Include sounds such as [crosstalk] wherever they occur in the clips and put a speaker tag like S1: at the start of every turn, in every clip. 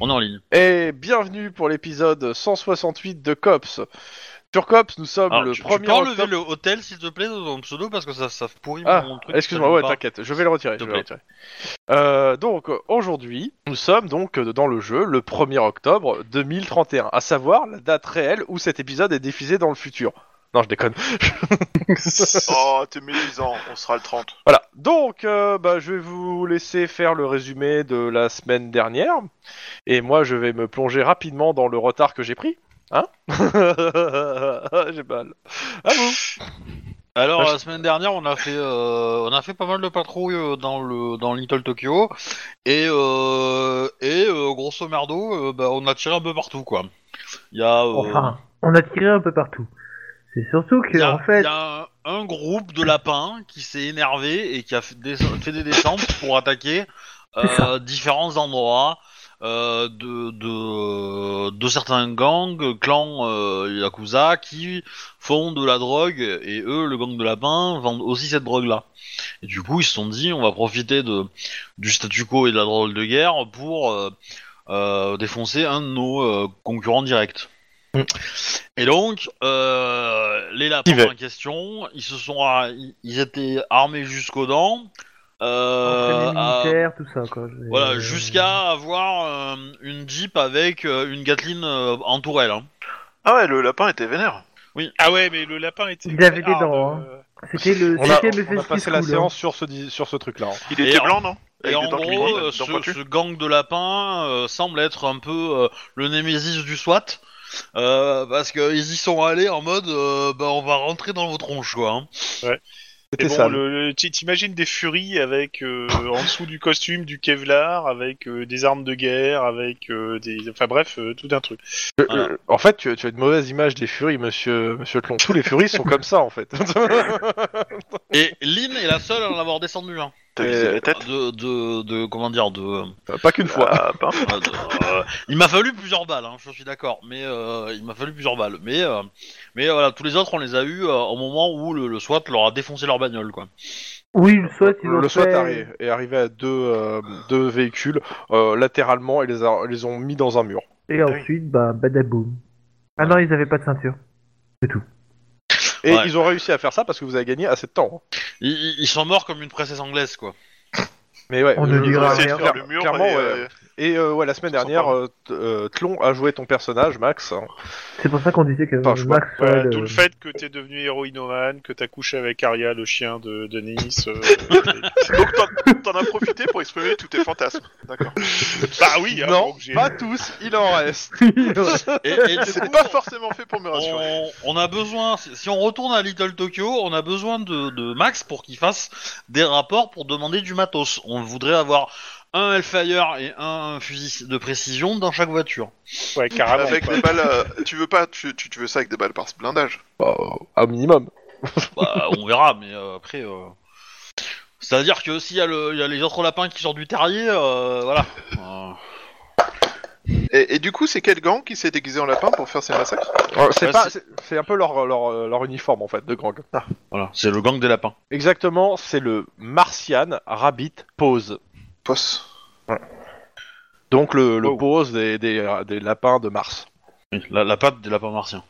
S1: On est en ligne.
S2: Et bienvenue pour l'épisode 168 de Cops. Sur Cops, nous sommes
S1: Alors,
S2: le
S1: tu, tu
S2: premier.
S1: peux enlever
S2: octobre-
S1: le hôtel, s'il te plaît, de ton pseudo, parce que ça, ça pourrit
S2: Ah,
S1: mon truc.
S2: Excuse-moi,
S1: ça
S2: ouais,
S1: me parle.
S2: t'inquiète, je vais le retirer.
S1: S'il te
S2: je vais le retirer. Euh, donc euh, aujourd'hui, nous sommes donc euh, dans le jeu le 1er octobre 2031, à savoir la date réelle où cet épisode est diffusé dans le futur. Non, je déconne.
S3: Oh, t'es médisant, on sera le 30.
S2: Voilà. Donc, euh, bah, je vais vous laisser faire le résumé de la semaine dernière, et moi, je vais me plonger rapidement dans le retard que j'ai pris. Hein [laughs] J'ai mal. À vous.
S1: Alors
S2: Ah, je-
S1: la semaine dernière, on a fait, euh, on a fait pas mal de patrouilles euh, dans le dans Little Tokyo et euh, et euh, grosso merdo, euh, bah, on a tiré un peu partout quoi. Il y a, euh,
S2: Oh,
S4: Enfin, on a tiré un peu partout. C'est surtout que,
S1: il y a-
S4: en fait,
S1: il y a un, un groupe de lapins qui s'est énervé et qui a fait des, fait des descentes pour attaquer euh,
S4: [laughs] C'est ça.
S1: différents endroits. euh, de, de, de certains gangs, clans euh, yakuza qui font de la drogue et eux, le gang de lapins, vendent aussi cette drogue-là. Et du coup, ils se sont dit, on va profiter de, du statu quo et de la drogue de guerre pour euh, euh, défoncer un de nos euh, concurrents directs. Et donc, euh, les lapins
S2: Mm. Qui va-
S1: en question, ils se sont, ar- ils- ils étaient armés jusqu'aux dents. euh,
S4: entraînement
S1: à-
S4: militaire, tout ça, quoi. Je-
S1: voilà,
S4: euh,
S1: jusqu'à avoir euh, une Jeep avec euh, une Gatling euh, en tourelle. hein.
S3: Ah ouais, le lapin était vénère.
S5: Ah ouais, mais le lapin était.
S4: Ils avaient des
S5: Ah,
S4: dents,
S5: euh,
S4: C'était le
S2: On a,
S4: c'était le
S2: on a
S4: festival
S2: passé la
S4: school,
S2: séance sur ce, di- sur ce truc-là. hein.
S3: Il
S1: Et
S3: était
S1: en-
S3: blanc, non
S1: Et
S3: Avec
S1: en
S3: des dents de
S1: gros,
S3: micro,
S1: euh,
S3: dents
S1: ce,
S3: pointues.
S1: ce gang de lapins euh, semble être un peu euh, le némésis du SWAT. euh, parce qu'ils y sont allés en mode euh, bah, on va rentrer dans vos tronches quoi. hein.
S5: mais
S2: C'était
S5: bon,
S2: ça.
S5: le- le- t'i- T'imagines des furies avec euh, en dessous du costume du Kevlar, avec euh, des armes de guerre, avec euh, des. Enfin bref, euh, tout un truc.
S2: Euh,
S1: Voilà.
S2: euh, En fait, tu, tu as une mauvaise image des furies, monsieur, monsieur Tlon. Tous les furies sont comme ça, en fait.
S1: Et Lynn est la seule à en avoir descendu un.
S3: T'as visé
S2: euh, [laughs]
S3: la tête
S1: De, de, de- comment dire de,
S2: [laughs] Pas qu'une fois.
S3: Ah, ben,
S1: euh, de- euh, il m'a fallu plusieurs balles hein, je suis d'accord mais euh, il m'a fallu plusieurs balles mais euh, mais euh, voilà tous les autres on les a eu au moment où le, le SWAT leur a défoncé leur bagnole quoi.
S4: Oui, le SWAT, ils ont
S2: Le SWAT
S4: fait-
S2: arri- est arrivé à deux, euh, deux véhicules euh, latéralement et les, a- les ont mis dans un mur.
S4: Et ensuite, bah, badaboum. Ah non, ils avaient pas de ceinture.
S2: Et
S1: Ouais.
S2: ils ont réussi à faire ça parce que vous avez gagné assez de temps. hein.
S1: Ils, ils- ils sont morts comme une princesse anglaise quoi.
S2: Mais ouais. euh,
S4: On ne
S2: je-
S3: ils ont
S2: clair-
S4: dira
S3: essayé de
S4: rien.
S3: faire le mur,
S2: clairement,
S3: mais,
S2: ouais.
S3: euh,
S2: Et euh, ouais, la semaine dernière, euh, t- euh, Tlon a joué ton personnage, Max. hein.
S4: C'est pour ça qu'on disait que
S2: Enfin, je
S4: Max
S5: Voilà,
S4: serait le-
S5: Euh, D'où le fait que t'es devenu héroïnomane, que t'as couché avec Aria, le chien de de Nice. euh, et-
S3: [laughs] Donc t'en- t'en as profité pour exprimer tous tes fantasmes. D'accord.
S5: bah oui, hein,
S2: non,
S5: donc j'ai-
S2: pas tous, il en reste.
S4: euh,
S1: Et, et du coup,
S3: C'est pas forcément fait pour me rassurer.
S1: on, on a besoin, si si on retourne à Little Tokyo, on a besoin de, de Max pour qu'il fasse des rapports pour demander du matos. On voudrait avoir un Hellfire et un fusil de précision dans chaque voiture.
S5: Ouais, carrément.
S3: avec
S5: quoi.
S3: des balles, euh, tu veux pas, tu, tu- tu veux ça avec des balles par blindage.
S2: Bah, au minimum.
S1: Bah, on verra, mais euh, après. euh, C'est-à-dire que s'il y, a le- il y a les autres lapins qui sortent du terrier, euh, voilà. Euh,
S3: Et, et du coup, c'est quel gang qui s'est déguisé en lapin pour faire ces massacres
S2: Euh, C'est
S1: Ouais,
S2: pas,
S1: c'est-
S2: c'est c'est un peu leur, leur, leur uniforme en fait de gang.
S1: voilà, c'est le gang des lapins.
S2: Exactement, c'est le Martian Rabbit Pose.
S3: Posse.
S2: Donc le, le
S1: Wow.
S2: pose des, des, des lapins de Mars.
S1: Oui, la, la patte des lapins martiens.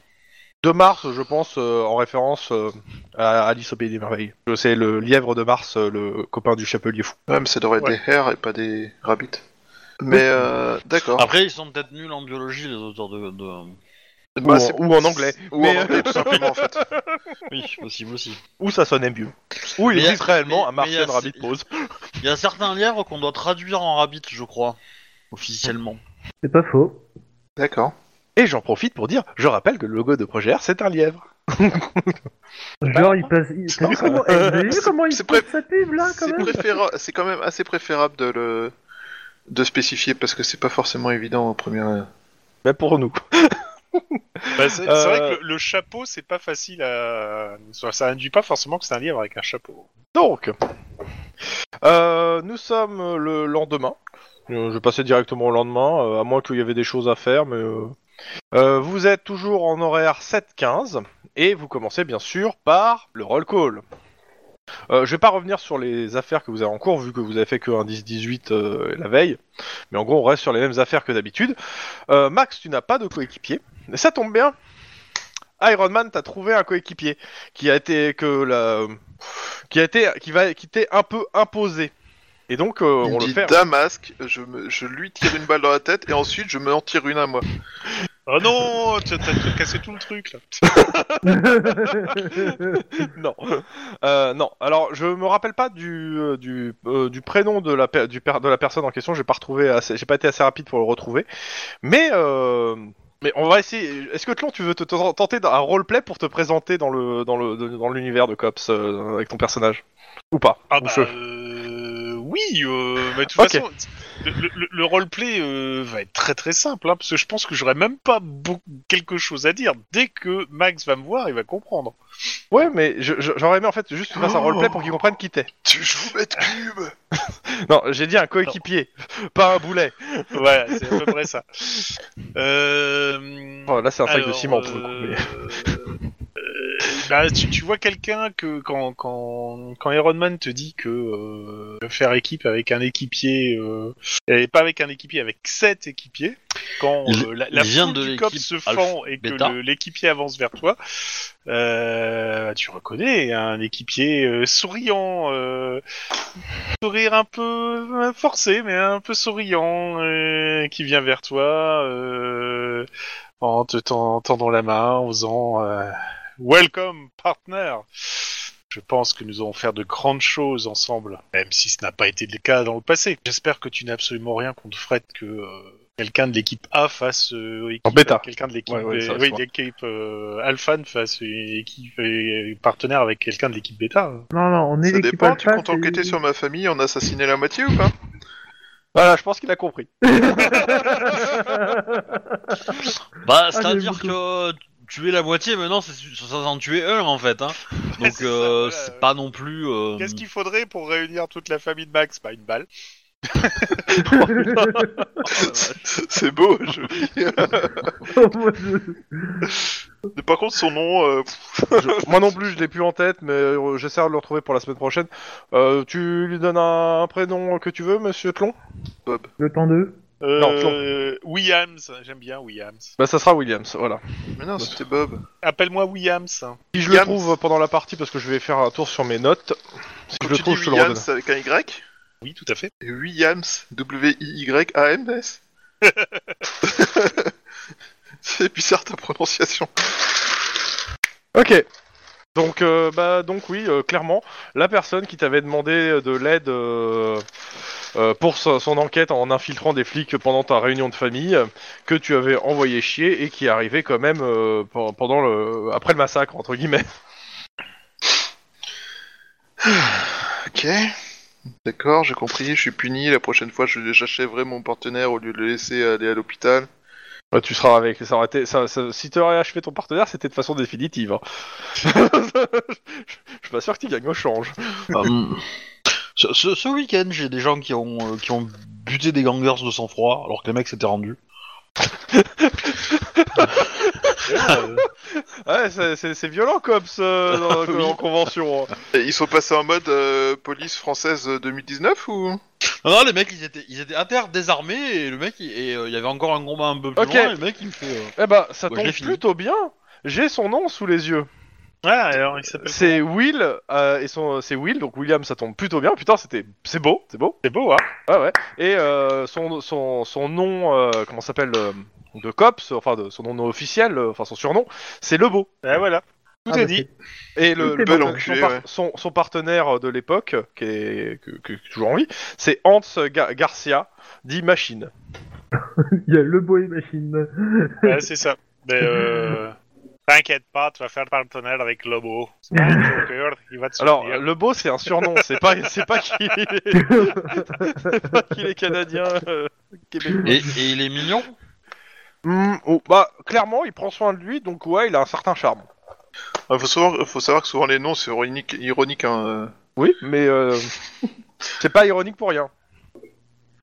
S2: De Mars, je pense, euh, en référence euh, à Alice au Pays des Merveilles. C'est le lièvre de Mars, euh, le copain du Chapelier Fou.
S3: Ouais, mais ça devrait être
S5: Ouais.
S3: des hares et pas des rabbits. Mais euh, d'accord.
S2: Ah,
S1: Après, ils sont peut-être nuls en biologie, les auteurs de. de... Bah,
S2: ou en-
S3: c'est-
S2: ou en anglais.
S3: Ou
S2: Mais,
S3: en
S2: euh,
S3: anglais, tout simplement, en fait.
S1: Oui, possible aussi.
S2: Ou ça sonne mieux. Ou il
S1: Mais y a-
S2: existe réellement
S1: mais-
S2: un
S1: mais y a-
S2: Martian Rabbit Pose.
S1: Il y a certains lièvres qu'on doit traduire en rabbit, je crois,
S5: [laughs]
S1: officiellement.
S4: C'est pas faux.
S3: D'accord.
S2: Et j'en profite pour dire, je rappelle que le logo de Projet R, c'est un lièvre.
S4: Genre, ils passent. ils- T'as vu comment, eh, vous avez vu
S3: C'est-
S4: comment ils
S3: c'est
S4: passent sa pub là, quand
S3: C'est
S4: même
S3: préféra- c'est quand même assez préférable de le de spécifier parce que c'est pas forcément évident en première.
S2: Même pour nous.
S5: Bah, c'est
S2: Euh,
S5: c'est vrai que le, le chapeau, c'est pas facile à. Ça, ça induit pas forcément que c'est un livre avec un chapeau.
S2: Donc, euh, nous sommes le lendemain. Euh, Je vais passer directement au lendemain, euh, à moins qu'il y avait des choses à faire, mais... euh, euh, vous êtes toujours en horaire 7-15, et vous commencez bien sûr par le roll call. Euh, je vais pas revenir sur les affaires que vous avez en cours, vu que vous avez fait que un 10-18 euh, la veille. Mais en gros, on reste sur les mêmes affaires que d'habitude. Euh, Max, tu n'as pas de coéquipier. Mais ça tombe bien. Iron Man t'a trouvé un coéquipier qui a été que la... qui a été qui va qui t'est un peu imposé. Et donc euh,
S3: Il
S2: on
S3: me
S2: le
S3: dit
S2: fait.
S3: Damasque, je, me- je lui tire une balle dans la tête et ensuite je me en tire une à moi.
S5: Oh non, t'as t'as cassé tout le truc là.
S4: [laughs]
S2: [laughs] non. Euh, non. Alors, je me rappelle pas du, euh, du, euh, du prénom de la, per- du per- de la personne en question. J'ai pas retrouvé assez, j'ai pas été assez rapide pour le retrouver. Mais, euh, mais on va essayer. Est-ce que Tlon, tu veux te, te- tenter un roleplay pour te présenter dans le, dans le, dans l'univers de Cops euh, avec ton personnage ou pas
S5: Ah
S2: Ou
S5: bah,
S2: je-
S5: euh, oui, euh, mais de toute
S2: Ok.
S5: façon, le, le- le roleplay euh, va être très très simple, hein, parce que je pense que j'aurais même pas beaucoup- quelque chose à dire. Dès que Max va me voir, il va comprendre.
S2: Ouais, mais je- je- j'aurais aimé en fait juste que tu fasses un
S3: Oh.
S2: roleplay pour qu'ils comprennent qui t'es.
S3: Tu joues bête cube
S2: Non, j'ai dit un coéquipier, pas un boulet.
S5: Voilà, c'est à peu près ça. [laughs] Euh,
S2: Enfin, Oh, là, c'est un sac de
S5: alors,
S2: ciment pour le coup.
S5: euh,
S2: mais-
S5: euh, bah, tu, tu vois quelqu'un que quand, quand, quand Iron Man te dit que euh, faire équipe avec un équipier, euh, et pas avec un équipier, avec sept équipiers, quand
S1: Il-
S5: euh, la, la
S1: il vient
S5: foule
S1: de
S5: du cop
S1: l'équipe
S5: se
S1: Alpha
S5: fend et que
S1: Beta.
S5: le- l'équipier avance vers toi, euh, tu reconnais un équipier euh, souriant, euh, sourire un peu euh, forcé, mais un peu souriant, euh, qui vient vers toi. euh, en te ten- tendant la main, en faisant euh, Welcome, partner Je pense que nous allons faire de grandes choses ensemble, même si ce n'a pas été le cas dans le passé. J'espère que tu n'as absolument rien contre Fred que euh, quelqu'un de l'équipe A fasse euh, équipe-
S2: En bêta.
S5: quelqu'un de l'équipe
S2: Ouais, ouais, ça,
S5: euh,
S2: c'est
S5: oui,
S2: vrai.
S5: d'équipe euh, Alpha ne fasse une équipe euh, partenaire avec quelqu'un de l'équipe bêta.
S4: Non, non, on est
S3: Ça
S4: l'équipe
S3: dépend, tu
S4: alpha,
S3: comptes
S4: c'est- [laughs]
S3: enquêter sur ma famille, on assassiné la moitié ou pas
S2: Voilà, je pense qu'il a compris.
S5: Ah,
S1: Bah,
S4: j'aime
S1: c'est-à-dire
S4: beaucoup.
S1: que tu es la moitié, maintenant, c'est ça en tuer un, en fait.
S5: [laughs]
S1: Hein.
S5: Ouais,
S1: Donc,
S5: c'est ça,
S1: euh,
S5: voilà.
S1: c'est pas non plus... euh,
S5: Qu'est-ce qu'il faudrait pour réunir toute la famille de Max Pas une balle.
S2: Ah,
S3: [laughs] C'est beau, je Mais Par contre, son nom, euh, pff,
S2: Je- moi non plus, je l'ai plus en tête, mais euh, j'essaierai de le retrouver pour la semaine prochaine. Euh, tu lui donnes un, un prénom que tu veux, monsieur Tlon
S4: Le temps d'eux.
S5: Euh,
S2: Non, Flan.
S5: Williams, j'aime bien Williams.
S2: Bah, ça sera Williams, voilà.
S3: mais
S2: Bah,
S3: non, c'était Bob.
S5: Appelle-moi Williams.
S2: Si je
S3: Williams.
S2: le trouve pendant la partie, parce que je vais faire un tour sur mes notes. Si
S3: Quand
S2: je le
S3: tu
S2: trouve,
S3: dis
S2: je te le redonne.
S3: Williams avec un Y,
S5: Oui, tout à fait.
S3: et Williams, W-I-Y-A-M-S. [laughs] C'est bizarre ta prononciation.
S2: Ok. Donc, euh, bah, donc oui, euh, clairement, la personne qui t'avait demandé de l'aide euh, euh, pour so- son enquête en infiltrant des flics pendant ta réunion de famille, euh, que tu avais envoyé chier et qui est arrivée quand même euh, pen- pendant le, après le massacre entre guillemets.
S3: Ok. D'accord, j'ai compris, je suis puni, la prochaine fois je- j'achèverai mon partenaire au lieu de le laisser aller à l'hôpital.
S2: Bah, tu seras avec. Ça aurait été, ça, ça- si tu aurais achevé ton partenaire, c'était de façon
S5: [laughs]
S2: définitive. hein. [laughs] je je suis pas sûr que tu gagnes au change.
S1: Euh, ce ce- ce week-end, j'ai des gens qui ont, euh, qui ont buté des gangers de sang-froid, alors que les mecs s'étaient rendus.
S2: Ouais, c'est- c'est c'est violent comme
S5: [laughs]
S2: ça dans- en convention. hein.
S3: Et ils sont passés en mode euh, police française 2019 ou
S1: Non, non, les mecs, ils étaient, ils étaient à terre désarmés, et le mec, il et, euh, il y avait encore un combat un peu plus
S2: Ok.
S1: loin, et le mec, il me fait... euh,
S2: Eh bah, ça
S1: Moi, je
S2: tombe
S1: l'ai fini.
S2: plutôt bien. J'ai son nom sous les yeux.
S5: Ah, alors il s'appelle.
S2: C'est Will euh, et son c'est Will donc William ça tombe plutôt bien putain c'était c'est beau c'est beau
S5: C'est beau, hein
S2: ah ouais et euh, son son son nom euh, comment ça s'appelle euh, de cops enfin de son nom officiel euh, enfin son surnom c'est le beau
S5: Ben voilà. Tout
S4: Ah,
S5: est
S4: bah,
S5: dit.
S2: et le, [laughs]
S4: C'est
S2: le-
S3: beau,
S2: son-
S3: l'enculé,
S2: son, par-
S3: ouais.
S2: son- son partenaire de l'époque qui est que, que- qui est toujours en vie c'est Hans Ga- Garcia dit machine
S4: Il y a le beau et machine.
S5: Ouais, c'est ça. Mais euh, T'inquiète pas, tu vas faire partenaire avec Lobo. C'est pas le Joker, il va te
S2: alors
S5: soutenir.
S2: le beau c'est un surnom c'est pas c'est pas qu'il est, [laughs] c'est pas qu'il est canadien euh, québécois
S1: Et, et il est mignon
S2: Hmm, oh, bah, clairement, il prend soin de lui, donc ouais, il a un certain charme.
S3: Ah, faut, savoir, faut savoir que souvent les noms c'est ironique, ironique hein, euh.
S2: Oui, mais euh, [laughs] c'est pas ironique pour rien.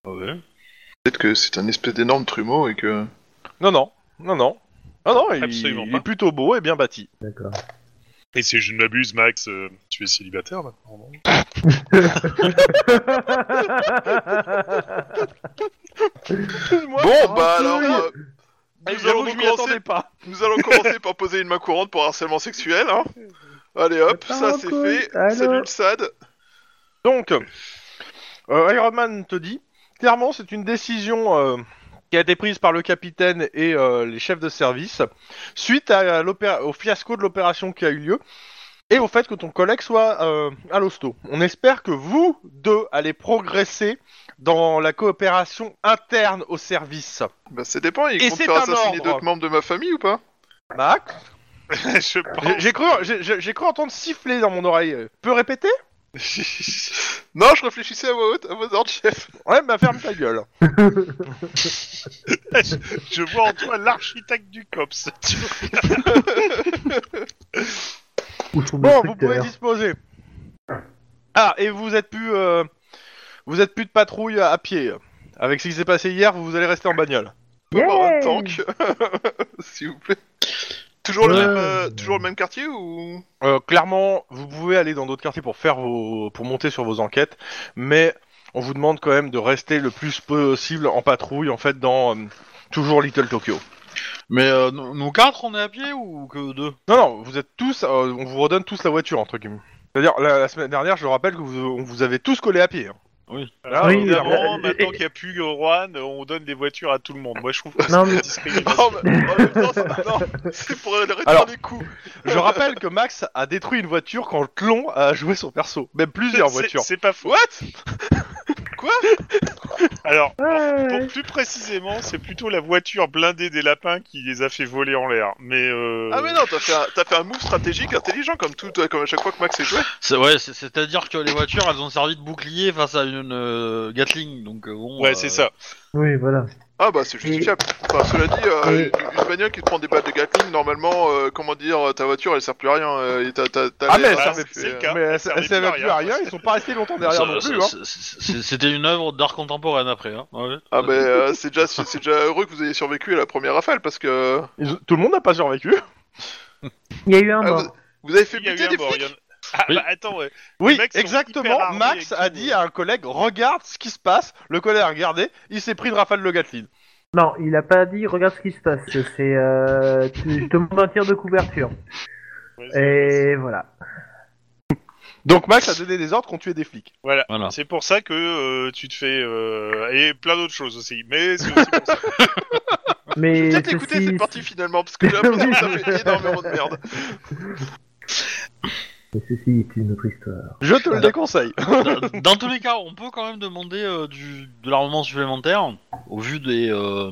S5: Ah
S3: peut-être que c'est un espèce d'énorme trumeau et que...
S2: Non, non, non, non. Non, non, il,
S5: Absolument
S2: il
S5: pas.
S2: est plutôt beau et bien bâti.
S4: [laughs] D'accord.
S5: Et si je ne m'abuse, Max, euh, tu es célibataire maintenant non
S2: Moi,
S3: Bon, bah
S2: oui.
S3: alors, euh,
S2: Ah,
S3: nous,
S2: j'avoue
S3: allons
S2: que je
S3: donc
S2: m'y attendais
S3: commencer,
S2: pas.
S3: nous allons commencer par poser une main courante pour harcèlement sexuel. Hein. Allez hop,
S4: Ah,
S3: ça c'est
S4: cool.
S3: fait.
S4: Allô.
S3: Salut le SAD.
S2: Donc, euh, Iron Man te dit, clairement, c'est une décision euh, qui a été prise par le capitaine et euh, les chefs de service suite à l'opéra- au fiasco de l'opération qui a eu lieu et au fait que ton collègue soit euh, à l'hosto. On espère que vous deux allez progresser dans la coopération interne au service.
S3: Bah ça dépend, il
S2: Et
S3: compte
S2: c'est
S3: faire
S2: un
S3: assassiner
S2: ordre.
S3: d'autres membres de ma famille ou pas [laughs]
S2: Mac,
S5: [laughs] Je pense.
S2: j'ai- j'ai cru, j'ai- j'ai j'ai cru entendre siffler dans mon oreille. Peux répéter
S3: Non, je réfléchissais à vos, à vos ordres, chef.
S2: Ouais, bah ferme ta gueule.
S5: Je vois en toi l'architecte du COPS. Tu vois
S4: Où je trouve le
S2: Bon,
S4: truc
S2: vous pouvez
S4: derrière.
S2: disposer. Ah, et vous êtes plus, euh, vous êtes plus de patrouille à, à pied. Avec ce qui s'est passé hier, vous allez rester en bagnole.
S3: On va avoir un
S4: Yeah.
S3: tank, [laughs] s'il vous plaît. Toujours, le
S4: Ouais.
S3: même, euh, toujours le même quartier ou
S2: Euh, clairement, vous pouvez aller dans d'autres quartiers pour faire vos, pour monter sur vos enquêtes, mais on vous demande quand même de rester le plus possible en patrouille, en fait, dans euh, toujours Little Tokyo.
S1: Mais euh, nous, nous quatre, on est à pied ou que deux
S2: Non, non, vous êtes tous, euh, on vous redonne tous la voiture entre guillemets. C'est-à-dire la, la semaine dernière, je rappelle que vous, on vous avez tous collé à pied. hein.
S5: Là,
S4: Oui,
S5: évidemment,
S4: euh,
S5: Ah maintenant
S4: et-
S5: qu'il n'y a plus Rohan, on donne des voitures à tout le monde. Moi, je trouve que
S4: Non,
S5: c'est
S4: mais-
S5: une discrimination.
S3: [laughs] Oh, mais- en même temps, c'est- non, c'est pour arrêter
S2: Alors-
S3: les coups.
S2: Je rappelle que Max a détruit une voiture quand Tlon a joué son perso, même plusieurs
S5: C'est-
S2: voitures.
S5: C'est pas faux. Alors, pour plus précisément, c'est plutôt la voiture blindée des lapins qui les a fait voler en l'air. Mais euh...
S3: Ah mais non, t'as fait, un- t'as fait un move stratégique intelligent comme tout, euh, comme à chaque fois que Max est joué.
S1: C'est ouais, c'est- c'est-à-dire que les voitures, elles ont servi de bouclier face à une euh, Gatling, donc euh, bon.
S5: ouais,
S1: euh,
S5: c'est ça.
S4: Oui, voilà.
S3: Ah bah c'est justifiable. Enfin, cela dit, euh, une une bagnole qui te prend des balles de Gatling, normalement, euh, comment dire, ta voiture elle sert plus à rien. euh, et t'as- t'as- t'as
S2: Ah,
S3: les-
S2: mais elle
S5: bah,
S2: servait
S5: c'est- c'est
S2: plus,
S5: le cas.
S2: mais elle-
S5: Ça
S2: elle
S5: servait
S2: servait
S5: plus à
S2: plus à
S5: rien.
S2: rien, ils sont pas restés longtemps derrière
S1: ça-
S2: non
S1: ça-
S2: plus. Hein.
S1: c'est- c'est- C'était une œuvre d'art contemporain après. Hein. Ouais.
S3: Ah
S2: ben.
S3: bah euh, c'est déjà, c'est c'est déjà heureux que vous ayez survécu à la première rafale parce que
S2: Ils ont- Tout le monde n'a pas survécu.
S4: Il y a eu un
S3: Ah,
S4: mort.
S3: vous, vous avez fait
S5: Il y a eu
S3: buter
S5: un
S3: des
S5: mort. il
S3: flics.
S5: y en a- Ah,
S1: Oui.
S5: bah, attends, ouais.
S2: Oui,
S5: mecs sont hyper
S2: exactement.
S5: armés
S2: Max
S5: et
S2: a
S5: tout,
S2: dit
S5: euh.
S2: à un collègue Regarde ce qui se passe. Le collègue a regardé, il s'est pris de rafale de Gatling.
S4: Non, il a pas dit regarde ce qui se passe. C'est euh, tu- je te montre un tir de couverture.
S5: Ouais, c'est-
S4: Et voilà.
S2: Donc Max a donné des ordres qu'on tuait des flics.
S5: Voilà.
S2: [laughs]
S1: Voilà.
S5: C'est pour ça que euh, tu te fais euh, et plein d'autres choses aussi. Mais c'est aussi pour ça.
S3: Je vais
S4: Mais
S3: peut-être écouter
S4: ceci-
S3: cette partie finalement parce que j'ai l'impression que ça fait énormément de merde.
S4: mais ceci est une autre histoire.
S2: Je te le déconseille.
S1: dans, dans tous les cas, on peut quand même demander euh, du, de l'armement supplémentaire au vu des euh,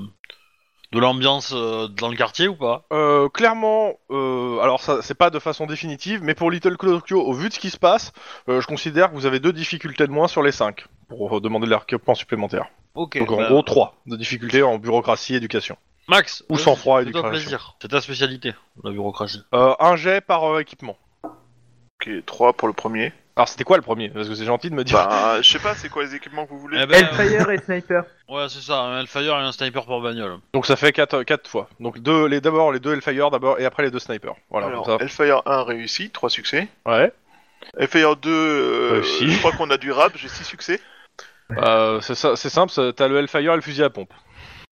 S1: de l'ambiance euh, dans le quartier ou pas
S2: Euh, clairement, euh, alors ça c'est pas de façon définitive, mais pour Little Tokyo, au vu de ce qui se passe, euh, je considère que vous avez deux difficultés de moins sur les cinq pour euh, demander de l'arquement supplémentaire.
S1: Ok.
S2: Donc en
S5: ben,
S1: bah,
S2: gros trois de difficultés en bureaucratie, éducation.
S1: Max,
S2: Ou
S1: vas-y,
S2: sang-froid et
S1: fais-toi
S2: déclaration.
S1: plaisir. C'est ta spécialité, la bureaucratie.
S2: Euh, un jet par euh, équipement.
S3: Ok, 3 pour le premier.
S2: Alors c'était quoi le premier Parce que c'est gentil de me dire.
S3: Bah, je sais pas, c'est quoi les équipements que vous voulez
S1: Eh ben,
S4: Hellfire et Sniper.
S1: euh, ouais, c'est ça. Un Hellfire et un sniper pour bagnole.
S2: Donc ça fait 4 quatre, euh, quatre fois. Donc deux, les d'abord les deux Hellfire d'abord et après les deux snipers. Voilà.
S3: Alors,
S2: comme
S3: Hellfire 1 réussi, 3 succès.
S2: ça. Ouais.
S3: Hellfire 2, euh,
S2: Réussi.
S3: je crois qu'on a du rap, j'ai 6 succès.
S2: Euh, c'est ça- c'est simple. ça- T'as le Hellfire et le fusil à pompe.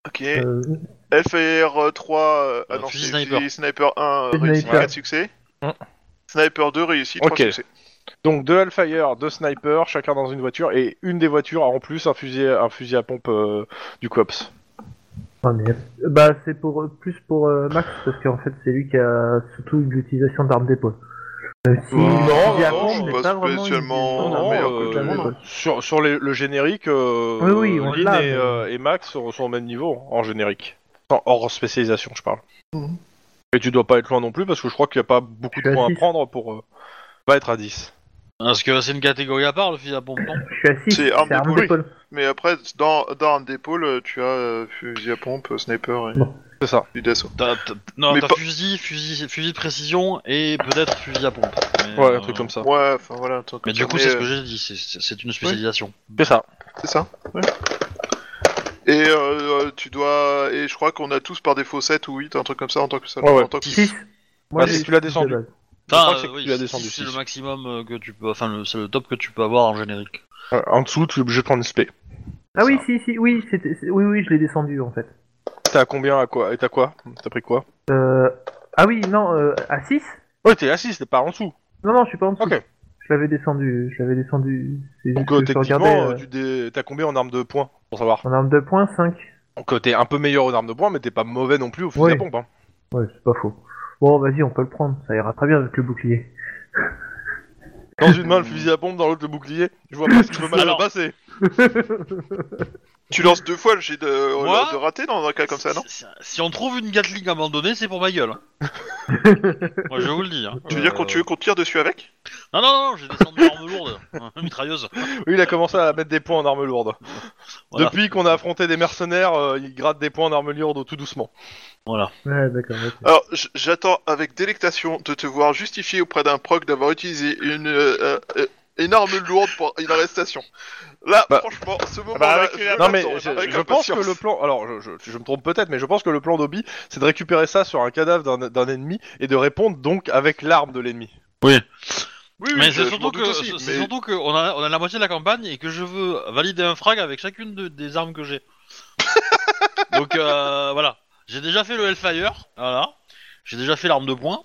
S3: Ok.
S4: Euh,
S3: Hellfire 3, euh, ah
S1: Euh,
S3: non,
S1: fusil
S3: c'est-
S1: sniper.
S3: fusil sniper 1 euh,
S4: Fusil
S3: réussi,
S4: sniper.
S3: 4 succès.
S2: Hmm.
S3: Sniper 2 réussi, 3
S2: Ok.
S3: succès.
S2: Donc deux Hellfire, deux snipers, chacun dans une voiture et une des voitures a en plus un fusil, un fusil à pompe euh, du cops.
S4: oh, merde. Bah c'est pour euh, plus pour euh, Max parce qu'en fait c'est lui qui a surtout l'utilisation d'armes d'épaule. Même si
S3: Non,
S4: le fusil à
S3: non,
S4: pompe
S3: je suis
S4: n'est
S3: pas
S4: vraiment une-
S3: spécialement
S4: une arme
S3: meilleur
S4: d'épaule,
S2: euh,
S4: Oh, clairement, non.
S2: sur sur les- le générique, euh,
S4: Oui, oui, on
S2: Lynn
S4: l'a,
S2: et,
S4: mais-
S2: euh, et Max sont, sont au même niveau en générique, Enfin, hors spécialisation, je parle.
S3: Mhm.
S2: Et tu dois pas être loin non plus parce que je crois qu'il n'y a pas beaucoup de
S4: Je suis à
S2: points à
S4: six.
S2: prendre pour euh, pas être à 10.
S1: Parce que c'est une catégorie à part, le fusil à pompe. non
S4: Je suis assis.
S3: C'est arme
S4: C'est arme
S3: d'épaule.
S4: d'épaule.
S3: Mais après, dans, dans arme d'épaule, tu as euh, fusil à pompe, euh, sniper et
S4: Bon.
S2: C'est ça.
S3: du d'assaut.
S1: T'as- t'as- non,
S3: Mais
S1: t'as
S3: pas-
S1: fusil, fusil, fusil de précision et peut-être fusil à pompe. Mais,
S2: Ouais,
S1: euh,
S2: un truc comme ça.
S3: Ouais, enfin voilà. un truc
S1: Mais
S3: comme
S1: du
S3: ça.
S1: coup, c'est ce
S3: euh,
S1: que j'ai dit. c'est- C'est c'est une spécialisation.
S2: C'est ça.
S3: C'est ça. ouais. Et euh, euh, tu dois. Et je crois qu'on a tous par défaut 7 ou 8, un truc comme ça en tant que ça.
S2: Ouais, ouais.
S3: En tant que...
S4: Six. Ah, Moi,
S2: Bah,
S4: j'ai
S2: si tu l'as
S4: six de
S2: descendu.
S4: base.
S2: Je crois que c'est
S1: euh,
S2: que
S1: oui,
S2: tu as
S1: si-
S2: descendu
S1: si C'est
S2: six.
S1: le maximum euh, que tu peux, enfin le- c'est le top que tu peux avoir en générique.
S2: Euh, En dessous, tu es obligé de prendre une spé.
S4: Ah oui, si, si, oui, c'était- c'est- oui, oui, je l'ai descendu en fait.
S2: T'as combien à quoi Et t'as quoi T'as pris quoi
S4: Euh, ah oui, non, euh, à 6
S2: Ouais, t'es à 6, t'es pas en dessous.
S4: Non, non, je suis pas en dessous.
S2: Ok.
S4: Je l'avais descendu, je l'avais descendu. C'est
S2: Donc,
S4: que
S2: euh,
S4: je regardais,
S2: techniquement,
S4: euh,
S2: euh, tu dé- t'as combien en arme de poing Pour savoir.
S4: En arme de poing, 5.
S2: Donc, euh, t'es un peu meilleur en arme de poing, mais t'es pas mauvais non plus au fusil
S4: Oui.
S2: à pompe. hein.
S4: Ouais, c'est pas faux. Bon, vas-y, on peut le prendre, ça ira très bien avec le bouclier. [laughs]
S2: Dans
S1: [laughs]
S2: une main, le fusil à pompe, dans l'autre, le bouclier. Je vois pas ce qui peut mal
S1: Alors-
S2: se passer.
S3: Tu lances deux fois le jet de, euh,
S1: Moi
S3: de raté dans un cas comme ça, non
S1: si, si on trouve une Gatling abandonnée, c'est pour ma gueule. Moi je vous le dis. hein.
S3: Tu veux dire
S1: Euh,
S3: qu'on tu veux qu'on tire dessus avec
S1: Non non non, j'ai descendu l'arme lourde, hein, [laughs] mitrailleuse.
S2: Oui, il a commencé à mettre des points en arme lourde.
S1: Voilà.
S2: Depuis qu'on a affronté des mercenaires, euh, il gratte des points en arme lourde tout doucement.
S4: Ouais, d'accord. ok.
S3: Alors, j- j'attends avec délectation de te voir justifier auprès d'un proc d'avoir utilisé une euh, euh, énorme lourde pour une arrestation. Là,
S2: Bah.
S3: franchement,
S1: Ah
S3: ce moment-là,
S5: avec
S3: je
S5: les-
S3: l'attends
S2: Non mais je,
S3: avec
S2: je pense que
S3: impatience.
S2: le plan, alors je, je- je me trompe peut-être, mais je pense que le plan d'Obi, c'est de récupérer ça sur un cadavre d'un- d'un ennemi et de répondre donc avec l'arme de l'ennemi.
S3: Oui, oui,
S1: Mais
S3: je-
S1: c'est
S3: je m'en
S1: surtout
S3: doute
S1: que
S3: aussi,
S1: c'est- c'est
S3: mais-
S1: surtout que on a on a la moitié de la campagne et que je veux valider un frag avec chacune de- des armes que
S3: [laughs]
S1: j'ai. donc euh, voilà, j'ai déjà fait le Hellfire, voilà, j'ai déjà fait l'arme de poing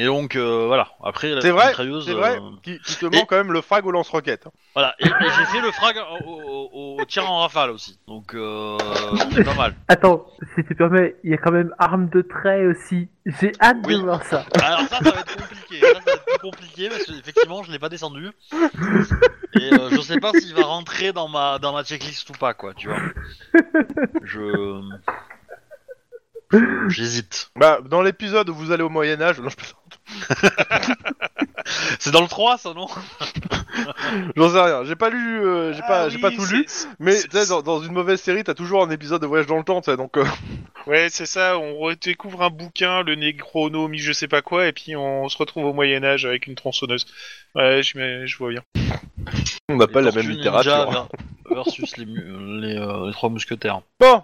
S1: et donc euh, voilà. Après la
S2: C'est vrai,
S1: mitrailleuse,
S2: C'est vrai,
S1: euh,
S2: qui, qui te manque quand même le frag au hein. lance-roquette.
S1: Voilà, et, et j'ai fait le frag au, au- au tir en rafale aussi, donc euh, c'est pas mal.
S4: Attends, si tu permets, il y a quand même arme de trait aussi. J'ai hâte
S1: Oui.
S4: de voir ça.
S1: Alors ça, ça va être compliqué, ça, ça va être plus compliqué parce que effectivement, je l'ai pas descendu. Et euh, je sais pas s'il va rentrer dans ma dans ma checklist ou pas, quoi, tu vois. Je je- j'hésite.
S2: Bah, dans l'épisode où vous allez au Moyen Âge, non, je plaisante.
S1: C'est dans le 3, ça non
S2: J'en sais rien. J'ai pas lu, euh, j'ai pas,
S5: Ah
S2: j'ai
S5: oui,
S2: pas tout lu.
S5: c'est-
S2: Mais
S5: c'est-
S2: tu sais, dans, dans une mauvaise série, t'as toujours un épisode de voyage dans le temps, tu sais, donc. euh, [laughs]
S5: Ouais, c'est ça, on redécouvre un bouquin, le négronomie, je sais pas quoi, et puis on se retrouve au Moyen-Âge avec une tronçonneuse. Ouais, je, mets- je vois bien.
S2: on appelle la même
S1: Tortues
S2: littérature.
S1: Ninja ver- versus les mu- les, euh, les trois mousquetaires.
S2: Bon.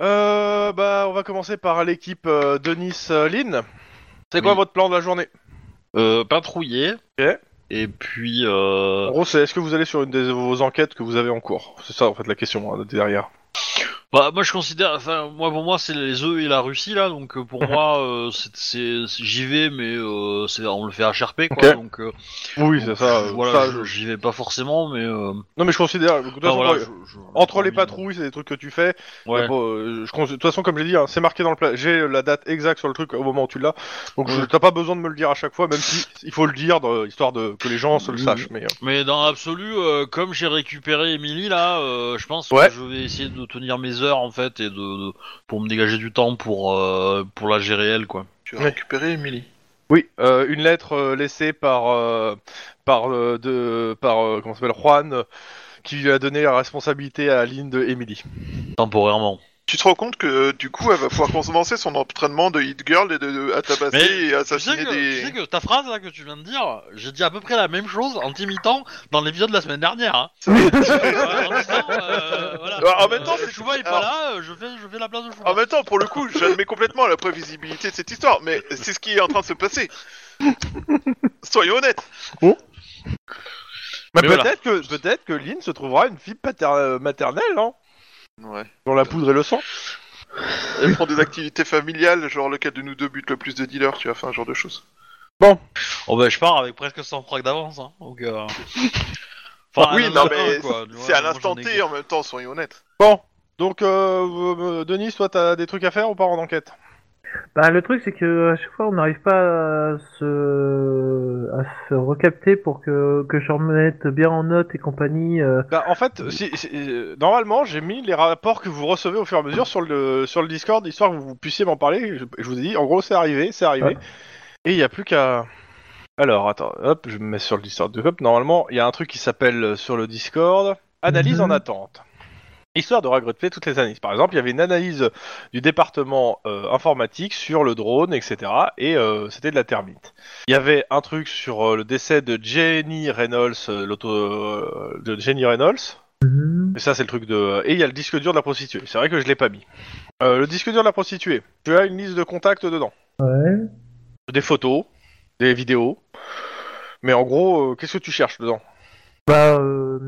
S2: Euh, bah, on va commencer par l'équipe euh, Denis euh, Lynn. C'est quoi
S1: Oui.
S2: votre plan de la journée
S1: Euh, patrouiller.
S2: Ok.
S1: Et puis euh,
S2: En gros, c'est est-ce que vous allez sur une de vos enquêtes que vous avez en cours C'est ça, en fait, la question hein, derrière.
S1: Bah, moi je considère, enfin moi pour moi c'est les œufs et la Russie là, donc euh,
S2: [laughs]
S1: pour moi euh, c'est, c'est- c'est- j'y vais mais euh, c'est, on le fait HRP quoi,
S2: Ok.
S1: donc euh,
S2: Oui, c'est ça. euh,
S1: voilà
S2: ça,
S1: je-
S2: je-
S1: j'y vais pas forcément mais euh,
S2: Non, mais je considère. de toute
S1: enfin,
S2: façon,
S1: voilà,
S2: moi,
S1: je- je-
S2: Entre les
S1: parmi-
S2: patrouilles, c'est des trucs que tu fais.
S1: ouais.
S2: Mais bon, euh, je cons- de toute façon, comme j'ai dit, hein, c'est marqué dans le plat. J'ai la date exacte sur le truc au moment où tu l'as. Donc, je-
S1: Ouais.
S2: t'as pas besoin de me le dire à chaque fois, même si il faut le dire, de- histoire de que les gens se le
S1: Mhm.
S2: sachent. Mais euh,
S1: Mais dans l'absolu, euh, comme j'ai récupéré Emily là, euh, je pense
S2: Ouais.
S1: que je vais essayer de tenir mes heures en fait et de, de- pour me dégager du temps pour euh, pour la gérer elle quoi.
S3: Tu as
S2: Ouais.
S3: récupéré Emily.
S2: oui, euh, une lettre euh, laissée par euh, par euh, de par euh, comment s'appelle Juan, euh, qui lui a donné la responsabilité à la ligne de Emily.
S1: Temporairement.
S3: Tu te rends compte que euh, du coup, elle va pouvoir commencer son entraînement de hit girl et de, de- à tabasser
S1: Mais
S3: et à
S1: Tu sais,
S3: assassiner
S1: que, tu sais
S3: des.
S1: que ta phrase là que tu viens de dire, j'ai dit à peu près la même chose en t'imitant dans l'épisode de la semaine dernière.
S3: [laughs]
S1: Hein. Euh, en, même temps, euh, voilà.
S3: Alors, en même temps,
S1: Euh,
S3: c'est-
S1: Chouba est pas
S3: alors-
S1: là, euh, je fais, je fais la place de Chouba.
S3: En même temps, pour le coup, j'admets complètement la prévisibilité de cette histoire, mais c'est ce qui est en train de se passer. Soyons honnêtes.
S2: Mais
S1: Mais
S2: peut-être que peut-être que Lynn se trouvera une fille pater- maternelle, hein,
S3: Ouais.
S2: dont la poudre et le sang.
S3: Elle prend des activités familiales, genre lequel de nous deux bute le plus de dealers, tu vois, enfin, un genre de choses.
S1: Oh bah je pars avec presque 100 frags d'avance. Hein, donc, euh, [laughs] enfin,
S3: Ah oui,
S1: un
S3: non,
S1: instant,
S3: mais
S1: quoi,
S3: c'est-
S1: tu vois,
S3: c'est à
S1: moi,
S3: l'instant
S1: j'en ai-
S3: T en même temps, soyons honnêtes.
S2: Bon, donc euh, euh, Denis, toi, t'as des trucs à faire ou pas en enquête
S4: Bah, le truc, c'est que à chaque fois, on n'arrive pas à se... à se recapter pour que, que je remette bien en note et compagnie. euh.
S2: Bah, en fait, si- si- euh, normalement, j'ai mis les rapports que vous recevez au fur et à mesure sur le, sur le Discord, histoire que vous puissiez m'en parler. Je, je vous ai dit, en gros, c'est arrivé, c'est arrivé.
S4: Ouais.
S2: Et il n'y a plus qu'à... Alors, attends, hop, je me mets sur le Discord. Hop, normalement, il y a un truc qui s'appelle euh, sur le Discord, analyse
S4: Mhm.
S2: en attente. Histoire de regretter toutes les analyses. Par exemple, il y avait une analyse du département euh, informatique sur le drone, etc. Et euh, c'était de la termite. Il y avait un truc sur euh, le décès de Jenny Reynolds, euh, l'auto euh, de Jenny Reynolds.
S4: Mhm.
S2: Et ça, c'est le truc de. euh, Et il y a le disque dur de la prostituée. C'est vrai que je l'ai pas mis. Euh, le disque dur de la prostituée. Tu as une liste de contacts dedans.
S4: Ouais.
S2: Des photos, des vidéos. Mais en gros, euh, qu'est-ce que tu cherches dedans
S4: Bah, euh,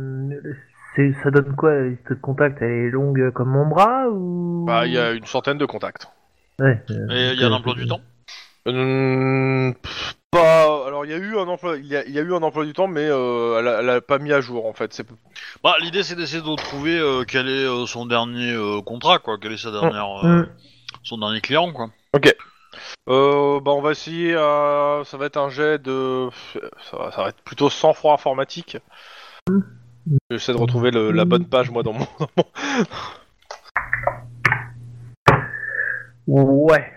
S4: c'est- ça donne quoi la liste de contacts Elle est longue comme mon bras ou
S2: Bah, il y a une centaine de contacts.
S4: Ouais, euh,
S3: hein.
S1: Et il y a l'emploi du temps
S2: Hum, pff, pas. Alors, il y a eu un emploi. Il y a, il y a eu un emploi du temps, mais euh, elle, a, elle a pas mis à jour en fait. C'est
S1: Bah, l'idée c'est d'essayer de trouver euh, quel est euh, son dernier euh, contrat, quoi. Quel est sa dernière, euh,
S4: Mm.
S1: son dernier client, quoi.
S2: Euh, bah on va essayer. euh, ça va être un jet de. Ça va, ça va être plutôt sang froid informatique. J'essaie de retrouver le- la bonne page moi dans mon. dans mon-
S4: Ouais.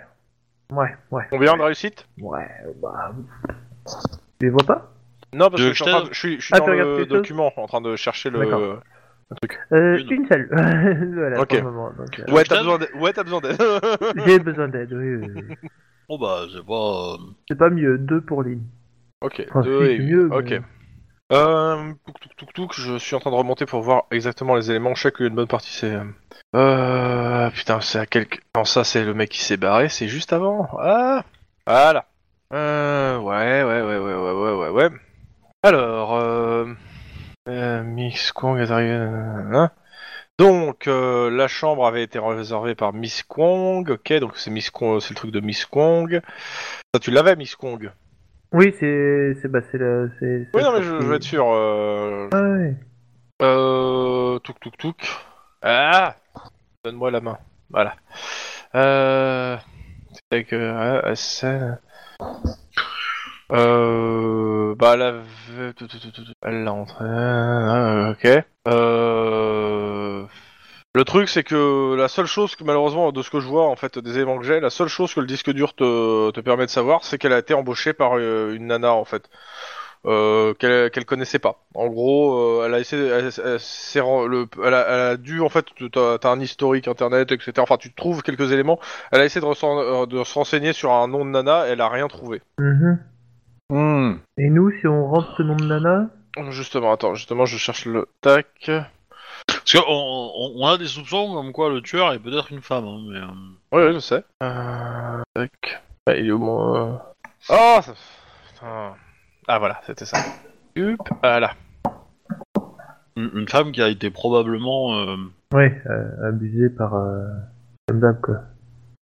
S4: Ouais, ouais,
S2: Combien de réussite
S4: ouais, bah. Tu les vois pas
S2: Non parce
S1: Tu
S2: que
S1: veux
S2: je suis,
S1: que je
S2: en train de- je suis- je suis
S4: Ah,
S2: dans
S4: tu regardes
S2: le
S4: quelque chose
S2: document en train de chercher le.
S4: D'accord. euh,
S1: Une.
S4: Une seule. [laughs] voilà,
S2: Ok.
S4: pour le moment. donc, euh,
S2: Ouais
S1: Je t'aide
S2: t'as besoin d'aide. Ouais t'as besoin d'aide.
S4: J'ai besoin d'aide, oui, oui,
S1: [laughs]
S4: oui.
S1: Bon, bah, c'est pas. euh,
S4: C'est pas mieux, deux pour ligne.
S2: ok.
S4: Enfin,
S2: deux
S4: si,
S2: et
S4: c'est
S2: une.
S4: mieux,
S2: ok.
S4: mais-
S2: Euh, touc, touc, touc, touc, je suis en train de remonter pour voir exactement les éléments. Je sais qu'une bonne partie c'est. Euh, putain, c'est à quelque. Non, ça c'est le mec qui s'est barré, c'est juste avant. Ah Voilà. Euh, ouais, ouais, ouais, ouais, ouais, ouais, ouais, ouais. Alors, euh. euh, Miss Kwong est arrivée. nanana. Donc, euh, la chambre avait été réservée par Miss Kwong. Ok, donc c'est Miss Kwong, c'est le truc de Miss Kwong. Ça, tu l'avais, Miss Kwong
S4: Oui, c'est. C'est bah, c'est la. c'est-
S2: Oui,
S4: c'est-
S2: non, mais je, je veux être sûr. euh,
S4: Ouais.
S2: euh. Touk touk touk. Ah Donne-moi la main. Voilà. Euh. c'est Avec. Euh. ah, ça. Euh. Bah, elle avait. tout, tout, tout, tout, tout. Elle l'a entrée. Ah, Ok. Euh. Le truc, c'est que la seule chose que, malheureusement, de ce que je vois, en fait, des éléments que j'ai, la seule chose que le disque dur te, te permet de savoir, c'est qu'elle a été embauchée par euh, une nana, en fait euh, qu'elle qu'elle connaissait pas. En gros, euh, elle a essayé, elle, elle s'est ren- le- elle a, elle a dû en fait, t'as t'as un historique internet, etc. Enfin, tu trouves quelques éléments. Elle a essayé de, resen- euh, de se renseigner sur un nom de nana, elle a rien trouvé.
S4: Mhm.
S3: Hmm.
S4: Et nous, si on rentre ce nom de nana
S2: Justement, attends, justement, je cherche le tac.
S1: Parce qu'on on, on a des soupçons comme quoi le tueur est peut-être une femme, hein, mais. euh,
S2: Ouais, ouais, je sais. Euh, tac. Ah, il est au moins. euh. Oh, ça- putain. Ah voilà, c'était ça. Hup, voilà.
S1: une, une femme qui a été probablement. euh,
S4: Oui, euh, abusé par. euh, Comme d'hab, quoi.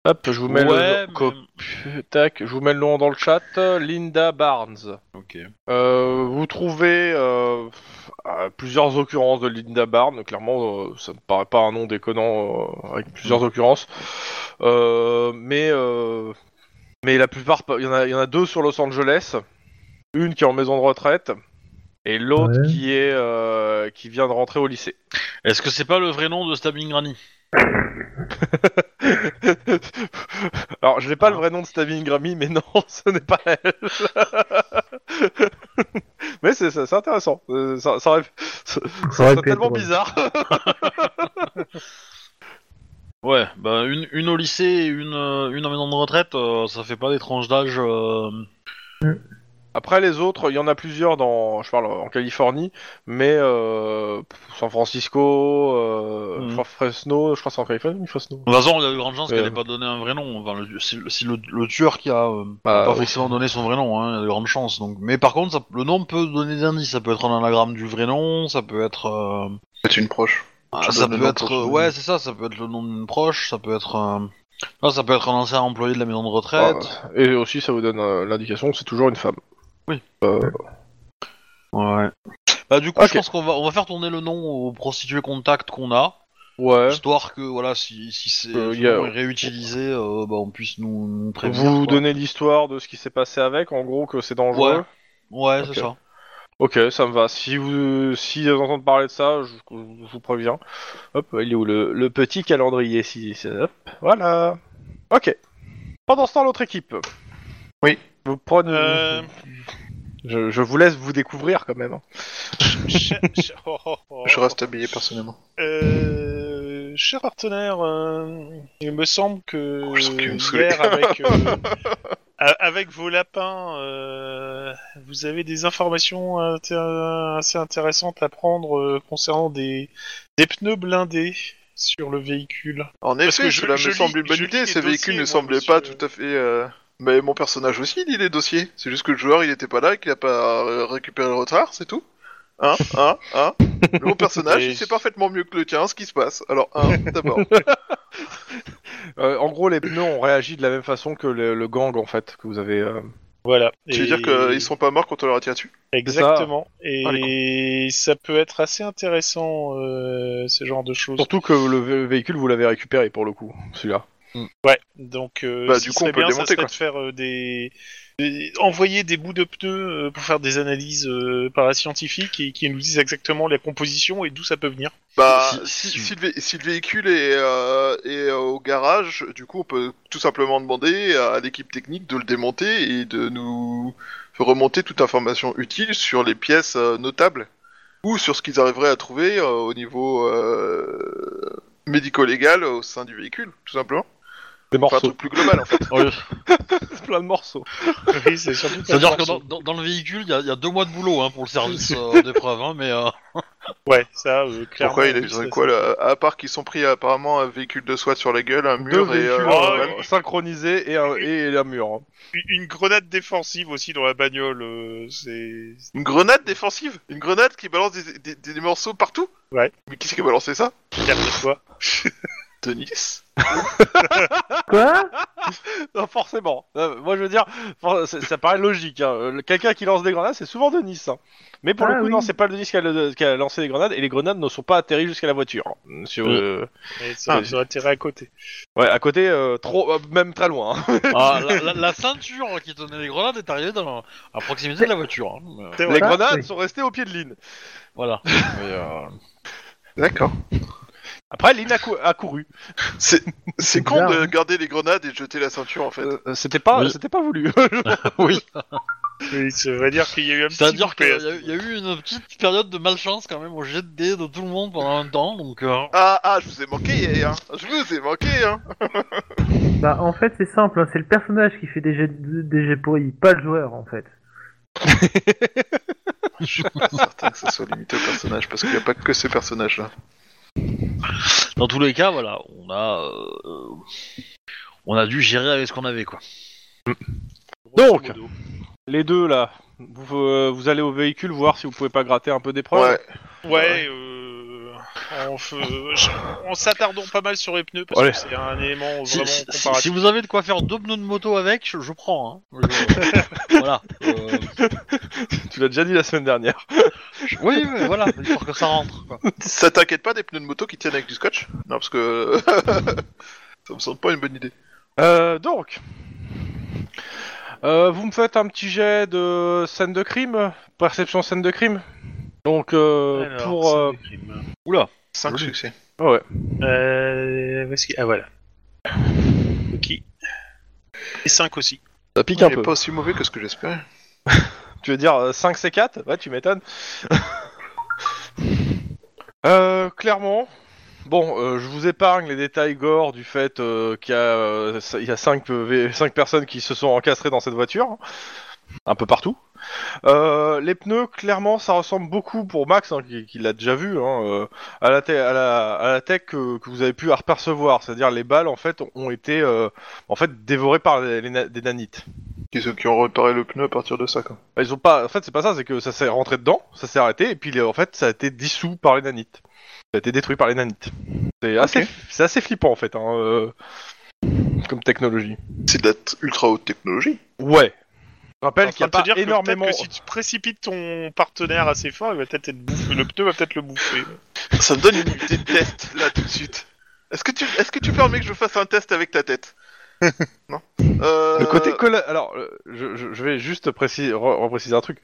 S2: Hop, je vous mets
S1: Ouais,
S2: le
S1: mais-
S2: copu- tac, je vous mets le nom dans le chat. Linda Barnes.
S1: Ok.
S2: Euh, vous trouvez euh, euh, plusieurs occurrences de Linda Barnes, clairement, euh, ça me paraît pas un nom déconnant euh, avec plusieurs occurrences, Euh, mais euh, mais la plupart, il y en a, il y en a deux sur Los Angeles, une qui est en maison de retraite et l'autre
S4: Ouais.
S2: qui est euh, qui vient de rentrer au lycée.
S1: Est-ce que c'est pas le vrai nom de Stabbing Granny
S2: [laughs] Alors je n'ai pas le vrai nom de Stabbing Grammy, mais non, [laughs] ce n'est pas elle. [laughs] mais c'est c'est- c'est intéressant, Euh, ça, ça aurait-
S4: Ça
S2: ça serait
S4: aurait pu être
S2: tellement
S4: drôle.
S2: bizarre. [laughs]
S1: Ouais, bah une, une au lycée et une, euh, une en maison de retraite, euh, ça fait pas des tranches d'âge. euh,
S2: Après les autres, il y en a plusieurs dans, je parle en Californie, mais euh, San Francisco, euh,
S1: Mhm.
S2: je crois Fresno, je crois que c'est en Californie, Fresno.
S1: De toute façon, il y a de grandes chances
S2: Euh.
S1: qu'elle ait pas donné un vrai nom. Enfin, le- si si le, le tueur qui a euh,
S2: Bah,
S1: pas
S2: ouais.
S1: forcément donné son vrai nom, hein, il y a de grandes chances. Donc, mais par contre, ça- le nom peut donner des indices. Ça peut être un anagramme du vrai nom, ça peut être, euh,
S3: C'est une proche.
S1: ah,
S3: te
S1: ça
S3: donne le
S1: peut
S3: nom
S1: être,
S3: pour
S1: euh,
S3: ton-
S1: ouais, c'est ça. Ça peut être le nom d'une proche, ça peut être, euh, ah, ça peut être un ancien employé de la maison de retraite.
S2: Et aussi, ça vous donne euh, l'indication que c'est toujours une femme.
S1: Oui.
S2: Euh,
S1: Ouais. Bah du coup,
S2: Ok.
S1: je pense qu'on va, on va faire tourner le nom aux prostituées contacts qu'on a,
S2: ouais.
S1: histoire que voilà, si, si c'est
S2: Euh,
S1: ce
S2: y a-
S1: nom est réutilisé, euh, bah, on puisse nous, nous prévenir.
S2: Vous
S1: quoi.
S2: donnez l'histoire de ce qui s'est passé avec, en gros que c'est dangereux.
S1: Ouais. Ouais,
S2: Ok.
S1: c'est ça.
S2: Ok, ça me va. Si vous, si vous entendez parler de ça, je, je vous préviens. Hop, il est où le, le petit calendrier si, si- hop, voilà. Ok. Pendant ce temps, l'autre équipe.
S3: Oui.
S2: Vous prenez. [laughs]
S5: Euh, [laughs]
S2: Je, je vous laisse vous découvrir quand même. hein.
S5: cher- cher- oh, oh, oh.
S3: Je reste habillé personnellement.
S5: Euh, cher partenaire, euh, il me semble que
S3: Oh, je sens qu'il me saoule.
S5: hier
S3: [laughs]
S5: avec, euh, a- avec vos lapins, euh, vous avez des informations intér- assez intéressantes à prendre euh, concernant des, des pneus blindés sur le véhicule.
S3: En
S5: Parce
S3: effet,
S5: que je-
S3: cela
S5: je
S3: me
S5: lis-
S3: semble une bonne
S5: je lis
S3: idée.
S5: les
S3: Ces véhicules
S5: dossiers,
S3: ne
S5: moi,
S3: semblaient
S5: monsieur.
S3: pas tout à fait euh, Mais mon personnage aussi il lit les dossiers. C'est juste que le joueur il était pas là et qu'il a pas euh, récupéré le retard, c'est tout. Hein, hein, hein. Mon personnage
S5: Et-
S3: il sait parfaitement mieux que le tien ce qui se passe. Alors hein, d'abord.
S2: Euh, en gros, les pneus ont réagi de la même façon que le, le gang, en fait, que vous avez. euh,
S5: Voilà.
S3: Tu veux
S5: Et-
S3: dire qu'ils sont pas morts quand on leur a tiré dessus
S5: Exactement.
S2: Ah,
S5: Et ça peut être assez intéressant, euh, ce genre de choses.
S2: Surtout que le, vé- le véhicule, vous l'avez récupéré pour le coup, celui-là.
S5: Ouais. Donc, euh,
S3: Bah,
S5: ce
S3: du
S5: qui
S3: coup, on
S5: serait
S3: peut le
S5: bien, ça
S3: démonter,
S5: serait
S3: quoi.
S5: de faire euh, des... des- envoyer des bouts de pneus euh, pour faire des analyses euh, par la scientifique et qui nous disent exactement la composition et d'où ça peut venir.
S3: Bah,
S1: Si-
S3: si,
S1: si-
S3: si le, vé- si le véhicule est, euh, est, euh, au garage, du coup, on peut tout simplement demander à l'équipe technique de le démonter et de nous remonter toute information utile sur les pièces euh, notables ou sur ce qu'ils arriveraient à trouver euh, au niveau euh, médico-légal au sein du véhicule, tout simplement.
S2: Des
S3: Enfin, un
S2: morceaux.
S3: truc plus global, en fait.
S2: [laughs] plein de morceaux.
S5: [laughs] Oui, c'est surtout pas
S1: C'est-à-dire
S5: le
S1: que dans,
S5: morceau.
S1: dans- dans le véhicule, il y, a- il y a deux mois de boulot hein, pour le [laughs] service euh, d'épreuve, hein, mais [laughs] euh,
S5: Ouais, ça, euh, clairement.
S3: Pourquoi il a
S5: oui,
S3: besoin de
S5: ça-
S3: quoi là À part qu'ils sont pris apparemment un véhicule de SWAT sur la gueule, un
S2: Deux
S3: mur et...
S2: véhicules
S3: euh,
S5: Ah,
S2: euh,
S5: ouais.
S2: synchronisés et un, et un mur. hein.
S5: Une une grenade défensive aussi dans la bagnole, euh, c'est...
S3: Une grenade défensive Une grenade qui balance des, des- des- des morceaux partout
S5: Ouais.
S3: Mais qui c'est qui a balancé ça
S5: c'est D'après toi.
S3: Denis
S4: Quoi
S2: [laughs] Non, forcément. Euh, moi, je veux dire, for- c'est- ça paraît logique. hein. Euh, le- Quelqu'un qui lance des grenades, c'est souvent Denis. hein. Mais pour
S4: Ah
S2: le coup,
S4: oui.
S2: non, c'est pas Denis qui a, le- qui a lancé les grenades et les grenades ne sont pas atterries jusqu'à la voiture. hein. Sur, euh,
S5: Et ça,
S2: Ah,
S5: ils ont intérêt à côté.
S2: Ouais, à côté, euh, trop, euh, même très loin. hein.
S1: ah, la, la- la ceinture qui tenait les grenades est arrivée dans, à proximité de la voiture. hein, mais, euh,
S5: C'est
S2: les
S5: vrai.
S4: Ah,
S2: grenades
S4: oui.
S2: sont restées au pied de Lynn.
S1: voilà. [laughs] Mais, euh,
S3: D'accord.
S2: Après, Lynn a, cou- a couru.
S3: [laughs] C'est con
S4: bizarre,
S3: de
S4: hein.
S3: garder les grenades et de jeter la ceinture en fait.
S2: Euh, c'était pas,
S1: Oui.
S2: c'était pas voulu. [laughs]
S1: oui.
S5: Oui, ça veut dire qu'il y a eu un petit
S1: C'est-à-dire
S5: coupé,
S1: qu'il y,
S5: à ce
S1: a il y a eu une petite période de malchance quand même au jet de dés de tout le monde pendant un temps, donc. euh,
S3: Ah ah, je vous ai manqué, hein Je vous ai manqué, hein
S4: Bah en fait c'est simple, hein, c'est le personnage qui fait des jets, des jets pourris, pas le joueur en fait.
S3: certain que ça soit limité au personnage, parce qu'il n'y a pas que ce personnage-là.
S1: Dans tous les cas, voilà, on a, euh, on a dû gérer avec ce qu'on avait, quoi.
S5: hein, grosso
S2: Donc.
S5: modo.
S2: Les deux là, vous, euh, vous allez au véhicule voir si vous pouvez pas gratter un peu des preuves.
S3: Ouais.
S5: Ouais, euh, en fe- je- en s'attardant pas mal sur les pneus parce
S2: Allez.
S5: que c'est un élément
S1: Si,
S5: vraiment
S1: si-
S5: comparatif.
S1: si vous avez de quoi faire deux pneus de moto avec, je, je prends. Hein.
S5: [laughs]
S1: Je- voilà. Euh,
S2: Tu l'as déjà dit la semaine dernière.
S1: oui, oui, voilà, histoire que ça rentre. quoi.
S3: Ça t'inquiète pas des pneus de moto qui tiennent avec du scotch Non, parce que... [laughs] ça me semble pas une bonne idée.
S2: Euh, donc, Euh, vous me faites un petit jet de scène de crime, perception scène de crime. Donc euh,
S5: Alors,
S2: pour
S5: ça
S2: euh,
S5: déprime.
S3: 5
S2: Joli.
S3: succès.
S2: ouais.
S5: Euh, où est-ce qu'il- Ah voilà. Ok. Et 5 aussi.
S2: ça pique un
S3: Il est
S2: peu.
S3: pas aussi mauvais que ce que j'espérais.
S2: Tu veux dire euh, 5 C4 Ouais, tu m'étonnes. [laughs] Euh, clairement. Bon, euh, je vous épargne les détails gore du fait euh, qu'il y a, euh, ça- il y a 5, personnes qui se sont encastrées dans cette voiture, un peu partout. Euh, les pneus, clairement, ça ressemble beaucoup pour Max, hein, qui, qui l'a déjà vu, hein, euh, à, la te- à, la, à la tech que, que vous avez pu apercevoir. C'est-à-dire les balles, en fait, ont été euh, en fait dévorées par les- les na- des nanites.
S3: Qui, ceux qui ont réparé le pneu à partir de ça, quoi.
S2: Bah, Ils ont pas. En fait, c'est pas ça. C'est que ça s'est rentré dedans, ça s'est arrêté, et puis les- en fait, ça a été dissous par les nanites. Ça a été détruit par les nanites. C'est assez, c'est assez flippant en fait, hein, euh, comme technologie.
S3: C'est de la t- ultra haute technologie.
S2: Ouais. Je
S5: En
S2: rappelle qu'il y a
S5: train de te
S2: pas
S5: dire que
S2: énormément.
S5: peut-être que si tu précipites ton partenaire assez fort, il va peut-être être bouffé. Le pneu va peut-être
S2: [laughs]
S5: le bouffer.
S2: Mmh.
S3: Ça me donne une idée de test, là, tout de suite. Est-ce que tu, est-ce que tu permets que je fasse un test avec
S2: [laughs]
S3: ta tête Non. Euh,
S2: Le côté colla- Alors, euh, je, je- je vais juste préciser, re- repréciser un truc.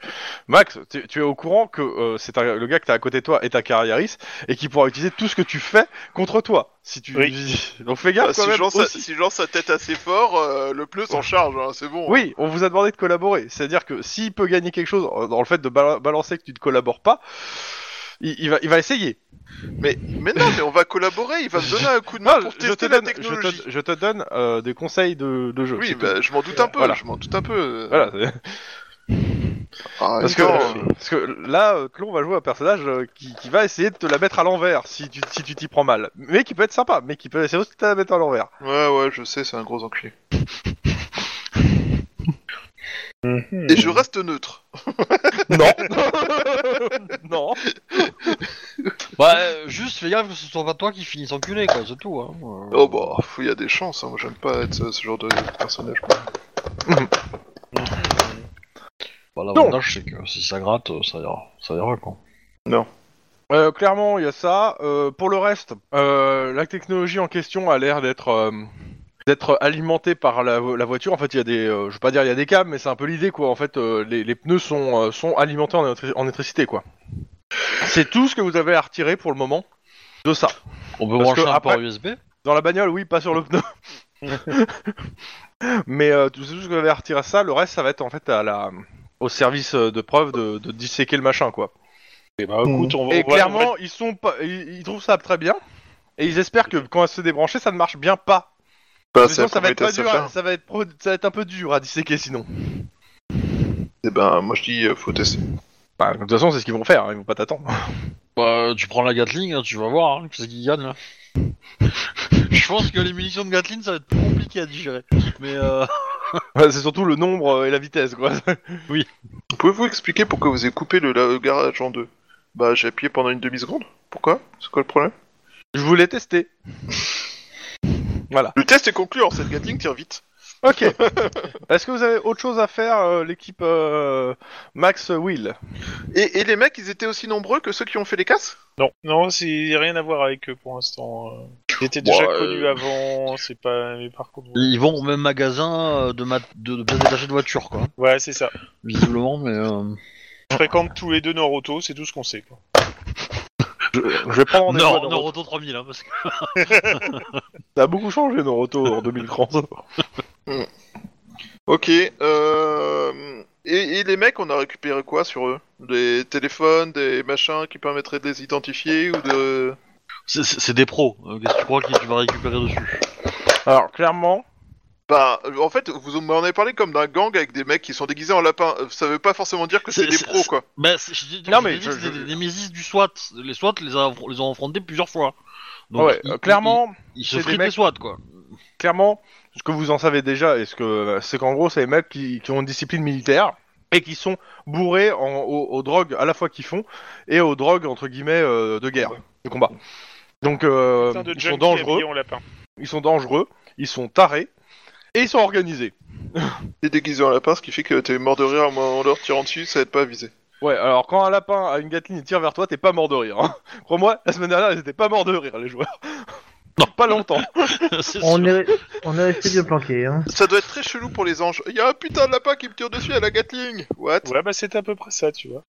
S2: Max, tu, tu es au courant que euh, c'est un- le gars que t'as à côté de toi est un carriériste et qui pourra utiliser tout ce que tu fais contre toi. Si tu. [laughs] Donc fais
S3: bah,
S2: gaffe quand
S3: si, je
S2: même.
S3: lance sa,
S2: aussi.
S3: si je lance sa tête assez fort, euh, le pleu s'en charge, hein, c'est bon.
S2: Oui, on vous a demandé de collaborer. C'est-à-dire que s'il peut gagner quelque chose euh, dans le fait de bala- balancer que tu ne collabores pas, il, il va, il va essayer.
S3: Mais, mais non, mais on va collaborer, il va me donner un coup de main
S2: Non,
S3: pour
S2: Ah, je, je te
S3: tester la
S2: donne, je te-
S3: technologie.
S2: je te donne euh, des conseils de, de jeu.
S3: Oui,
S2: c'est
S3: bah, euh, je m'en doute un peu,
S2: Voilà.
S3: je m'en doute un peu.
S2: tout. Voilà. c'est-
S3: Ah,
S2: [laughs] Parce que,
S3: attends,
S2: euh, parce que là, euh, Tlon va jouer un personnage euh, qui, qui va essayer de te la mettre à l'envers si tu si tu t'y prends mal. Mais qui peut être sympa, mais qui peut essayer aussi de te la mettre à l'envers.
S3: Ouais, ouais, je sais, c'est un gros enculé.
S2: Mhm.
S3: Et je reste neutre.
S2: Non. [laughs] non.
S1: Bah, euh, juste fais gaffe que ce soit pas toi qui finisse enculé, quoi, c'est tout. Hein. Euh,
S3: Oh bah, pff, il y a des chances, hein. moi j'aime pas être ce, ce genre de personnage. quoi.
S1: bah, L'avantage, c'est que si ça gratte, euh, ça ira, ça ira quoi.
S2: Euh, clairement, il y a ça. Euh, pour le reste, euh, la technologie en question a l'air d'être euh, d'être alimentée par la, vo- la voiture. En fait, il y a des, euh, je veux pas dire il y a des câbles, mais c'est un peu l'idée quoi. En fait, euh, les, les pneus sont euh, sont alimentés en, électri- en électricité quoi. C'est tout ce que vous avez à retirer pour le moment de ça.
S1: On peut
S2: Parce
S1: brancher
S2: que
S1: un port
S2: après-
S1: USB
S2: Dans la bagnole, oui, pas sur le pneu. [laughs] Mais euh, tout, c'est tout ce que vous avez à retirer à ça. Le reste, ça va être en fait à la au service euh, de preuve de, de disséquer le machin quoi.
S5: Eh ben, écoute, on va-
S2: Et
S5: on va-
S2: clairement, ils sont pas, ils, ils trouvent ça très bien. Et ils espèrent que quand elle se débrancher, ça ne marche bien pas.
S3: Bah,
S2: Sinon, ça va être
S3: promet à
S2: pas
S3: se
S2: dur. à-
S3: faire.
S2: Ça va être, pro- ça va être un peu dur à disséquer sinon.
S3: Eh ben, moi je dis, euh, faut tester.
S2: Bah, de toute façon, c'est ce qu'ils vont faire. Ils vont pas [laughs] t'attendre.
S1: Bah, tu prends la Gatling, hein, tu vas voir, hein, qu'est-ce qu'il gagne [laughs] là. Je pense que les munitions de Gatling, ça va être plus compliqué à digérer. Mais euh...
S2: Bah, c'est surtout le nombre euh, et la vitesse, quoi.
S3: Pouvez-vous expliquer pourquoi vous avez coupé le, la- le garage en deux Bah, j'ai appuyé pendant une demi-seconde. Pourquoi C'est quoi le problème
S2: [laughs] Je voulais tester.
S3: Le test est conclu en cette Gatling, tire vite.
S2: Ok. [laughs] Est-ce que vous avez autre chose à faire, euh, l'équipe euh, Max Will
S3: Et, et les mecs, ils étaient aussi nombreux que ceux qui ont fait les casses
S5: Non, non, c'est rien à voir avec eux pour l'instant. euh. Ils étaient déjà
S1: Bon, euh,
S5: connus avant, c'est pas. Mais par contre.
S1: ils vont au même magasin euh, de, ma... de, de pièces détachées de voiture, quoi.
S5: Ouais, c'est ça.
S1: Visiblement, mais. Euh...
S5: Ils fréquentent tous les deux Noroto, c'est tout ce qu'on sait. Quoi.
S2: Je vais prendre des voix
S1: Non,
S2: de-
S1: Noroto 3000, hein, parce que.
S2: Ça a beaucoup changé Naruto en 2030.
S3: Ok. Euh... Et, et les mecs, on a récupéré quoi sur eux Des téléphones, des machins qui permettraient de les identifier ou de...
S1: C'est- C'est c'est des pros, euh, qu'est-ce que tu crois que tu vas récupérer dessus
S2: Alors clairement,
S3: Bah, euh, en fait, vous m'en avez parlé comme d'un gang avec des mecs qui sont déguisés en lapins. Euh, Ça veut pas forcément dire que c'est
S1: C'est-
S3: des
S1: c'est-
S3: pros, quoi.
S1: Bah, c'est- je, dis-
S2: Non,
S1: je
S2: mais
S1: dis que
S2: je-
S1: c'est
S2: je-
S1: des némésis du SWAT. Les SWAT les, a, les ont affrontés plusieurs fois. Donc,
S2: ouais,
S1: ils-
S2: euh, clairement,
S1: Ils, ils se
S2: c'est des
S1: fritent
S2: mecs-
S1: les SWAT, [laughs] quoi.
S2: clairement, ce que vous en savez déjà, et ce que c'est qu'en gros, c'est les mecs qui, qui ont une discipline militaire et qui sont bourrés en, aux, aux drogues à la fois qu'ils font et aux drogues entre guillemets euh, de guerre, de combat. Donc euh,
S5: Putain de
S2: ils sont
S5: junkie
S2: dangereux,
S5: habillé en lapin.
S2: ils sont dangereux, ils sont tarés et ils sont organisés.
S3: T'es déguisé en lapin, ce qui fait que t'es mort de rire en leur tirant dessus, ça aide pas à viser.
S2: Ouais, alors quand un lapin a une gatline et tire vers toi, t'es pas mort de rire. hein. [laughs] Crois-moi, la semaine dernière, ils étaient pas morts de rire les joueurs. Non, [laughs] pas longtemps.
S1: C'est
S4: On
S1: sûr.
S4: est, on est resté bien planqué. Hein.
S3: Ça doit être très chelou pour les anges. Il y a un putain de lapin qui me tire dessus à la Gatling. What
S5: Ouais, bah c'était à peu près ça, tu vois.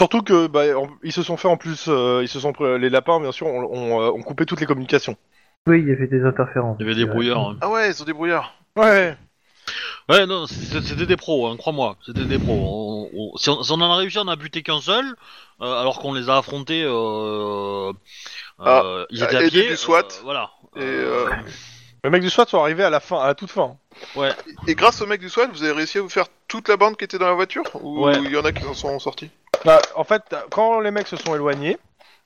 S2: Surtout que bah, en- ils se sont fait en plus, euh, ils se sont pr- les lapins bien sûr ont, ont, euh, ont coupé toutes les communications.
S4: Oui, il y avait des interférences.
S1: Il y avait des brouillards. hein.
S3: Ah ouais, ils ont des brouillards.
S2: Ouais.
S1: Ouais, non, c'est- c'était des pros, hein, crois-moi. C'était des pros. On- on- si, on, si on en a réussi, on a buté qu'un seul, euh, alors qu'on les a affrontés. Euh, euh,
S3: Ah,
S1: ils étaient à
S3: et
S1: pied.
S3: du SWAT.
S1: euh, voilà.
S3: Et, euh,
S2: Les mecs du SWAT sont arrivés à la fin, à la toute fin.
S3: et grâce au mec du SWAT, vous avez réussi à vous faire toute la bande qui était dans la voiture Ou
S2: Ouais.
S3: il y en a qui en sont sortis
S2: Bah, en fait, quand les mecs se sont éloignés,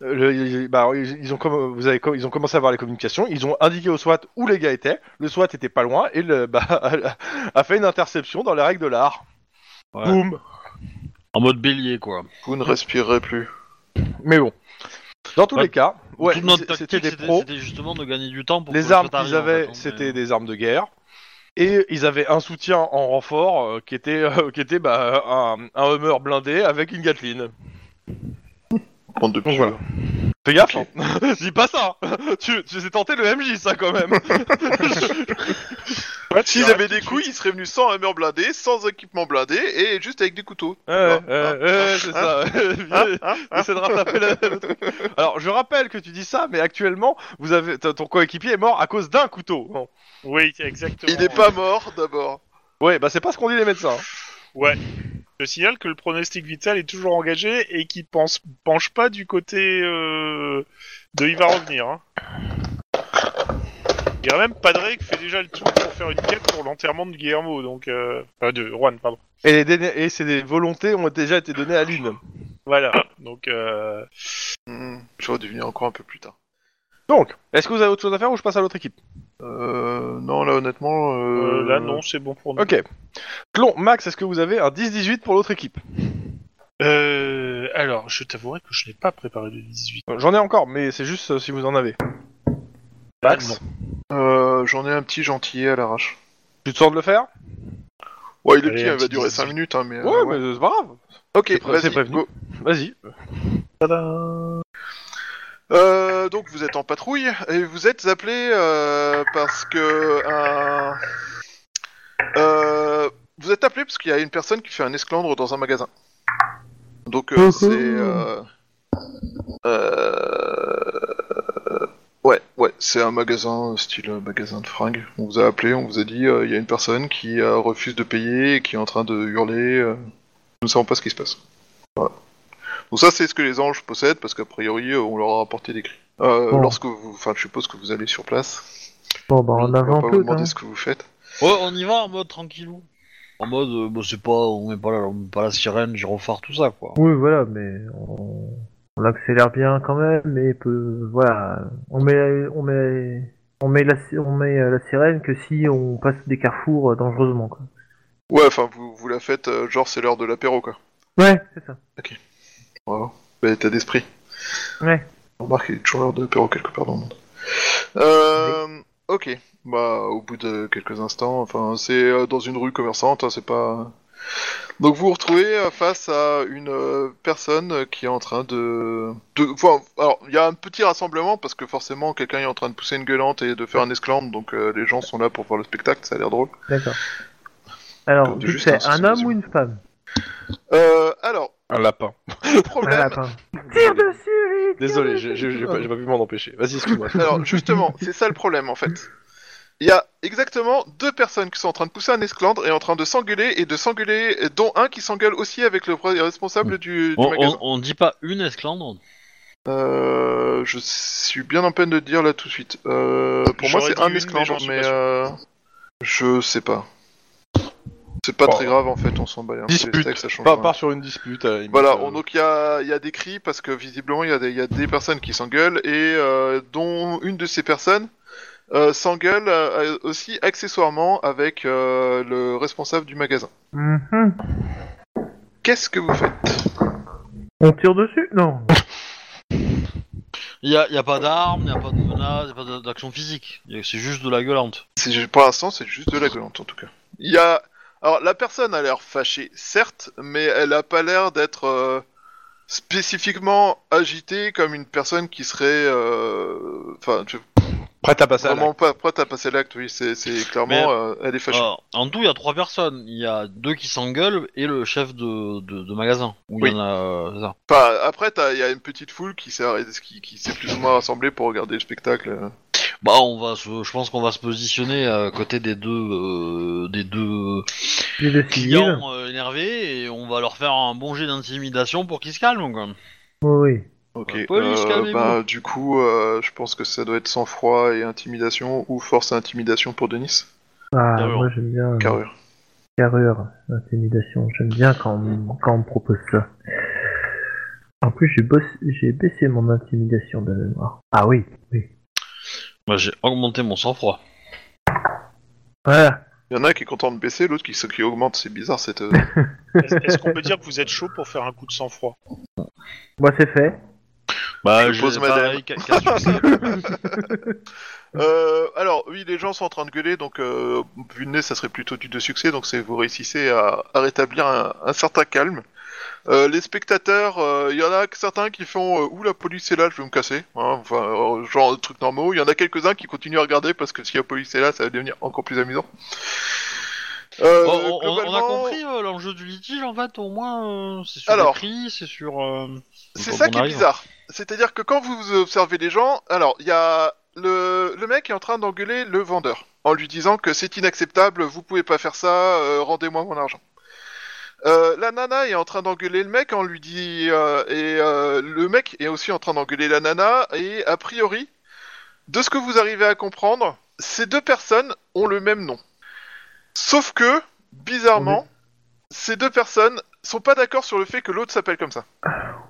S2: euh, le- ils- bah, ils, ils ont comm- vous avez, comm- ils ont commencé à voir les communications. Ils ont indiqué au SWAT où les gars étaient. Le SWAT était pas loin et le bah, [laughs] a fait une interception dans les règles de l'art.
S1: Ouais.
S2: Boum.
S1: En mode bélier, quoi.
S3: Vous ne respirerez plus.
S2: Mais bon. Dans tous
S1: Ouais.
S2: les cas, ouais,
S1: Toute notre
S2: c'est-
S1: tactique,
S2: c'était des pros.
S1: C'était justement de gagner du temps pour que
S2: les armes
S1: SWAT
S2: qu'ils
S1: arrive, en
S2: avaient,
S1: fait, hein,
S2: c'était
S1: mais-
S2: des armes de guerre. Et ils avaient un soutien en renfort euh, qui était, euh, qui était bah, un, un Hummer blindé avec une Gatling.
S3: Bande de
S2: Donc
S3: petits
S2: voilà.
S3: jeux.
S2: Fais gaffe, hein. [laughs] dis pas ça. tu, tu sais tenter le MJ, ça quand [laughs] même.
S5: Ouais, tu
S3: S'ils
S5: verras
S3: avaient
S5: tout de
S3: des
S5: suite.
S3: couilles, ils seraient venus sans armure blindée, sans équipement blindé et juste avec des couteaux.
S2: Ouais, ouais, ouais, c'est [laughs] ça. Hein, Essaie de rattraper le, le truc. Alors, je rappelle que tu dis ça, mais actuellement, vous avez ton ton coéquipier est mort à cause d'un couteau. Bon.
S5: Oui, exactement.
S3: Il n'est pas mort d'abord.
S2: Ouais, bah c'est pas ce qu'on dit les médecins.
S5: Je signale que le pronostic vital est toujours engagé et qu'il pense penche pas du côté euh, de il va revenir. Hein. Il y a même Padre qui fait déjà le tout pour faire une quête pour l'enterrement de Guillermo, donc euh, enfin, de Juan, pardon.
S2: Et, les déni- et ces volontés ont déjà été données à l'une.
S5: Voilà. Donc euh,
S3: Hmm, J'aurais dû venir encore un peu plus tard.
S2: Donc, est-ce que vous avez autre chose à faire ou je passe à l'autre équipe
S3: Euh, non, là honnêtement...
S5: euh,
S3: Euh...
S5: là non, c'est bon pour nous.
S2: Ok. Clon, Max, est-ce que vous avez un 10-18 pour l'autre équipe
S5: Euh, alors, je t'avouerai que je n'ai pas préparé le 18.
S2: Euh, J'en ai encore, mais c'est juste euh, si vous en avez.
S5: Max
S3: Euh, J'en ai un petit gentillet à l'arrache.
S2: Tu te sens de le faire
S3: Ouais, il est
S5: Allez,
S3: petit,
S5: un
S3: il va
S5: petit
S3: durer
S5: 18.
S3: 5 minutes, hein, mais... euh,
S2: Ouais, mais euh, c'est pas grave.
S3: Ok,
S2: c'est pré- c'est
S3: vas-y,
S2: prévenu.
S3: go.
S2: Vas-y.
S5: Tadam
S3: Euh, donc vous êtes en patrouille et vous êtes appelé euh, parce que un- euh, vous êtes appelé parce qu'il y a une personne qui fait un esclandre dans un magasin. Donc euh,
S4: Uhou.
S3: c'est euh, euh, ouais ouais c'est un magasin euh, style euh, magasin de fringues. On vous a appelé, on vous a dit euh, il y a une personne qui euh, refuse de payer et qui est en train de hurler. euh, nous ne savons pas ce qui se passe. Donc ça, c'est ce que les anges possèdent, parce qu'a priori, euh, on leur a apporté des cris. Euh,
S4: Bon.
S3: Lorsque vous... Enfin, je suppose que vous allez sur place.
S4: Bon, bah,
S3: On
S4: on
S3: va
S4: avance
S3: pas vous
S4: tout, hein.
S3: demander ce que vous faites.
S1: Ouais, on y va en mode tranquillou. En mode, euh, bah, c'est pas, on met pas la, on met pas la sirène, gyrophare, tout ça, quoi.
S4: Oui, voilà, mais on, on accélère bien quand même, mais peu- voilà, on met, on met, on met la, si- on met euh, la sirène que si on passe des carrefours euh, dangereusement. Quoi.
S3: Ouais, enfin, vous, vous la faites, euh, genre, c'est l'heure de l'apéro, quoi.
S4: Ouais, c'est ça.
S3: Voilà. Bel état d'esprit.
S4: Ouais.
S3: Remarque, il est toujours l'heure de l'apéro quelque part dans le monde. Euh... Ok. Bah, au bout de quelques instants, enfin, c'est euh, dans une rue commerçante, hein, c'est pas... Donc vous vous retrouvez euh, face à une euh, personne euh, qui est en train de... de... enfin, alors, il y a un petit rassemblement, parce que forcément, quelqu'un est en train de pousser une gueulante et de faire un esclandre, donc euh, les gens sont là pour voir le spectacle, ça a l'air drôle.
S4: D'accord. Alors,
S3: Comme dit
S4: vite
S3: Justin,
S4: fait,
S3: ce sont
S4: un
S3: des
S4: homme
S3: humains.
S4: ou une femme
S3: Euh, alors,
S2: Un lapin.
S3: le
S4: Un
S3: problème...
S4: lapin. Tire dessus, vite tire
S2: Désolé,
S4: dessus.
S2: j'ai j'ai- j'ai pas, j'ai pas pu m'en empêcher. Vas-y, excuse-moi.
S3: Alors justement, c'est ça le problème en fait. Il y a exactement deux personnes qui sont en train de pousser un esclandre et en train de s'engueuler et de s'engueuler, dont un qui s'engueule aussi avec le re- responsable du, du
S1: On,
S3: magasin.
S1: on- on dit pas une esclandre
S3: Euh, je suis bien en peine de le dire là tout de suite. Euh, pour moi
S5: J'aurais
S3: c'est
S5: dit
S3: un
S5: une, mais
S3: esclandre,
S5: j'en suis
S3: mais
S5: pas sûr.
S3: euh, je sais pas. C'est pas
S2: Bon.
S3: très grave en fait, on s'en bat un peu les
S2: Dispute.
S3: steaks, ça change
S2: Pas à
S3: rien.
S2: part sur une dispute. euh, il me
S3: Voilà,
S2: semble.
S3: on- donc il y a, il y a des cris parce que visiblement il y, a des- il y a des personnes qui s'engueulent et euh, dont une de ces personnes euh, s'engueule euh, aussi accessoirement avec euh, le responsable du magasin.
S4: Mhm.
S3: Qu'est-ce que vous faites
S4: On tire dessus Non.
S1: Il y a, y a pas d'armes, y a pas de menaces, y a pas d'a- d'action physique. Y a- C'est juste de la gueulante.
S3: C'est- Pour l'instant, c'est juste de la gueulante en tout cas. Il y a... Alors la personne a l'air fâchée, certes, mais elle a pas l'air d'être euh, spécifiquement agitée comme une personne qui serait... euh, Enfin, tu-
S2: Prête à passer à l'acte.
S3: vraiment pas prête à passer l'acte, oui, c'est c'est clairement...
S1: Mais- oh,
S3: euh, elle est fâchée.
S1: Alors, Ah, en tout, il y a trois personnes. Il y a deux qui s'engueulent et le chef de, de, de magasin. Où
S3: Oui.
S1: il y en a. euh, c'est ça.
S3: Enfin, après, il y a une petite foule qui s'est arrêtée- qui, qui s'est plus ou moins rassemblée pour regarder le spectacle. euh.
S1: Bah, on va se, je pense qu'on va se positionner à côté des deux, euh, des deux
S4: J'ai des civils.
S1: clients euh, énervés et on va leur faire un bon jet d'intimidation pour qu'ils se calment, quoi.
S4: Oui, oui.
S3: Ok.
S1: La police,
S3: euh,
S1: calmez-vous.
S3: bah, du coup, euh, je pense que ça doit être sang-froid et intimidation, ou force et intimidation pour Denis.
S4: Ah,
S1: Carrure.
S4: moi j'aime bien. euh,
S3: Carrure.
S4: Carrure, intimidation. J'aime bien quand on, quand on me propose ça. En plus, j'ai boss- j'ai baissé mon intimidation de mémoire. Ah oui, oui.
S1: Bah, j'ai augmenté mon sang-froid.
S4: Voilà.
S3: Il y en a un qui est content de baisser, l'autre qui, qui augmente, c'est bizarre cette. euh,
S5: Est-ce est-ce qu'on peut dire que vous êtes chaud pour faire un coup de [laughs] sang-froid
S4: Moi, c'est fait.
S1: Bah,
S3: Je
S1: j'ai-
S3: pose
S1: pareil, qu'à- qu'à succès.
S3: Euh, alors, oui, les gens sont en train de gueuler, donc euh, vu le nez, ça serait plutôt du de succès, donc c'est vous réussissez à, à rétablir un, un certain calme. Euh, les spectateurs, euh, il y en a que certains qui font euh, Ouh, la police est là, je vais me casser hein, enfin, euh, genre de trucs normaux. Il y en a quelques-uns qui continuent à regarder parce que si la police est là, ça va devenir encore plus amusant. [laughs] Euh,
S1: Bon, Oh, on, on- on a
S3: globalement,
S1: compris euh, l'enjeu du litige en fait, au moins euh, c'est sur
S3: Alors.
S1: les prix, c'est sur. euh,
S3: C'est
S1: quand
S3: ça
S1: on
S3: qui est
S1: arrive.
S3: bizarre. C'est-à-dire que quand vous observez les gens, alors il y a le, le mec est en train d'engueuler le vendeur en lui disant que c'est inacceptable, vous pouvez pas faire ça, euh, rendez-moi mon argent. Euh, la nana est en train d'engueuler le mec, on lui dit euh, et euh, le mec est aussi en train d'engueuler la nana et a priori, de ce que vous arrivez à comprendre, ces deux personnes ont le même nom. Sauf que bizarrement, ces deux personnes sont pas d'accord sur le fait que l'autre s'appelle comme ça.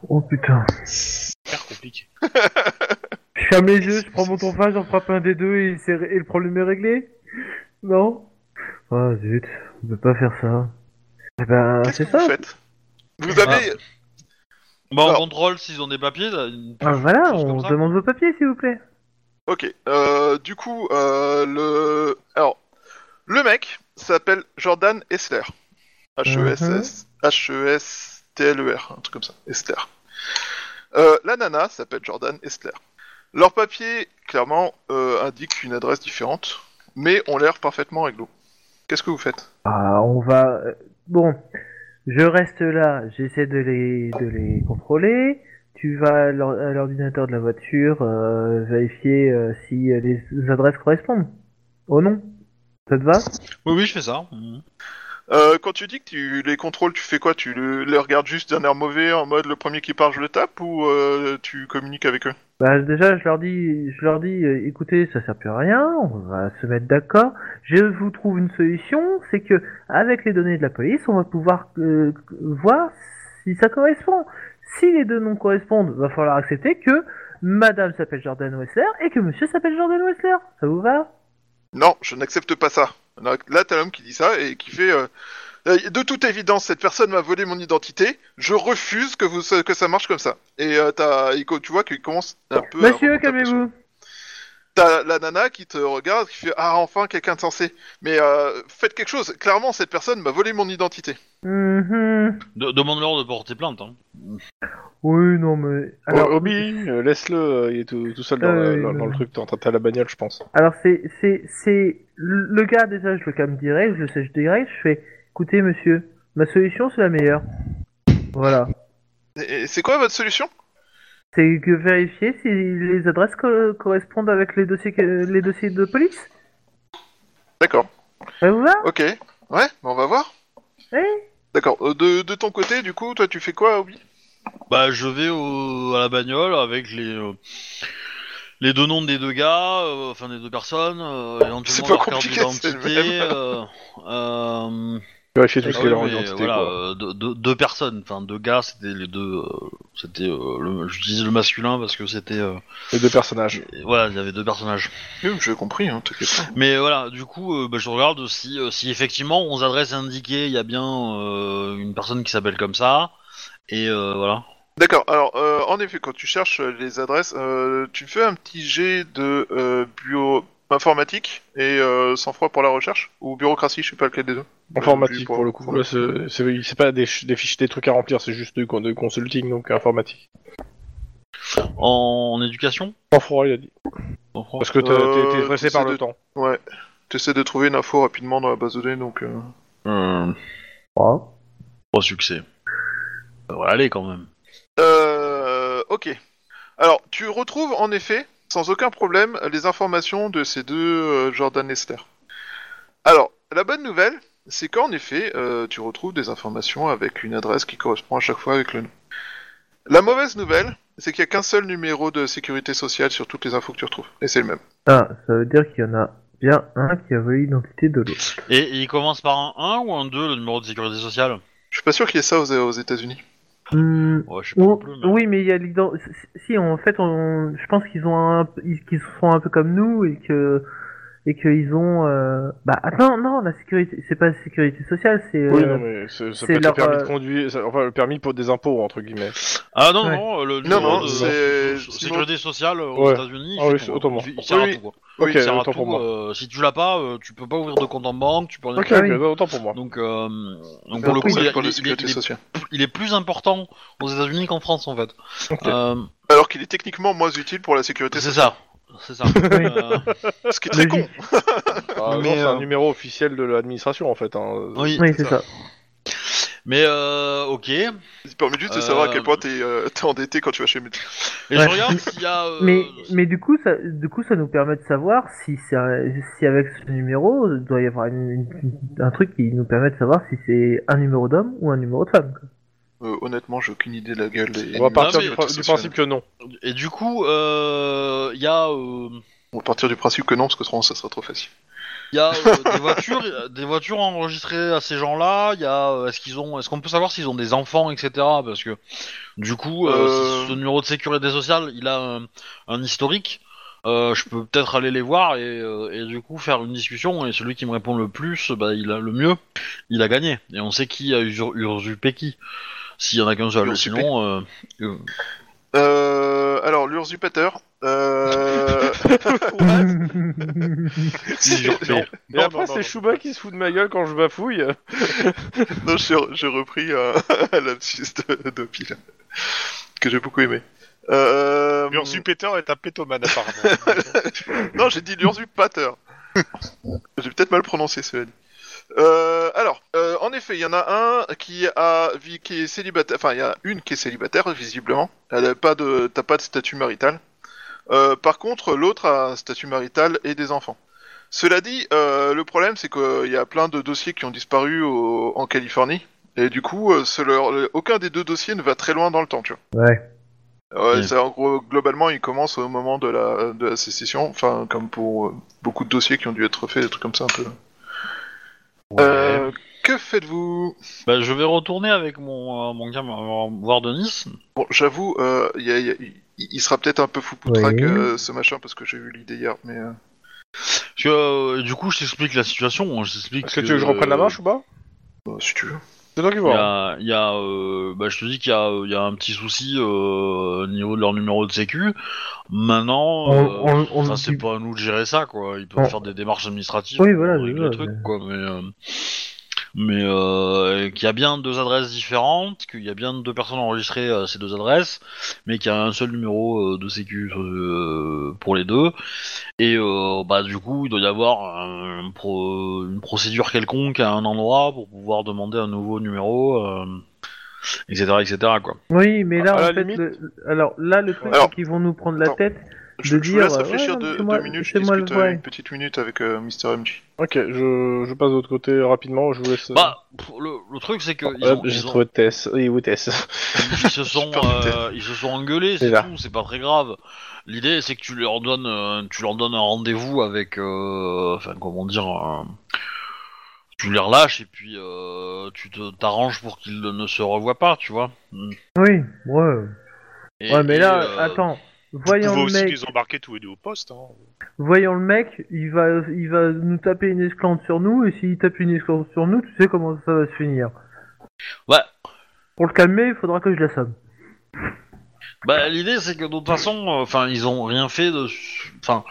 S4: Oh putain.
S5: C'est hyper compliqué.
S4: Je ferme les yeux, je prends mon tonfa, j'en frappe un des deux et, c'est- et le problème est réglé Non Ah zut, on peut pas faire ça. Eh ben,
S3: Qu'est-ce
S4: c'est
S3: que
S4: ça.
S3: vous faites Vous avez.
S1: Bah, on
S3: Alors-
S1: contrôle s'ils ont des papiers. là, une-
S4: Ah, voilà,
S1: chose comme
S4: on
S1: ça.
S4: demande vos papiers, s'il vous plaît.
S3: Ok. euh, du coup, euh, le. Alors, le mec s'appelle Jordan Essler. E H-E-S-S. E H-E-S-T-L-E-R. E Un truc comme ça. Essler. Euh, la nana s'appelle Jordan Essler. Leur papier, clairement, euh, indique une adresse différente, mais ont l'air parfaitement réglo. Qu'est-ce que vous faites
S4: Ah, on va. euh, Bon, je reste là. J'essaie de les de les contrôler. Tu vas à l'or- à l'ordinateur de la voiture euh, vérifier euh, si euh, les adresses correspondent. Oh non, ça te va
S1: Oui, oui, je fais ça.
S3: Euh, Quand tu dis que tu les contrôles, tu fais quoi Tu le- les regardes juste d'un air mauvais, en mode le premier qui part, je le tape, ou euh, tu communiques avec eux
S4: Bah déjà, je leur dis, je leur dis, euh, écoutez, ça sert plus à rien, on va se mettre d'accord. Je vous trouve une solution, c'est que avec les données de la police, on va pouvoir euh, voir si ça correspond. Si les deux noms correspondent, va falloir accepter que Madame s'appelle Jordan Wessler et que Monsieur s'appelle Jordan Wessler. Ça vous va
S3: Non, je n'accepte pas ça. Là, là, t'as l'homme qui dit ça et qui fait. euh, euh, de toute évidence, cette personne m'a volé mon identité. Je refuse que, vous, que ça marche comme ça. Et euh, t'as- et co- tu vois qu'il commence un peu. à
S4: Monsieur,
S3: remonter un peu sur-
S4: calmez-vous.
S3: T'as la nana qui te regarde, qui fait Ah, enfin quelqu'un de sensé. Mais euh, faites quelque chose. Clairement, cette personne m'a volé mon identité.
S4: Mhm.
S1: De- Demande-leur de porter plainte. hein.
S4: Oui, non mais alors,
S2: Alors, Obi, euh, laisse-le, euh, il est tout, tout seul dans,
S4: Euh,
S2: la- dans-
S4: il-
S2: dans le truc, t'es en train de faire la bagnole, je pense.
S4: Alors c'est c'est c'est le gars déjà je le calme direct, je le sèche direct, je fais écoutez monsieur, ma solution c'est la meilleure. Voilà.
S3: Et- et C'est quoi votre solution
S4: C'est que vérifier si les adresses co- correspondent avec les dossiers que- les dossiers de police.
S3: D'accord.
S4: Ça vous va Eh
S3: Ok. Ouais, bah, on va voir.
S4: Oui.
S3: D'accord. Euh, De, de ton côté, du coup, toi, tu fais quoi, Obi
S1: Bah, je vais au- à la bagnole avec les euh, les deux noms des deux gars, euh, enfin des deux personnes, euh,
S3: C'est
S1: éventuellement
S3: pas
S1: leur carte
S3: compliqué, c'est le
S1: d'identité. euh, euh,
S2: Vérifier tout
S1: ah
S2: ce
S1: oui,
S2: qu'il a dans
S1: mais,
S2: l'identité,
S1: voilà,
S2: quoi.
S1: euh, deux, deux- deux personnes, enfin deux gars, c'était les deux, euh, c'était euh, le- je disais le masculin parce que c'était euh,
S2: Les deux personnages.
S1: voilà, il y avait deux personnages.
S3: Oui, J'ai compris, hein, t'inquiète pas.
S1: Mais voilà, du coup, euh, bah, je regarde si, euh, si effectivement, aux adresses indiquées, il y a bien euh, une personne qui s'appelle comme ça. Et euh, voilà.
S3: D'accord, alors euh, en effet, quand tu cherches euh, les adresses, euh, tu fais un petit jet de euh, bio informatique et euh, sang-froid pour la recherche ou bureaucratie, je sais pas lequel des deux.
S2: Informatique,
S3: Euh,
S2: pour le coup. Là, c'est- c'est c'est pas des, ch- des fiches, des trucs à remplir, c'est juste du con- de consulting, donc informatique.
S1: En, en éducation
S2: Sans froid, il a dit.
S1: en France
S2: Parce que t'as-
S3: Euh,
S2: t'es t'es pressé
S3: tu
S2: par
S3: sais
S2: le
S3: de-
S2: temps.
S3: Ouais, t'essaies de trouver une info rapidement dans la base de données, donc... euh,
S1: Euh, Trois succès. Ça devrait aller quand même.
S3: Euh, ok. Alors, tu retrouves en effet, sans aucun problème, les informations de ces deux euh, Jordan Lester. Alors, la bonne nouvelle, c'est qu'en effet, euh, tu retrouves des informations avec une adresse qui correspond à chaque fois avec le nom. La mauvaise nouvelle, c'est qu'il n'y a qu'un seul numéro de sécurité sociale sur toutes les infos que tu retrouves, et c'est le même.
S4: Ah, ça veut dire qu'il y en a bien un qui a volé l'identité de l'autre.
S1: Et, et il commence par un 1 ou un 2, le numéro de sécurité sociale
S3: Je suis pas sûr qu'il y ait ça aux, aux États-Unis.
S4: Hmm,
S1: Ouais, je sais pas non
S4: on-
S1: plus. mais-
S4: Oui, mais il y a l'identité. Si, en fait, on... je pense qu'ils ont un... ils- qu'ils sont un peu comme nous et que et qu'ils ont. euh, Bah attends, non, la sécurité, c'est pas la sécurité sociale, c'est. euh,
S2: Oui, non, mais c'est- ça
S4: c'est
S2: peut être
S4: leur,
S2: le permis
S4: euh,
S2: de conduire, ça- enfin le permis pour des impôts, entre guillemets.
S1: Ah non,
S4: Ouais.
S1: non, le
S3: Non,
S1: numéro
S3: non,
S1: de
S3: c'est...
S1: de sécurité sociale aux
S2: Ouais.
S1: États-Unis, il
S2: Ah
S1: fait
S2: oui,
S1: tout,
S2: c'est
S1: quoi.
S2: autrement.
S1: Il, il sert à
S3: Oui,
S1: tout, quoi.
S2: Ok,
S1: Il sert à
S2: autant
S1: tout,
S2: pour moi.
S1: euh, si tu l'as pas, euh, tu peux pas ouvrir de compte en banque, tu peux rien
S2: Ok,
S4: Ah
S2: ok,
S4: oui.
S2: autant pour moi.
S1: Donc, euh, donc
S3: Pour
S1: pour le coup, il, est-
S3: pour
S1: il est- il
S3: la
S1: est-
S3: sécurité
S1: il est-
S3: sociale.
S1: il est plus important aux États-Unis qu'en France en fait.
S2: Ok.
S1: Euh,
S3: Alors qu'il est techniquement moins utile pour
S1: [laughs]
S3: la sécurité
S1: c'est
S3: sociale.
S1: ça, c'est
S2: [laughs]
S1: ça. Euh,
S3: Ce qui est très con.
S4: logique.
S2: Ah, non,
S1: Mais,
S2: c'est
S1: euh,
S2: un numéro officiel de l'administration en fait. Hein.
S1: oui,
S4: Oui, c'est ça.
S1: mais euh, ok. Et
S3: Ça permet juste de
S1: Euh,
S3: savoir à quel point t'es euh, t'es endetté quand tu vas chez le médecin.
S1: je
S4: Ouais.
S1: regarde s'il y a. euh,
S4: Mais, mais du coup, ça, du coup, ça nous permet de savoir si, c'est un- si avec ce numéro, il doit y avoir une- une- un truc qui nous permet de savoir si c'est un numéro d'homme ou un numéro de femme. quoi.
S3: Euh, honnêtement, j'ai aucune idée de la gueule des.
S2: On va partir
S1: mais-
S2: du, prin- du principe
S1: [laughs]
S2: que non.
S1: Et du coup, euh, il y a, euh,
S3: On va partir du principe que non, parce que sinon ça sera trop facile.
S1: il y a euh, des voitures, euh, des voitures enregistrées à ces gens-là. Il y a, euh, est-ce qu'ils ont, est-ce qu'on peut savoir s'ils ont des enfants, etc. Parce que du coup, euh,
S3: Euh.
S1: si ce numéro de sécurité sociale, il a un, un historique. euh, je peux peut-être aller les voir et, euh, et du coup faire une discussion. Et celui qui me répond le plus, bah, il a le mieux, il a gagné. Et on sait qui a usur- usurpé qui. S'il y en a qu'un seul,
S3: Usurpé.
S1: sinon. euh, euh,
S3: Euh, alors, l'usurpateur.
S2: [laughs]
S3: Euh...
S1: usurpé.
S2: Et
S5: Non,
S2: après,
S5: non, non,
S2: c'est
S5: non.
S2: Chouba qui se fout de ma gueule quand je bafouille.
S3: non, j'ai j'ai repris euh, [laughs] la piste de d'Opi, là, que j'ai beaucoup aimé. Euh...
S5: L'ursupeter est un pétomane apparemment.
S3: Non, j'ai dit l'ursupateur. [laughs] j'ai peut-être mal prononcé cela dit. Euh, alors, euh, en effet, il y en a un qui a vi- qui est célibataire, enfin il y en a une qui est célibataire visiblement. Elle a pas de, t'as pas de statut marital. Euh, par contre, l'autre a un statut marital et des enfants. Cela dit, euh, le problème c'est qu'il y a plein de dossiers qui ont disparu au- en Californie et du coup, euh, ce leur- aucun des deux dossiers ne va très loin dans le temps, tu vois.
S4: ouais.
S3: Ouais,
S1: Mm.
S3: ça, en gros, globalement, il commence au moment de la, de la sécession, enfin, comme pour euh, beaucoup de dossiers qui ont dû être faits, des trucs comme ça un peu. Euh, que faites-vous
S1: Bah, je vais retourner avec mon, euh, mon gamin, euh, voir Denis.
S3: Bon, j'avoue, euh, il y a- il y a- il- il sera peut-être un peu foupoutraque
S4: Oui.
S3: euh, ce machin parce que j'ai eu l'idée hier, mais. euh,
S1: Parce que, euh, du coup, je t'explique la situation. hein, Je t'explique.
S2: Est-ce que tu veux que je reprenne la main, Chouba
S3: bah, si tu veux.
S2: C'est toi qui
S1: Il y
S2: vois.
S1: a, il y a, euh, bah, je te dis qu'il y a, euh, il y a un petit souci euh, au niveau de leur numéro de sécu. Maintenant,
S4: On-
S1: euh,
S4: on- on
S1: ça,
S4: le
S1: c'est
S4: dit-
S1: pas à nous de gérer ça, quoi. Ils peuvent
S4: On-
S1: faire des démarches administratives
S4: Oui, voilà,
S1: pour régler
S4: voilà,
S1: le truc, quoi. Mais, euh, mais euh, qu'il y a bien deux adresses différentes, qu'il y a bien deux personnes enregistrées à ces deux adresses, mais qu'il y a un seul numéro euh, de sécu euh, pour les deux. Et euh, bah du coup, il doit y avoir un pro- une procédure quelconque à un endroit pour pouvoir demander un nouveau numéro, euh, etc., etc. Quoi.
S4: Oui, mais là,
S2: À
S4: en
S2: la
S4: fait,
S2: limite-
S4: le- alors là, le truc,
S3: Alors,
S4: c'est qu'ils vont nous prendre la
S3: attends.
S4: tête.
S3: Je,
S4: De
S3: je vous laisse
S4: dire, euh,
S3: réfléchir
S4: ouais,
S3: deux,
S4: c'est moi-
S3: deux minutes, je
S4: c'est moi le
S3: discute
S4: vrai.
S3: euh, une petite minute avec euh, Mr. MG.
S2: Ok, je, je passe de l'autre côté rapidement, je vous laisse. euh,
S1: Bah pff, le, le truc c'est que ils,
S2: Hop,
S1: ont-
S2: j'ai
S1: ils ont-
S2: trouvé Tess. Oui, où est Tess
S1: ils se sont
S3: Super
S1: euh,
S3: putain.
S1: ils se sont engueulés,
S2: C'est
S1: c'est
S2: là.
S1: tout, c'est pas très grave. L'idée c'est que tu leur donnes euh, tu leur donnes un rendez-vous avec, euh, enfin comment dire, un- tu les relâches et puis euh, tu te- t'arranges pour qu'ils ne se revoient pas, tu vois.
S4: Oui, ouais.
S1: Et-
S4: Ouais, mais
S1: et,
S4: là,
S1: euh,
S4: attends.
S5: Vous
S4: Voyons
S5: pouvez
S4: le
S5: aussi
S4: mec,
S5: les embarquer tous les deux au poste. Hein.
S4: voyons le mec, il va, il va nous taper une esclante sur nous, et s'il tape une esclante sur nous, tu sais comment ça va se finir.
S1: Ouais.
S4: Pour le calmer, il faudra que je l'assomme.
S1: Bah, l'idée c'est que de toute façon, euh, enfin, ils ont rien fait de. su- Enfin,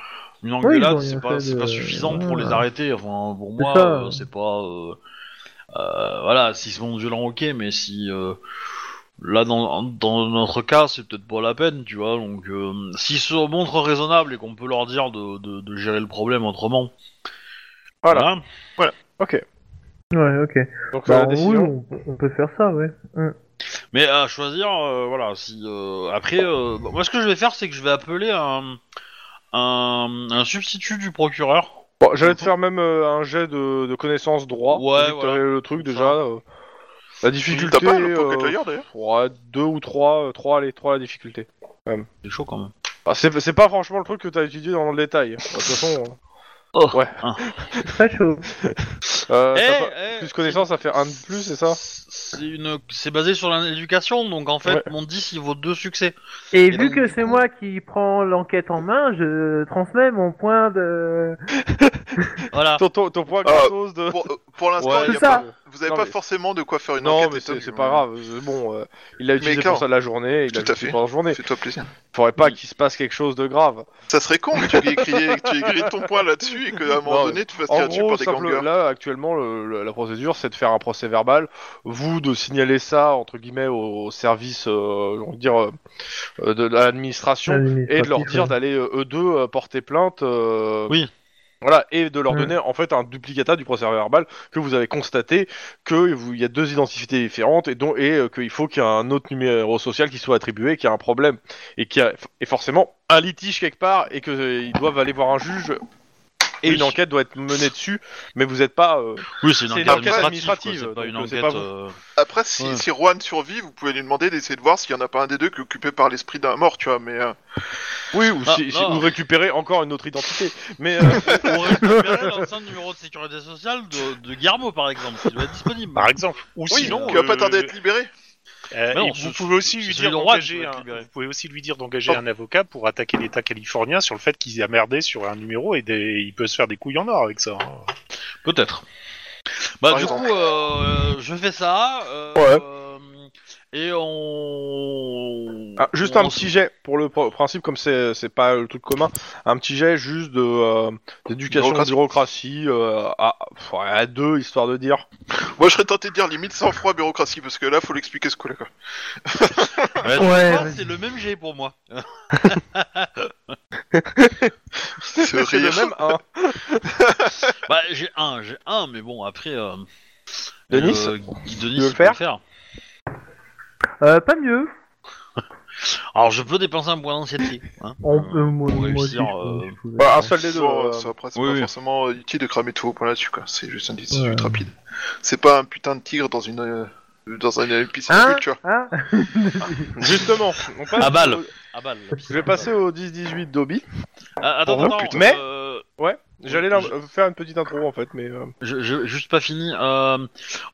S1: une
S4: ils ont
S1: engueulade,
S4: rien
S1: c'est pas,
S4: fait
S1: c'est
S4: de-
S1: pas suffisant pour
S4: Ouais.
S1: les arrêter. Enfin, pour
S4: C'est
S1: moi,
S4: ça.
S1: euh, c'est pas. euh, euh, voilà, s'ils se montrent violents, ok, mais si. euh, là, dans, dans notre cas, c'est peut-être pas la peine, tu vois. Donc, euh, s'ils se montrent raisonnables et qu'on peut leur dire de, de, de gérer le problème autrement.
S2: Voilà.
S1: hein.
S2: Ok.
S4: Ouais, ok.
S2: Donc,
S4: Bah,
S2: la décision.
S4: oui, on, on peut faire ça, ouais. Mm.
S1: Mais à choisir, euh, voilà, si... euh, après, euh, bah, moi ce que je vais faire, c'est que je vais appeler un, un, un substitut du procureur.
S2: Bon, j'allais te faire même euh, un jet de, de connaissance droit.
S1: Ouais,
S2: vu que
S1: voilà.
S2: t'avais le truc
S1: Comme
S2: déjà.
S1: ça.
S2: euh, La difficulté.
S3: T'as pas le pocket
S2: euh,
S3: lawyer,
S2: [laughs]
S3: d'ailleurs
S2: ouais, deux ou trois, euh, trois, allez, trois la difficulté.
S1: C'est chaud quand même.
S2: Ah, c'est, c'est pas franchement le truc que t'as étudié dans le détail. De toute façon,
S3: [laughs]
S4: Très chaud.
S2: euh,
S1: Eh,
S2: t'as pas-
S1: eh,
S2: plus connaissance, ça fait un de plus, c'est ça
S1: C'est une, c'est basé sur l'éducation, donc en fait,
S2: Ouais.
S1: mon 10, il vaut deux succès.
S4: Et,
S1: Et
S4: vu
S1: donc,
S4: que
S1: du
S4: c'est
S1: coup-
S4: moi qui prends l'enquête en main, je transmets mon point de.
S2: [laughs]
S1: Voilà.
S2: Ton, ton, ton point
S3: Ah,
S2: gratos de.
S3: Pour, pour l'instant,
S2: Ouais,
S3: il y
S4: c'est
S3: a pas-
S4: ça.
S3: vous avez
S2: Non,
S3: pas
S2: mais-
S3: forcément de quoi faire une enquête.
S2: Non, mais
S3: et
S2: c'est,
S3: tout,
S2: c'est pas grave. c'est Bon, euh, il l'a utilisé
S3: clairement.
S2: pour ça la journée, il
S3: Tout
S2: l'a
S3: à
S2: utilisé
S3: fait.
S2: pendant la journée.
S3: Fais-toi plaisir.
S2: Faudrait pas
S1: Oui.
S2: qu'il se passe quelque chose de grave.
S3: Ça serait con que tu aies grillé, que tu aies grillé ton point là-dessus et qu'à un moment
S2: Non,
S3: donné, tu fasses
S2: En
S3: tirer dessus
S2: gros,
S3: par des
S2: simple-
S3: gangers.
S2: là actuellement, le- le- la procédure, c'est de faire un procès verbal. Vous de signaler ça entre guillemets au, au service, euh, on va dire, euh, euh, de l'administration et de leur dire d'aller euh, eux deux euh, porter plainte. euh,
S1: Oui.
S2: Voilà, et de leur
S4: Mm.
S2: donner en fait un duplicata du procès verbal que vous avez constaté que vous- il y a deux identités différentes et dont et euh, qu'il faut qu'il y ait un autre numéro social qui soit attribué, qu'il y a un problème et qu'il y a et forcément un litige quelque part et que euh, ils doivent aller voir un juge et
S1: Oui.
S2: une enquête doit être menée dessus, mais vous n'êtes pas. euh,
S1: Oui, c'est une
S2: c'est
S1: enquête
S2: une enquête
S1: administrative.
S2: administrative,
S1: quoi, C'est pas une
S2: donc, c'est
S1: enquête.
S2: pas
S1: euh,
S3: Après, si,
S1: Ouais.
S3: si Juan survit, vous pouvez lui demander d'essayer de voir s'il n'y en a pas un des deux qui est occupé par l'esprit d'un mort, tu vois. Mais euh,
S2: Oui, ou
S1: Ah,
S2: si, si
S1: non.
S2: vous récupérez encore une autre identité. Mais euh,
S1: On récupérait l'ancien numéro de sécurité sociale de, de Guillermo, par exemple, qui doit être disponible.
S2: Ah,
S5: Par exemple. Ou
S3: oui,
S5: sinon.
S3: qui va
S5: euh,
S3: pas tarder à être libéré.
S5: Euh,
S1: Mais non,
S5: et
S1: ce-
S5: vous pouvez aussi
S1: c'est
S5: lui
S1: celui
S5: dire
S1: de droite qui
S5: d'engager
S1: doit être
S5: un-
S1: libéré.
S5: vous pouvez aussi lui dire d'engager un avocat pour attaquer l'État californien sur le fait qu'il a merdé sur un numéro et des- il peut se faire des couilles en or avec ça. hein.
S1: Peut-être. Bah,
S3: Par
S1: du
S3: exemple.
S1: coup, euh, je fais ça. euh,
S2: Ouais.
S1: euh, et on.
S2: Ah, juste
S1: on
S2: un
S1: se-
S2: petit jet pour le pro- principe, comme c'est c'est pas le truc commun, un petit jet juste de euh, d'éducation, de bureaucratie euh, à, pff, ouais, à deux, histoire de dire.
S3: Moi, je serais tenté de dire limite sans froid bureaucratie, parce que là, faut l'expliquer ce coup-là, quoi.
S1: Ouais,
S4: Ouais,
S1: toi,
S4: vas-y.
S1: c'est le même jet pour moi.
S3: Ce
S2: [laughs] C'est le
S3: rire.
S2: même. hein.
S1: bah, j'ai un, j'ai un, mais bon, après. Euh,
S2: Denis
S1: euh, Guy Denis,
S2: veux le
S1: il peut le
S2: faire
S1: faire.
S4: Euh, pas mieux.
S1: Alors, je peux dépenser un point d'ancienneté. Hein
S4: On,
S1: Euh,
S4: euh, moi,
S1: pour
S4: moi
S1: réussir,
S4: aussi, je peux-
S1: euh,
S4: je peux-
S2: Bah, un seul des deux.
S3: Bon,
S2: euh,
S3: ça, après, c'est
S1: oui,
S3: pas
S1: oui.
S3: forcément euh, utile de cramer tout vos points là-dessus, quoi. C'est juste un petit
S4: Ouais.
S3: rapide. C'est pas un putain de tigre dans une euh, dans une, euh, piscine
S4: Hein
S3: de culture.
S4: Hein
S2: Justement, on passe
S1: À balle.
S2: au-
S1: Ah, bah, la
S2: Je vais passer au 10-18 d'Obi.
S1: Ah, attends,
S2: Pour vous,
S1: attends.
S2: putain. Mais-
S1: euh,
S2: J'allais leur- euh, faire une petite intro en fait, mais. euh,
S1: je, je- juste pas fini. Euh,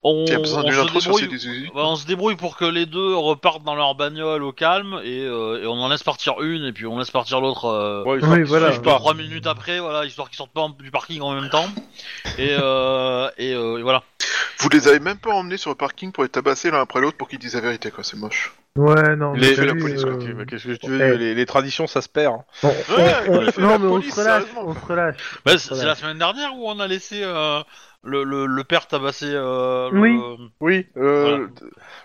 S1: on,
S3: T'as besoin
S1: on
S3: d'une
S1: se
S3: intro sur ces
S1: débrouille.
S3: des
S1: Bah, on se débrouille pour que les deux repartent dans leur bagnole au calme et, euh, et on en laisse partir une et puis on laisse partir l'autre. euh,
S2: ouais, ils
S4: Oui,
S2: sortent- ils
S4: voilà.
S2: sortent
S1: Trois
S2: pas.
S1: minutes après, voilà, histoire qu'ils sortent pas en- du parking en même temps. Et, euh, et, euh, et voilà.
S3: Vous les avez même pas emmenés sur le parking pour les tabasser l'un après l'autre pour qu'ils disent la vérité, quoi. C'est moche.
S4: Ouais, non.
S2: Les-
S4: mais t'as
S3: la
S4: vu,
S3: police,
S4: euh,
S3: [laughs]
S2: Ok, mais Qu'est-ce que tu
S4: eh,
S2: veux dire, les, les traditions, ça se perd. hein.
S4: on-
S3: Ouais,
S4: on-
S3: il fait
S4: non,
S3: la
S4: mais
S3: police,
S4: on se relâche,
S3: sérieusement,
S4: on se
S1: [laughs]
S4: relâche. [laughs]
S1: Bah, c'est c'est
S4: Voilà.
S1: la semaine dernière où on a laissé euh, le, le, le père tabasser. euh, le-
S4: Oui.
S2: Oui, euh,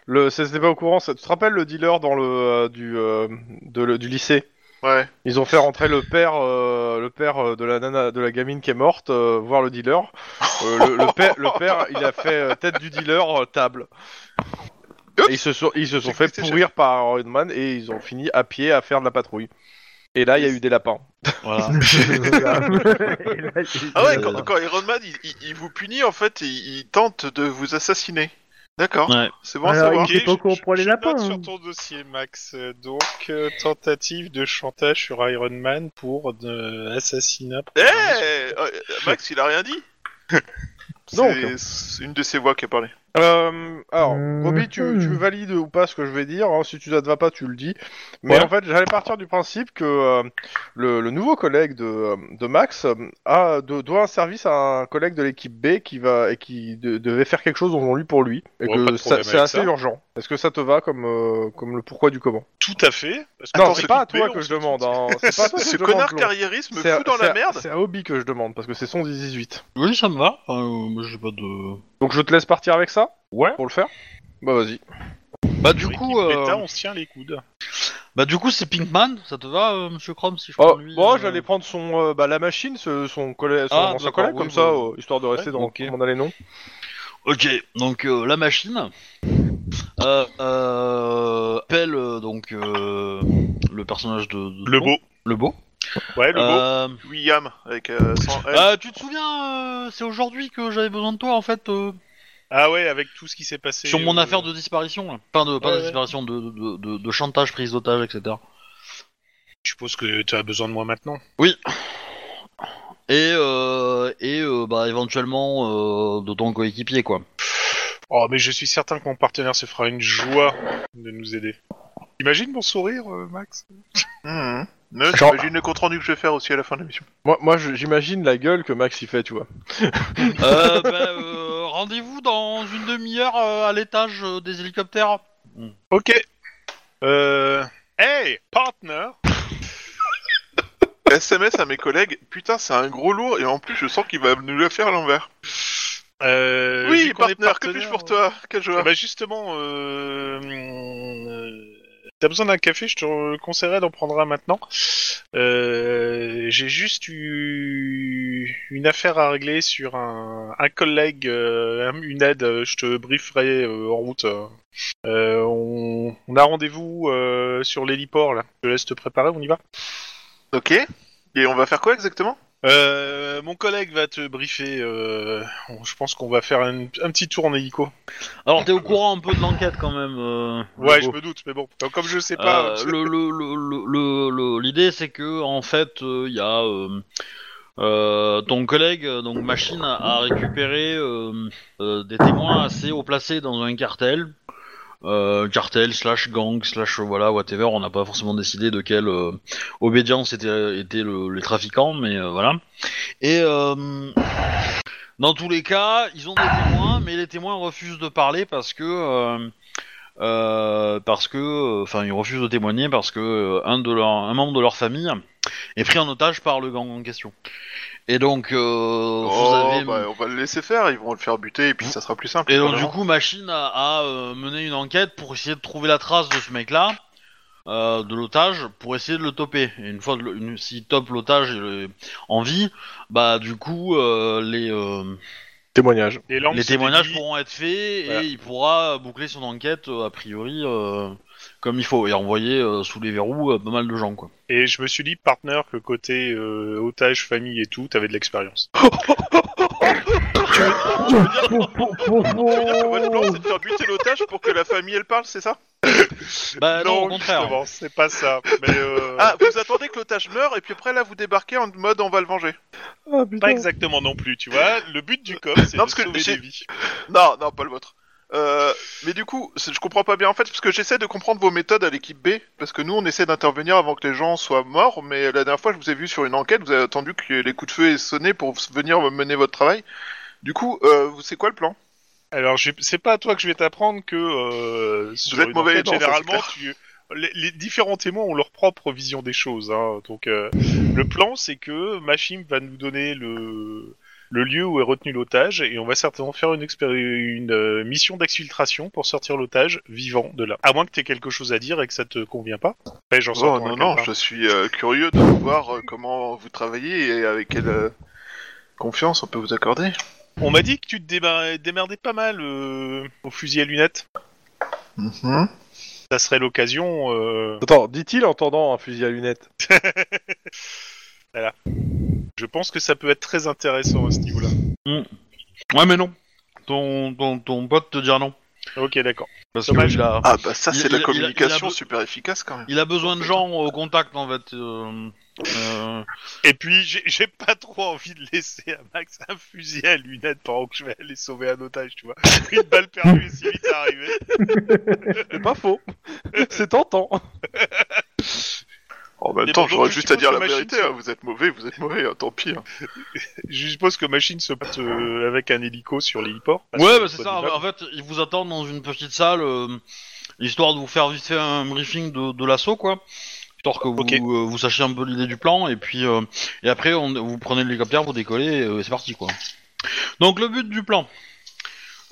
S2: le, ça, c'était pas au courant. Ça, tu te rappelles le dealer dans le euh, du euh, de le- du lycée
S3: [laughs] Ouais.
S2: Ils ont fait rentrer le père euh, le père euh, de la nana de la gamine qui est morte euh, voir le dealer. Euh, le, le père le père il a fait euh, tête du dealer euh, table. Et ils se sont ils se sont
S3: J'ai
S2: fait
S3: glissé,
S2: pourrir par Iron Man et ils ont fini à pied à faire de la patrouille. Et là il y a eu des lapins.
S1: Voilà.
S4: Voilà. Et là, j'ai-
S3: Ah ouais,
S1: Euh,
S3: quand, quand Iron Man, il, il- il vous punit, en fait, il, il tente de vous assassiner. D'accord.
S1: Ouais.
S3: C'est bon à
S4: Alors,
S3: savoir.
S4: il- était pas au courant pour les
S5: je note
S4: lapins, hein. [laughs]
S5: sur ton dossier, Max. Euh, Donc, euh, tentative de chantage sur Iron Man pour de- assassinat.
S3: Eh euh, Max, il a rien dit
S2: Donc.
S3: C'est- C'est une de ses voix qui a parlé.
S2: Euh, alors,
S4: Hmm.
S2: Bobby, tu, tu valides ou pas ce que je vais dire. hein, si tu ça te va pas, tu le dis. Mais
S5: Ouais.
S2: en fait, j'allais partir du principe que euh, le, le nouveau collègue de, euh, de Max euh, a, de- doit un service à un collègue de l'équipe B qui va et qui de- devait faire quelque chose dont lui pour lui et
S5: Bon, pas
S2: que
S5: de
S2: ça-
S5: problème
S2: c'est
S5: avec
S2: assez
S5: ça.
S2: urgent. Est-ce que ça te va comme euh, comme le pourquoi du comment
S5: Tout à fait. parce que
S2: Non,
S5: dans
S2: c'est
S5: cette
S2: pas à
S5: coupée,
S2: toi
S5: on
S2: que je
S5: se-
S2: demande. hein, C'est pas à
S3: [laughs]
S2: toi que
S3: Ce
S2: je demande,
S3: connard
S2: Flo.
S3: carriériste me
S2: C'est à-
S3: fout dans
S2: c'est
S3: la
S2: à-
S3: merde
S2: C'est à Obi que je demande parce que c'est son 18.
S1: Oui, ça me va. Enfin, euh, moi, j'ai pas de.
S2: Donc je te laisse partir avec ça
S1: Ouais.
S2: pour le faire. Bah vas-y.
S1: Bah, du
S5: Pour
S1: coup,
S5: équipe
S1: euh,
S5: bêta, on se tient les coudes.
S1: bah, du coup, c'est Pinkman. Ça te va, euh, monsieur Chrome, si je prends
S2: Oh,
S1: lui
S2: bon,
S1: euh,
S2: j'allais prendre son, euh, bah, la machine, ce- son collègue, son
S1: Ah,
S2: ancien
S1: d'accord,
S2: collègue,
S1: oui,
S2: comme
S1: oui.
S2: ça, euh, histoire de rester dans
S1: ok.
S2: comment on a les noms.
S1: Ok, donc euh, la machine euh, euh, appelle euh, donc euh, le personnage de, de-
S5: Le beau.
S1: Le beau.
S5: Ouais, le beau.
S1: Euh,
S3: William, avec euh, sans L.
S1: euh, tu te souviens, euh, c'est aujourd'hui que j'avais besoin de toi en fait euh,
S5: Ah ouais, avec tout ce qui s'est passé.
S1: sur mon
S5: euh,
S1: affaire de disparition, là. enfin de pas
S5: Ouais,
S1: de
S5: ouais.
S1: disparition, de, de, de, de chantage, prise d'otage, etc.
S5: Je suppose que tu as besoin de moi maintenant.
S1: Et euh, et euh, bah éventuellement euh, de ton coéquipier
S5: [laughs]
S1: quoi.
S5: Oh, mais je suis certain que mon partenaire se fera une joie de nous aider. Imagine mon sourire, euh, Max.
S3: Mhm. Ne,
S2: Genre-
S3: J'imagine le compte rendu que je vais faire aussi à la fin de l'émission.
S2: Moi, moi je- j'imagine la gueule que Max y fait, tu vois.
S1: euh, bah, euh, Rendez-vous dans une demi-heure euh, à l'étage euh, des hélicoptères.
S5: Ok. Euh... Hey, partner
S3: SMS à mes collègues, putain, c'est un gros lourd et en plus, je sens qu'il va nous le faire à l'envers.
S5: Euh,
S3: oui,
S5: vu qu'on est
S3: partner, que puis-je pour toi Quel
S5: Ah [laughs]
S3: joueur
S5: bah justement, euh... euh, t'as besoin d'un café, je te conseillerais d'en prendre un maintenant. Euh, J'ai juste eu une affaire à régler sur un, un collègue, euh, un- une aide, euh, je te brieferai euh, en route. euh. Euh, on, on a rendez-vous euh, sur l'héliport là, je te laisse te préparer, on y va
S3: Ok. Et on va faire quoi exactement
S5: euh, Mon collègue va te briefer, euh, on- je pense qu'on va faire un, un petit tour en hélico.
S1: Alors t'es au courant un peu de l'enquête quand même. euh,
S5: Ouais,
S1: Hugo.
S5: je me doute, mais bon, Donc, comme je sais pas...
S1: Euh,
S5: je-
S1: le- le- le- le- le- le- L'idée, c'est que en fait, euh, il y a euh, euh, ton collègue, euh, donc Machine, a, a récupéré euh, euh, des témoins assez haut placés dans un cartel euh, cartel slash gang slash euh, voilà whatever. On n'a pas forcément décidé de quelle euh, obédience étaient étaient le- les trafiquants, mais euh, voilà. Et euh, dans tous les cas, ils ont des témoins, mais les témoins refusent de parler parce que euh, euh, parce que euh, enfin ils refusent de témoigner parce que euh, un de leur un membre de leur famille est pris en otage par le gang en question. Et donc euh, vous
S3: Oh,
S1: avez
S3: bah, on va le laisser faire, ils vont le faire buter et puis ça sera plus simple.
S1: et donc du
S3: vraiment.
S1: coup, Machine a, a, euh, mené une enquête pour essayer de trouver la trace de ce mec-là, euh, de l'otage, pour essayer de le toper. Et une fois, de le- une- s'il top l'otage et le- en vie, bah du coup, euh, les, euh,
S2: Témoignage.
S5: Les, lampes
S1: les
S5: se
S1: témoignages
S5: déplient.
S1: pourront être faits
S5: Voilà.
S1: et il pourra boucler son enquête euh, a priori euh, comme il faut et envoyer euh, sous les verrous euh, pas mal de gens quoi.
S5: Et je me suis dit, partner, que côté euh, otage, famille et tout, t'avais de l'expérience.
S4: Pour- pour- pour-
S3: Le bon plan,
S4: pour-
S3: c'est de faire buter l'otage pour que la famille elle parle, c'est ça
S1: Bah non, au contraire.
S5: justement, c'est pas ça. Mais euh,
S3: Ah, vous attendez que l'otage meure et puis après là vous débarquez en mode on va le venger.
S2: Ah, putain.
S5: pas exactement non plus, tu vois. Le but du cop, c'est
S3: Non,
S5: de
S3: parce que
S5: sauver
S3: j'ai-
S5: des vies.
S3: Non, non, pas le vôtre. Euh, mais du coup, c'est- je comprends pas bien en fait, parce que j'essaie de comprendre vos méthodes à l'équipe B, parce que nous on essaie d'intervenir avant que les gens soient morts, mais la dernière fois je vous ai vu sur une enquête, vous avez attendu que les coups de feu aient sonné pour venir mener votre travail. Du coup, euh, vous- c'est quoi le plan
S5: Alors, je- c'est pas à toi que je vais t'apprendre que euh, sur
S3: êtes
S5: une
S3: mauvais
S5: enquête,
S3: aidant, ça,
S5: [laughs] généralement, tu- les, les différents témoins ont leur propre vision des choses. hein. Donc, euh, le plan, c'est que Machim va nous donner le, le lieu où est retenu l'otage et on va certainement faire une, expéri- une euh, mission d'exfiltration pour sortir l'otage vivant de là. À moins que t'aies quelque chose à dire et que ça te convient pas. Après, j'en sors
S3: Oh
S5: pour un
S3: non, non,
S5: cap, hein.
S3: je suis euh, curieux de voir euh, comment vous travaillez et avec quelle euh, confiance on peut vous accorder.
S5: On m'a dit que tu te démar- démerdais pas mal euh, au fusil à lunettes.
S3: Mhm.
S5: Ça serait l'occasion. euh,
S2: Attends, dit-il en tendant un fusil à lunettes.
S5: Je pense que ça peut être très intéressant à ce niveau-là.
S1: Ouais mais non. Ton, ton, ton pote te dira non
S5: Ok, d'accord.
S1: parce
S5: Dommage.
S1: qu'il a
S3: Ah bah ça
S1: Il-
S3: c'est de la
S1: il a- il a- il a
S3: communication
S1: beau-
S3: super efficace quand même.
S1: il a besoin de gens au contact en fait. euh, euh,
S5: Et puis, j'ai- j'ai pas trop envie de laisser à Max un fusil à lunettes pendant que je vais aller sauver un otage, tu vois. Une balle perdue est si vite arrivée.
S2: C'est pas faux. [laughs] c'est tentant.
S3: En même
S5: Mais
S3: temps,
S5: bon,
S3: Oh, bah, j'aurais
S5: donc,
S3: juste
S5: tu
S3: à dire la
S5: penses que
S3: vérité,
S5: machine,
S3: hein, vous êtes mauvais, vous êtes mauvais, hein, tant pis. hein.
S5: Je suppose que Machine se porte euh, avec un hélico sur l'héliport. parce
S1: Ouais,
S5: que
S1: bah c'est ça.
S5: déjà-
S1: En fait, ils vous attendent dans une petite salle, euh, histoire de vous faire vite fait un briefing de, de l'assaut, quoi. Histoire que vous,
S5: Ok.
S1: euh, vous sachiez un peu l'idée du plan, et puis euh, et après, on, vous prenez l'hélicoptère, vous décollez, et euh, c'est parti, quoi. Donc, le but du plan.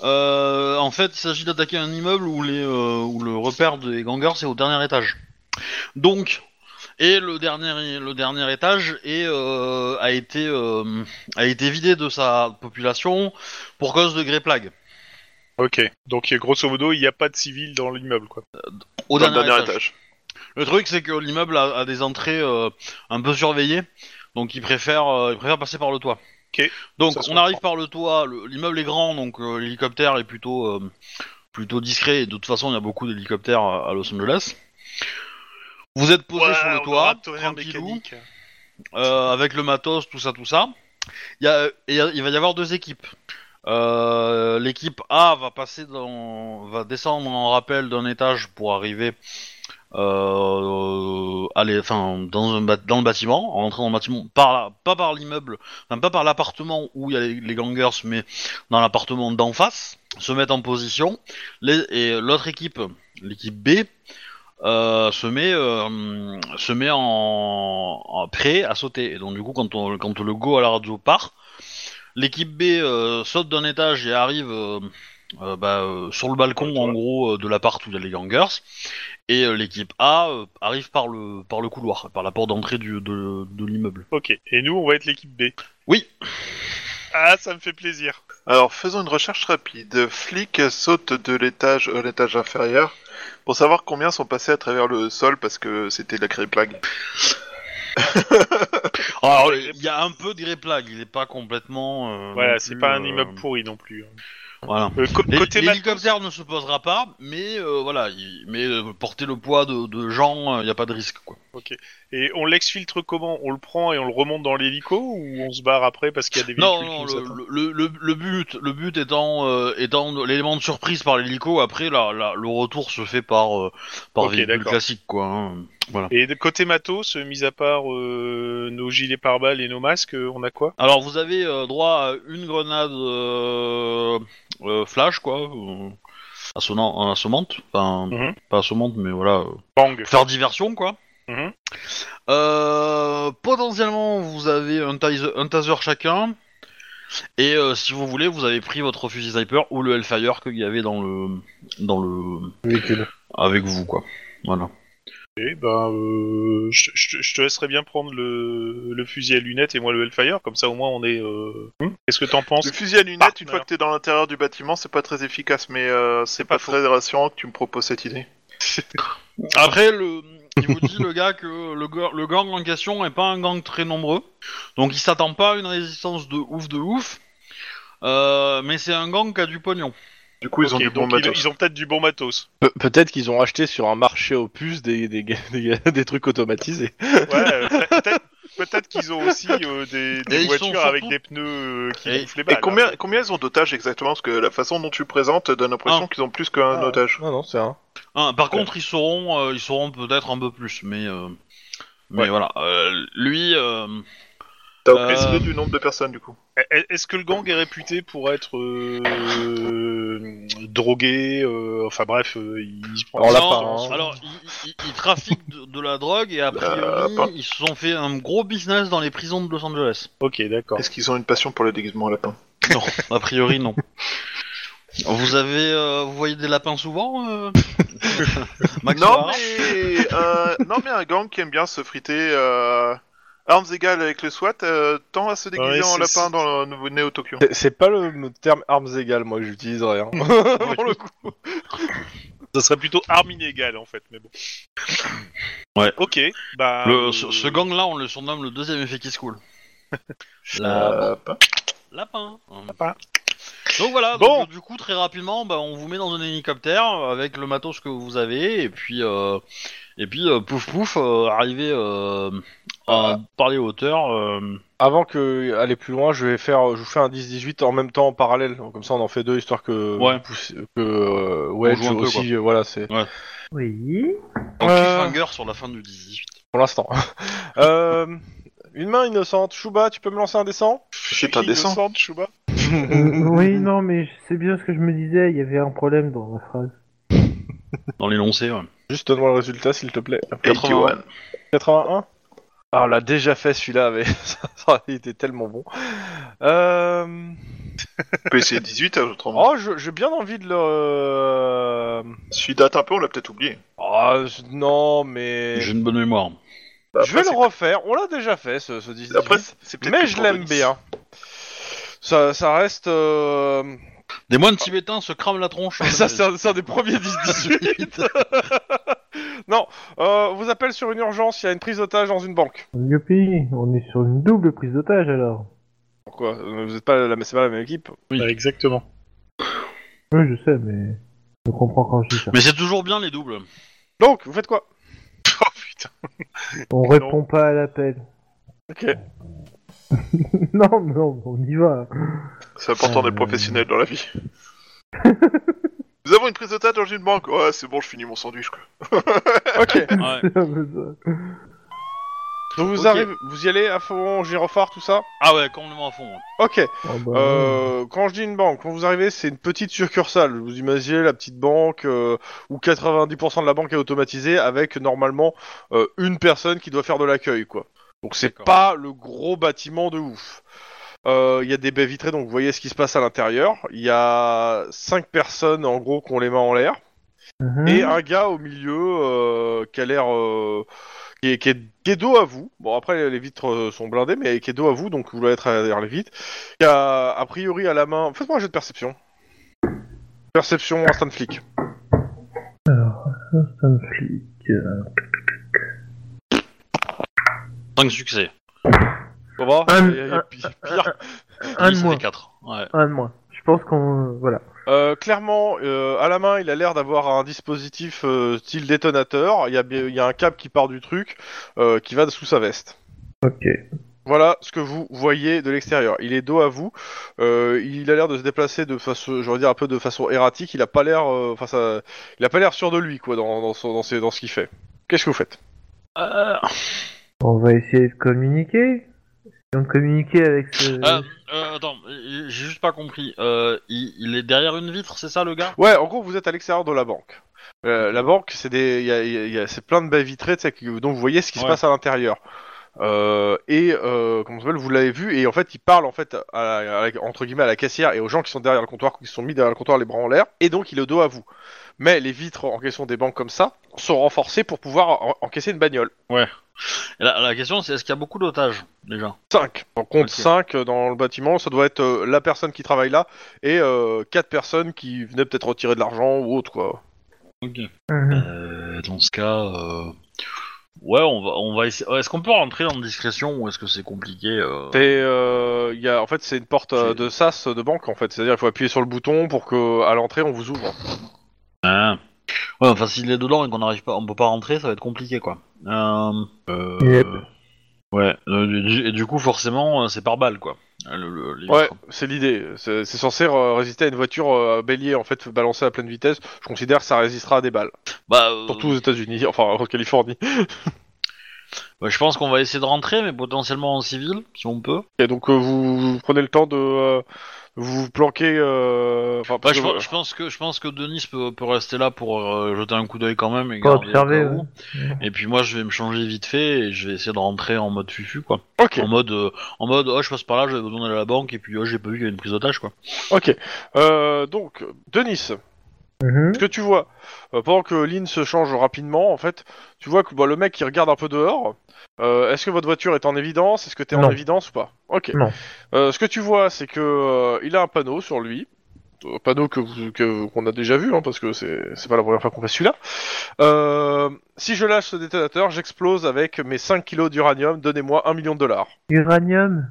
S1: Euh, en fait, il s'agit d'attaquer un immeuble où, les, euh, où le repère des gangers c'est au dernier étage. Donc, et le dernier, le dernier étage est, euh, a, été, euh, a été vidé de sa population pour cause de gré plague.
S5: Ok. Donc, grosso modo, il n'y a pas de civil dans l'immeuble, quoi.
S1: Au
S3: Dans
S1: dernier, étage. Le truc, c'est que l'immeuble a, a des entrées euh, un peu surveillées, donc ils préfèrent, euh, ils préfèrent passer par le toit.
S5: Ok,
S1: Donc
S5: ça se
S1: on arrive par le toit, le- l'immeuble est grand, donc euh, l'hélicoptère est plutôt, euh, plutôt discret, et de toute façon, il y a beaucoup d'hélicoptères à à Los Angeles. Vous êtes posé sur le
S5: on aura
S1: toit,
S5: un tonnerre
S1: tranquillou,
S5: mécanique.
S1: euh, avec le matos, tout ça, tout ça. Il y a- et il y a- il va y avoir deux équipes. Euh, L'équipe A va passer dans, va descendre en rappel d'un étage pour arriver euh, aller, enfin, dans, un bat- dans le bâtiment, en rentrant dans le bâtiment, par la- pas par l'immeuble, enfin, pas par l'appartement où il y a les, les gangers, mais dans l'appartement d'en face, se mettre en position, les- et l'autre équipe, l'équipe B, euh, se met, euh, se met en, en prêt à sauter. Et donc, du coup, quand, on, quand le go à la radio part, l'équipe B euh, saute d'un étage et arrive euh, euh, bah, euh, sur le balcon, en gros, euh, de l'appart où il y a les gangers. Et euh, l'équipe A euh, arrive par le, par le couloir, par la porte d'entrée du- de, de l'immeuble.
S5: Ok. Et nous, on va être l'équipe B.
S1: Oui.
S5: Ah, ça me fait plaisir.
S3: Alors faisons une recherche rapide. Flic saute de l'étage à l'étage inférieur pour savoir combien sont passés à travers le sol parce que c'était la crée plague.
S5: Ah,
S1: Alors, il y a un peu de plague, il n'est pas complètement. euh,
S5: Voilà,
S1: non
S5: c'est
S1: plus,
S5: pas un
S1: euh,
S5: immeuble pourri non plus. hein.
S1: Voilà.
S5: Euh, co-
S1: L'hé-
S5: côté mal-
S1: L'hélicoptère ne se posera pas, mais euh, voilà, il- mais euh, porter le poids de, de gens, il n'y a pas de risque quoi.
S5: Et on l'exfiltre comment On le prend et on le remonte dans l'hélico ou on se barre après parce qu'il hein. y a des véhicules
S1: Non,
S5: qui
S1: non,
S5: nous attendent
S1: le, le, le, le but, le but étant, euh, étant de- l'élément de surprise par l'hélico. Après, la, la- le retour se fait par euh, par
S5: Ok,
S1: véhicule
S5: d'accord.
S1: classique quoi. hein.
S5: Et de côté matos, euh, mis à part euh, nos gilets pare-balles et nos masques, euh, on a quoi
S1: Alors vous avez euh, droit à une grenade euh, euh, flash quoi, euh, assonnant- euh, assommante, enfin
S5: Mhm.
S1: pas assommante mais voilà, euh,
S5: Bang
S1: faire diversion quoi.
S5: Mhm.
S1: Euh, potentiellement, vous avez un taser, un taser chacun. Et euh, si vous voulez, vous avez pris votre fusil sniper ou le Hellfire qu'il y avait dans le, dans le,
S4: Véhicule.
S1: avec vous quoi. Voilà.
S5: Eh ben, euh, je, je- je te laisserai bien prendre le, le fusil à lunettes et moi le Hellfire, comme ça au moins on est. euh, Qu'est-ce que t'en penses
S3: Le fusil à lunettes,
S5: Ah,
S3: une
S5: voilà.
S3: fois que t'es dans l'intérieur du bâtiment, c'est pas très efficace, mais euh, c'est
S5: pas
S3: pas,
S5: faux.
S3: très rassurant que tu me proposes cette idée.
S1: Après, le, il vous dit [laughs] le gars que le, ga- le gang en question est pas un gang très nombreux, donc il s'attend pas à une résistance de ouf de ouf. Euh, mais c'est un gang qui a du pognon.
S3: Du coup, ils ont
S5: Ok,
S3: du bon
S5: donc ils-
S3: matos.
S5: Ils ont peut-être du bon
S3: [laughs]
S5: matos.
S2: Pe- Peut-être qu'ils ont acheté sur un marché aux puces des, des, ga- des ga- des trucs automatisés.
S5: Ouais, euh, peut-être peut-être qu'ils ont aussi euh, des, des
S1: Et ils sont
S5: voitures avec
S1: surtout-
S5: des pneus euh, qui
S1: Et-
S5: bouffent les balles.
S3: Et combien,
S5: hein.
S3: combien ils ont d'otages exactement Parce que la façon dont tu le présentes donne l'impression qu'ils ont plus qu'un
S2: Ah.
S3: otage.
S2: Non, non, c'est un.
S1: Hein, par contre, ils sauront, euh, ils sauront peut-être un peu plus, mais euh, mais
S5: Ouais.
S1: voilà. Euh, lui, euh,
S3: T'as aucune
S1: Euh,
S3: idée du nombre de personnes du coup
S5: Est- E-, Est-ce que le gang est réputé pour être euh, euh, drogué euh, Enfin bref, euh, il se prend.
S2: Alors, On l'a
S1: Non,
S2: pas, hein.
S1: Alors, ils, ils- ils trafiquent de, de la drogue et a priori,
S3: pas.
S1: ils se sont fait un gros business dans les prisons de Los Angeles.
S5: Ok, d'accord.
S3: Est-ce qu'ils ont une passion pour le déguisement à lapin
S1: Non, a priori, non. Vous avez, euh, vous voyez des lapins souvent euh Max
S3: non
S1: Ferrara
S3: mais, euh, non, mais un gang qui aime bien se friter euh, armes égales avec le SWAT euh, tend à se déguiser
S5: Ouais,
S3: en
S5: c'est-
S3: lapin
S5: c'est-
S3: dans le nouveau néo Tokyo.
S2: C'est- C'est pas le terme armes égales, moi, que j'utiliserais. hein. Pour le coup.
S5: Ça serait plutôt arme inégale en fait, mais bon.
S1: Ouais.
S5: Ok, bah.
S1: Le-
S5: euh,
S1: ce, ce gang-là, on le surnomme le deuxième effet qui se coule. La-
S3: Euh, pas-
S1: Lapin.
S5: Lapin.
S1: Donc voilà,
S5: Bon.
S1: donc, du coup, très rapidement, bah, on vous met dans un hélicoptère avec le matos que vous avez, et puis, euh, et puis euh, pouf pouf, euh, arrivé euh, à- par les hauteurs. euh,
S2: Avant que aller plus loin, je vais faire, je vous fais un 10-18 en même temps en parallèle. Donc, Comme ça, on en fait deux histoire que
S1: Ouais.
S2: que euh, Wedge
S1: joue un peu,
S2: aussi. euh, voilà, c'est
S4: Oui.
S1: en
S2: Euh.
S1: cliffhanger sur la fin du 18.
S2: pour l'instant. [laughs] Euh, une main innocente. Chouba, tu peux me lancer un dessin
S3: C'est indécent.
S5: Innocente, Chouba.
S4: Euh, oui, non, mais c'est bien ce que je me disais, il y avait un problème dans la phrase.
S1: Dans l'énoncé, ouais.
S2: Juste donne-moi le résultat, s'il te plaît.
S1: 81.
S2: 81 Ah, on l'a déjà fait celui-là, mais [laughs] ça, il était tellement bon. Euh...
S3: On peut essayer 18 hein, autrement.
S2: Oh, je- j'ai bien envie de le. euh,
S3: Si date un peu, on l'a peut-être oublié.
S2: Ah, je- non, mais.
S1: J'ai
S2: Je,
S1: une bonne mémoire.
S2: vais
S3: Après,
S2: le refaire, on l'a déjà fait ce, ce 18.
S3: c'est- Après, c'est peut-être
S2: mais
S3: plus
S2: je
S3: pour
S2: l'aime
S3: Denis.
S2: bien. Ça, ça reste.
S3: [laughs]
S2: euh, [laughs]
S1: Des moines tibétains se crament la [laughs] tronche.
S2: Ça, c'est un, c'est un des premiers
S3: [laughs]
S2: 10-18. non, euh, on vous appelle sur une urgence, il y a une prise d'otage dans une banque.
S4: Youpi, on est sur une double prise d'otage alors.
S2: Pourquoi Euh, Vous êtes pas, la- c'est pas la même équipe.
S5: exactement.
S4: Oui, je sais, mais je comprends quand je dis ça.
S1: Mais c'est toujours bien les [laughs] doubles.
S2: Donc, vous faites quoi
S5: Oh putain.
S4: On répond pas à l'appel. [laughs]
S2: Ok.
S4: non, non, on y va. [laughs]
S3: C'est important d'être
S4: Euh.
S3: professionnel dans la [laughs] vie. Nous avons une prise de tête dans une banque. Ouais, c'est bon, je finis mon sandwich. Quoi.
S2: [laughs] Ok.
S1: Ouais.
S4: C'est un peu ça.
S2: Donc vous
S1: Ok.
S2: arrivez, vous y allez à fond, gyrophare, tout ça
S1: Ah ouais, complètement à fond. ouais.
S2: Ok.
S4: Oh, bah,
S2: Euh, quand je dis une banque, quand vous arrivez, c'est une petite succursale. Vous imaginez la petite banque euh, où 90% de la banque est automatisée avec normalement euh, une personne qui doit faire de l'accueil, quoi. Donc c'est
S1: D'accord.
S2: pas le gros bâtiment de ouf. Euh, Il y a des baies vitrées, donc vous voyez ce qui se passe à l'intérieur. Il y a cinq personnes en gros qui ont les mains en l'air.
S4: mhm.
S2: et un gars au milieu euh, qui a l'air euh, qui, est, qui est- qui est dos à vous. Bon après les vitres euh, sont blindées mais qui est dos à vous donc vous l'avez travers les vitres. Qui a a priori à la main. Faites-moi un jeu de perception. Perception instant flic.
S4: Ça me flic. euh.
S1: Cinq succès.
S2: Ça va
S4: Un-
S2: Il y a- il y a
S4: un-
S2: pi- pire.
S4: Un
S1: Lui, bah.
S4: de
S1: ça
S4: moins.
S1: fait quatre. Ouais.
S4: Un de moins. Je pense qu'on. Voilà.
S2: Euh, clairement, euh, à la main, il a l'air d'avoir un dispositif euh, style détonateur. Il y, a, bien- il y a un câble qui part du truc, euh, qui va sous sa veste.
S4: Ok.
S2: Voilà ce que vous voyez de l'extérieur. Il est dos à vous. Euh, il a l'air de se déplacer de façon, je veux dire un peu de façon erratique. Il a pas l'air, euh, enfin, ça- il a pas l'air sûr de lui quoi dans dans, son- dans, ses- dans ce qu'il fait. Qu'est-ce que vous faites
S1: Euh,
S4: On va essayer de communiquer. Essayons de communiquer avec ce.
S1: euh, euh, attends, j'ai juste pas compris. Euh, il, il est derrière une vitre, c'est ça le gars
S2: Ouais, en gros, vous êtes à l'extérieur de la banque. Euh, la banque, c'est des, il y a- il y a- il y a- c'est plein de baies vitrées, tu sais, que- donc vous voyez ce qui se
S1: Ouais.
S2: passe à l'intérieur. Euh, et euh, comment ça s'appelle, vous l'avez vu, et en fait, il parle en fait à la- à la- entre guillemets à la caissière et aux gens qui sont derrière le comptoir, qui sont mis derrière le comptoir les bras en l'air, et donc il est le dos à vous. Mais les vitres en question des banques comme ça sont renforcées pour pouvoir en- encaisser une bagnole.
S1: Et la, la question c'est est-ce qu'il y a beaucoup d'otages déjà
S2: 5. On compte
S1: Ok.
S2: 5 dans le bâtiment, ça doit être euh, la personne qui travaille là et 4 personnes qui venaient peut-être retirer de l'argent ou autre quoi.
S1: Ok.
S4: Mhm.
S1: Euh, dans ce cas, euh, ouais, on va, on va essayer. Est-ce qu'on peut rentrer en discrétion ou est-ce que c'est compliqué euh
S2: T'es, euh, y a, en fait, c'est une porte euh,
S1: C'est-
S2: de sas euh, de banque en fait. C'est-à-dire, il faut appuyer sur le bouton pour que, à l'entrée, on vous ouvre.
S1: Ah. Ouais, enfin, s'il est dedans et qu'on n'arrive pas, on peut pas rentrer, ça va être compliqué, quoi. Euh, euh,
S4: Yep.
S1: Ouais. euh, du- Et du coup, forcément, euh, c'est par balle, quoi. Euh, le- le- les
S2: Ouais,
S1: vitres.
S2: c'est l'idée. C'est c'est censé euh, résister à une voiture euh, bélier en fait balancée à pleine vitesse. Je considère que ça résistera à des balles,
S1: Bah, euh,
S2: surtout aux États-Unis, [laughs] enfin en Californie.
S1: bah, je pense qu'on va essayer de rentrer, mais potentiellement en civil, si on peut.
S2: Et donc, euh, vous, vous prenez le temps de euh, vous planquer. euh, enfin,
S1: Bah,
S2: parce
S1: je,
S2: que-
S1: pense- je pense que je pense que Denis peut, peut rester là pour euh, jeter un coup d'œil quand même et
S4: Pour
S1: garder au cas
S4: observer,
S1: où. Et puis moi, je vais me changer vite fait et je vais essayer de rentrer en mode fufu, quoi.
S2: Ok.
S1: En mode, euh, en mode, oh, je passe par là, j'avais besoin d'aller à la banque, et puis, oh, j'ai pas vu qu'il y avait une prise d'otage, quoi.
S2: Ok. Euh, donc, Denis.
S4: Mhm.
S2: Ce que tu vois, euh, pendant que Lynn se change rapidement, en fait, tu vois que bah, le mec il regarde un peu dehors. Euh, Est-ce que votre voiture est en évidence Est-ce que t'es en
S4: Non.
S2: évidence ou pas Ok.
S4: Non.
S2: Euh, ce que tu vois, c'est que euh, il a un panneau sur lui. Un panneau que vous- que- qu'on a déjà vu, hein, parce que c'est c'est pas la première fois qu'on fait celui-là. Euh, si je lâche ce détonateur, j'explose avec mes 5 kilos d'uranium. Donnez-moi 1 million de dollars.
S4: Uranium.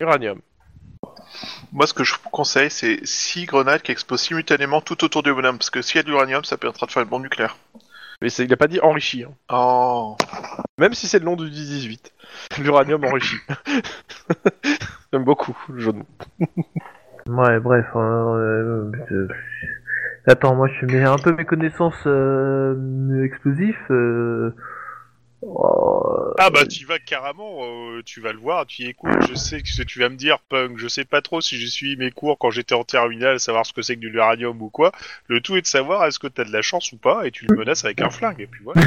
S2: Uranium.
S3: Moi, ce que je vous conseille, c'est six grenades qui explosent simultanément tout autour du bonhomme, parce que s'il y a de l'uranium, ça permettra de faire une bombe nucléaire.
S2: Mais c'est- il a pas dit enrichi. hein.
S3: Oh.
S2: Même si c'est le nom du 10-18. [laughs] L'uranium enrichi. [laughs] J'aime beaucoup le jeu de mots.
S4: Ouais, bref. euh, euh, je- Attends, moi je suis mais un peu mes connaissances euh, explosives. euh, oh,
S5: Ah bah tu vas carrément, euh, tu vas le voir, tu y écoutes, je sais ce que tu vas me dire, punk, je sais pas trop si j'ai suivi mes cours quand j'étais en terminale, savoir ce que c'est que de l'uranium ou quoi, le tout est de savoir est-ce que t'as de la chance ou pas, et tu le menaces avec un flingue, et puis voilà.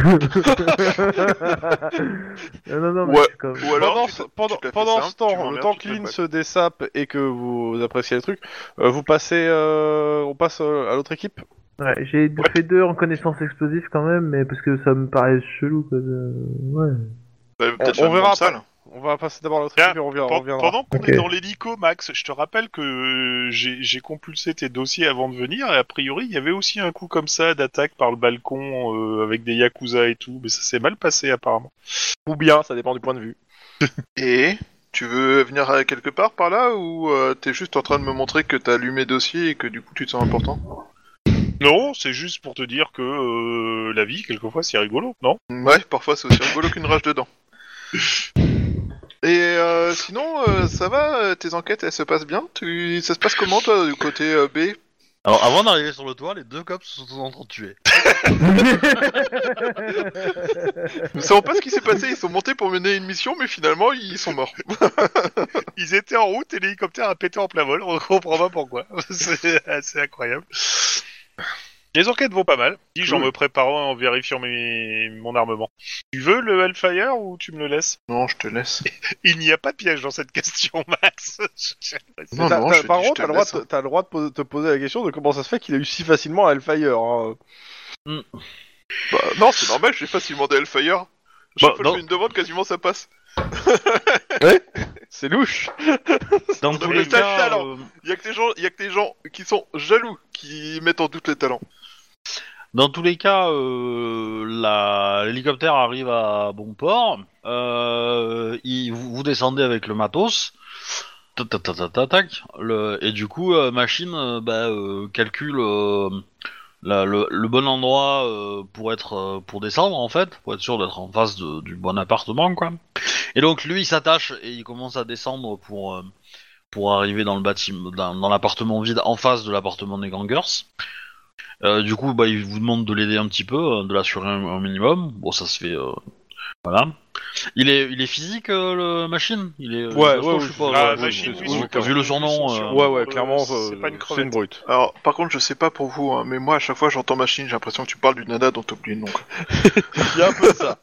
S4: non, non, non, mais
S3: Ouais.
S4: c'est comme-
S3: Ou
S2: pendant
S3: alors, tu
S2: ce,
S3: te-
S2: pendant,
S3: tu te la fais
S2: pendant
S3: simple,
S2: ce
S3: tu
S2: temps,
S3: m'emmerdes,
S2: le temps
S3: tu
S2: que
S3: te fais
S2: Lynn
S3: pas.
S2: se dessape et que vous appréciez le truc, euh, vous passez, euh, on passe euh, à l'autre équipe.
S4: Ouais, j'ai fait deux en connaissances explosives quand même, mais parce que ça me paraît chelou. Quoi. euh, Ouais.
S3: Bah,
S2: On- on
S3: peut-être faire
S2: verra
S3: une bombe
S2: après.
S3: sale.
S2: On va passer d'abord à l'autre
S5: Tiens,
S2: équipe et on reviendra. on
S5: Pen-
S2: reviendra.
S5: Pendant qu'on
S4: Ok.
S5: est dans l'hélico, Max, je te rappelle que euh, j'ai j'ai compulsé tes dossiers avant de venir, et a priori, il y avait aussi un coup comme ça d'attaque par le balcon euh, avec des yakuza et tout, mais ça s'est mal passé apparemment.
S2: Ou bien, ça dépend du point de vue.
S3: Et tu veux venir euh, quelque part par là ou euh, t'es juste en train de me montrer que t'as allumé dossier et que du coup tu te sens important
S5: Non, c'est juste pour te dire que euh, la vie, quelquefois, c'est rigolo, non
S3: Ouais, parfois c'est aussi rigolo qu'une rage dedans. Et euh, sinon, euh, ça va euh, Tes enquêtes, elles se passent bien tu... Ça se passe comment toi du côté euh, B
S1: Alors, avant d'arriver sur le toit, les deux cops se sont en train de tuer.
S3: Nous savons pas ce qui s'est passé, ils sont montés pour mener une mission mais finalement ils sont morts.
S5: Ils étaient en route et l'hélicoptère a pété en plein vol. [laughs] On comprend pas pourquoi. [laughs] C'est assez incroyable. Les enquêtes vont pas mal. Dis, j'en
S3: Cool.
S5: me préparant en vérifiant mes... mon armement. Tu veux le Hellfire ou tu me le laisses
S3: Non, je te laisse.
S5: Il n'y a pas de piège dans cette question, [laughs] Max.
S3: Non,
S2: T'as-
S3: non,
S2: t'as-
S3: je te
S2: par
S3: dis, je
S2: contre,
S3: te
S2: t'as le droit,
S3: laisse,
S2: de-
S3: hein.
S2: t'as le droit de poser- te poser la question de comment ça se fait qu'il a eu si facilement à Hellfire. hein.
S3: Bah, non, c'est normal, j'ai facilement des Hellfire. Je
S1: Bah,
S3: fais
S1: non.
S3: une demande, quasiment ça passe.
S2: C'est louche.
S1: [laughs] Dans
S3: tous les cas, euh, Il y a que des gens, il y a que des gens qui sont jaloux, qui mettent en doute les talents.
S1: Dans tous les cas, euh, la- l'hélicoptère arrive à bon port. Euh, il- vous, vous descendez avec le matos. ta- ta- ta- ta- ta- tac. Le- et du coup, euh, machine euh, bah, euh, calcule euh, la- le, le bon endroit euh, pour être euh, pour descendre en fait, pour être sûr d'être en face de- du bon appartement quoi. Et donc lui, il s'attache et il commence à descendre pour euh, pour arriver dans le bâtiment, dans, dans l'appartement vide en face de l'appartement des gangers. Euh, du coup, bah, il vous demande de l'aider un petit peu, euh, de l'assurer un, un minimum. Bon, ça se fait. euh, voilà. Il est, il est physique, euh, le machine Il est.
S2: Ouais,
S1: costaud,
S2: ouais,
S1: je
S2: oui,
S1: suppose,
S2: ah,
S1: ouais,
S2: machine,
S1: ouais,
S2: oui,
S1: ouais,
S2: oui,
S1: Vu le surnom.
S5: oui,
S1: euh,
S5: oui,
S2: Ouais, ouais, clairement,
S5: c'est
S2: euh,
S5: pas une
S2: c'est une
S5: crevette.
S2: brute.
S3: [laughs] Alors, par contre, je sais pas pour vous, hein, mais moi, à chaque fois, j'entends machine, j'ai l'impression que tu parles d'une nana dont t'oublies le nom. quoi.
S2: Il y a un peu ça.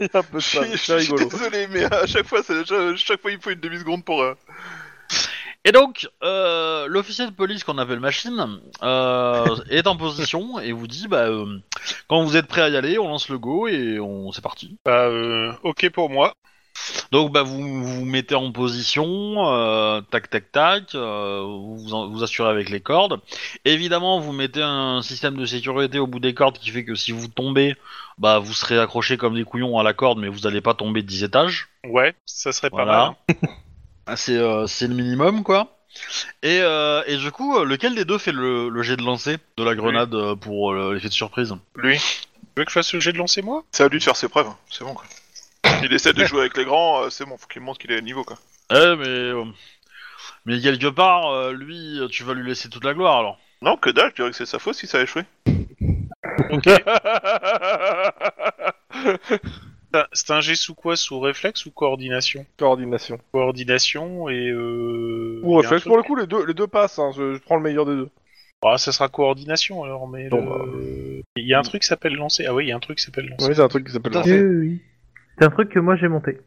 S2: Il y a un peu
S3: [laughs] Je
S2: ça.
S3: suis-
S2: Bah, C'est
S3: je suis
S2: rigolo.
S3: désolé, mais à chaque fois, c'est- à chaque fois, il faut une demi-seconde pour. euh,
S1: Et donc, euh, l'officier de police qu'on appelle Machine euh, est en position et vous dit bah, euh, quand vous êtes prêt à y aller, on lance le go et on c'est parti.
S5: Bah, euh, ok pour moi.
S1: Donc, bah, vous vous vous mettez en position, euh, tac tac tac, euh, vous vous en- vous assurez avec les cordes. Évidemment, vous mettez un système de sécurité au bout des cordes qui fait que si vous tombez, bah, vous serez accroché comme des couillons à la corde, mais vous n'allez pas tomber de 10 étages.
S5: Ouais, ça serait pas mal.
S1: Voilà. Ah, c'est euh, c'est le minimum, quoi. Et, euh, et du coup, euh, lequel des deux fait le, le jet de lancer de la grenade euh, pour euh, l'effet de surprise
S3: Lui,
S5: Tu veux que je fasse le jet de lancer, moi
S3: c'est à lui de faire ses preuves, hein, c'est bon quoi. Il essaie de jouer avec les grands, euh, c'est bon, faut qu'il montre qu'il est à niveau quoi.
S1: Eh, mais. euh, mais quelque part, euh, lui, euh, tu vas lui laisser toute la gloire alors.
S3: Non, que dalle, je dirais que c'est sa faute si ça a échoué.
S5: Ah, C'est un jet sous quoi Sous réflexe ou coordination
S2: Coordination.
S5: Coordination et... Euh...
S2: Ou
S5: y a un
S2: réflexe.
S5: truc-
S2: Pour le coup, les deux, les deux passent. hein. Je, je prends le meilleur des deux.
S5: Ah, ça sera coordination alors, mais...
S2: Bon,
S5: le-
S2: bah,
S5: Il y a un truc qui s'appelle lancer. Ah oui, il y a un truc qui s'appelle lancer.
S2: Oui, c'est un truc qui s'appelle.
S3: Tout à
S2: lancer.
S3: fait.
S4: Oui, oui. C'est un truc que moi j'ai monté.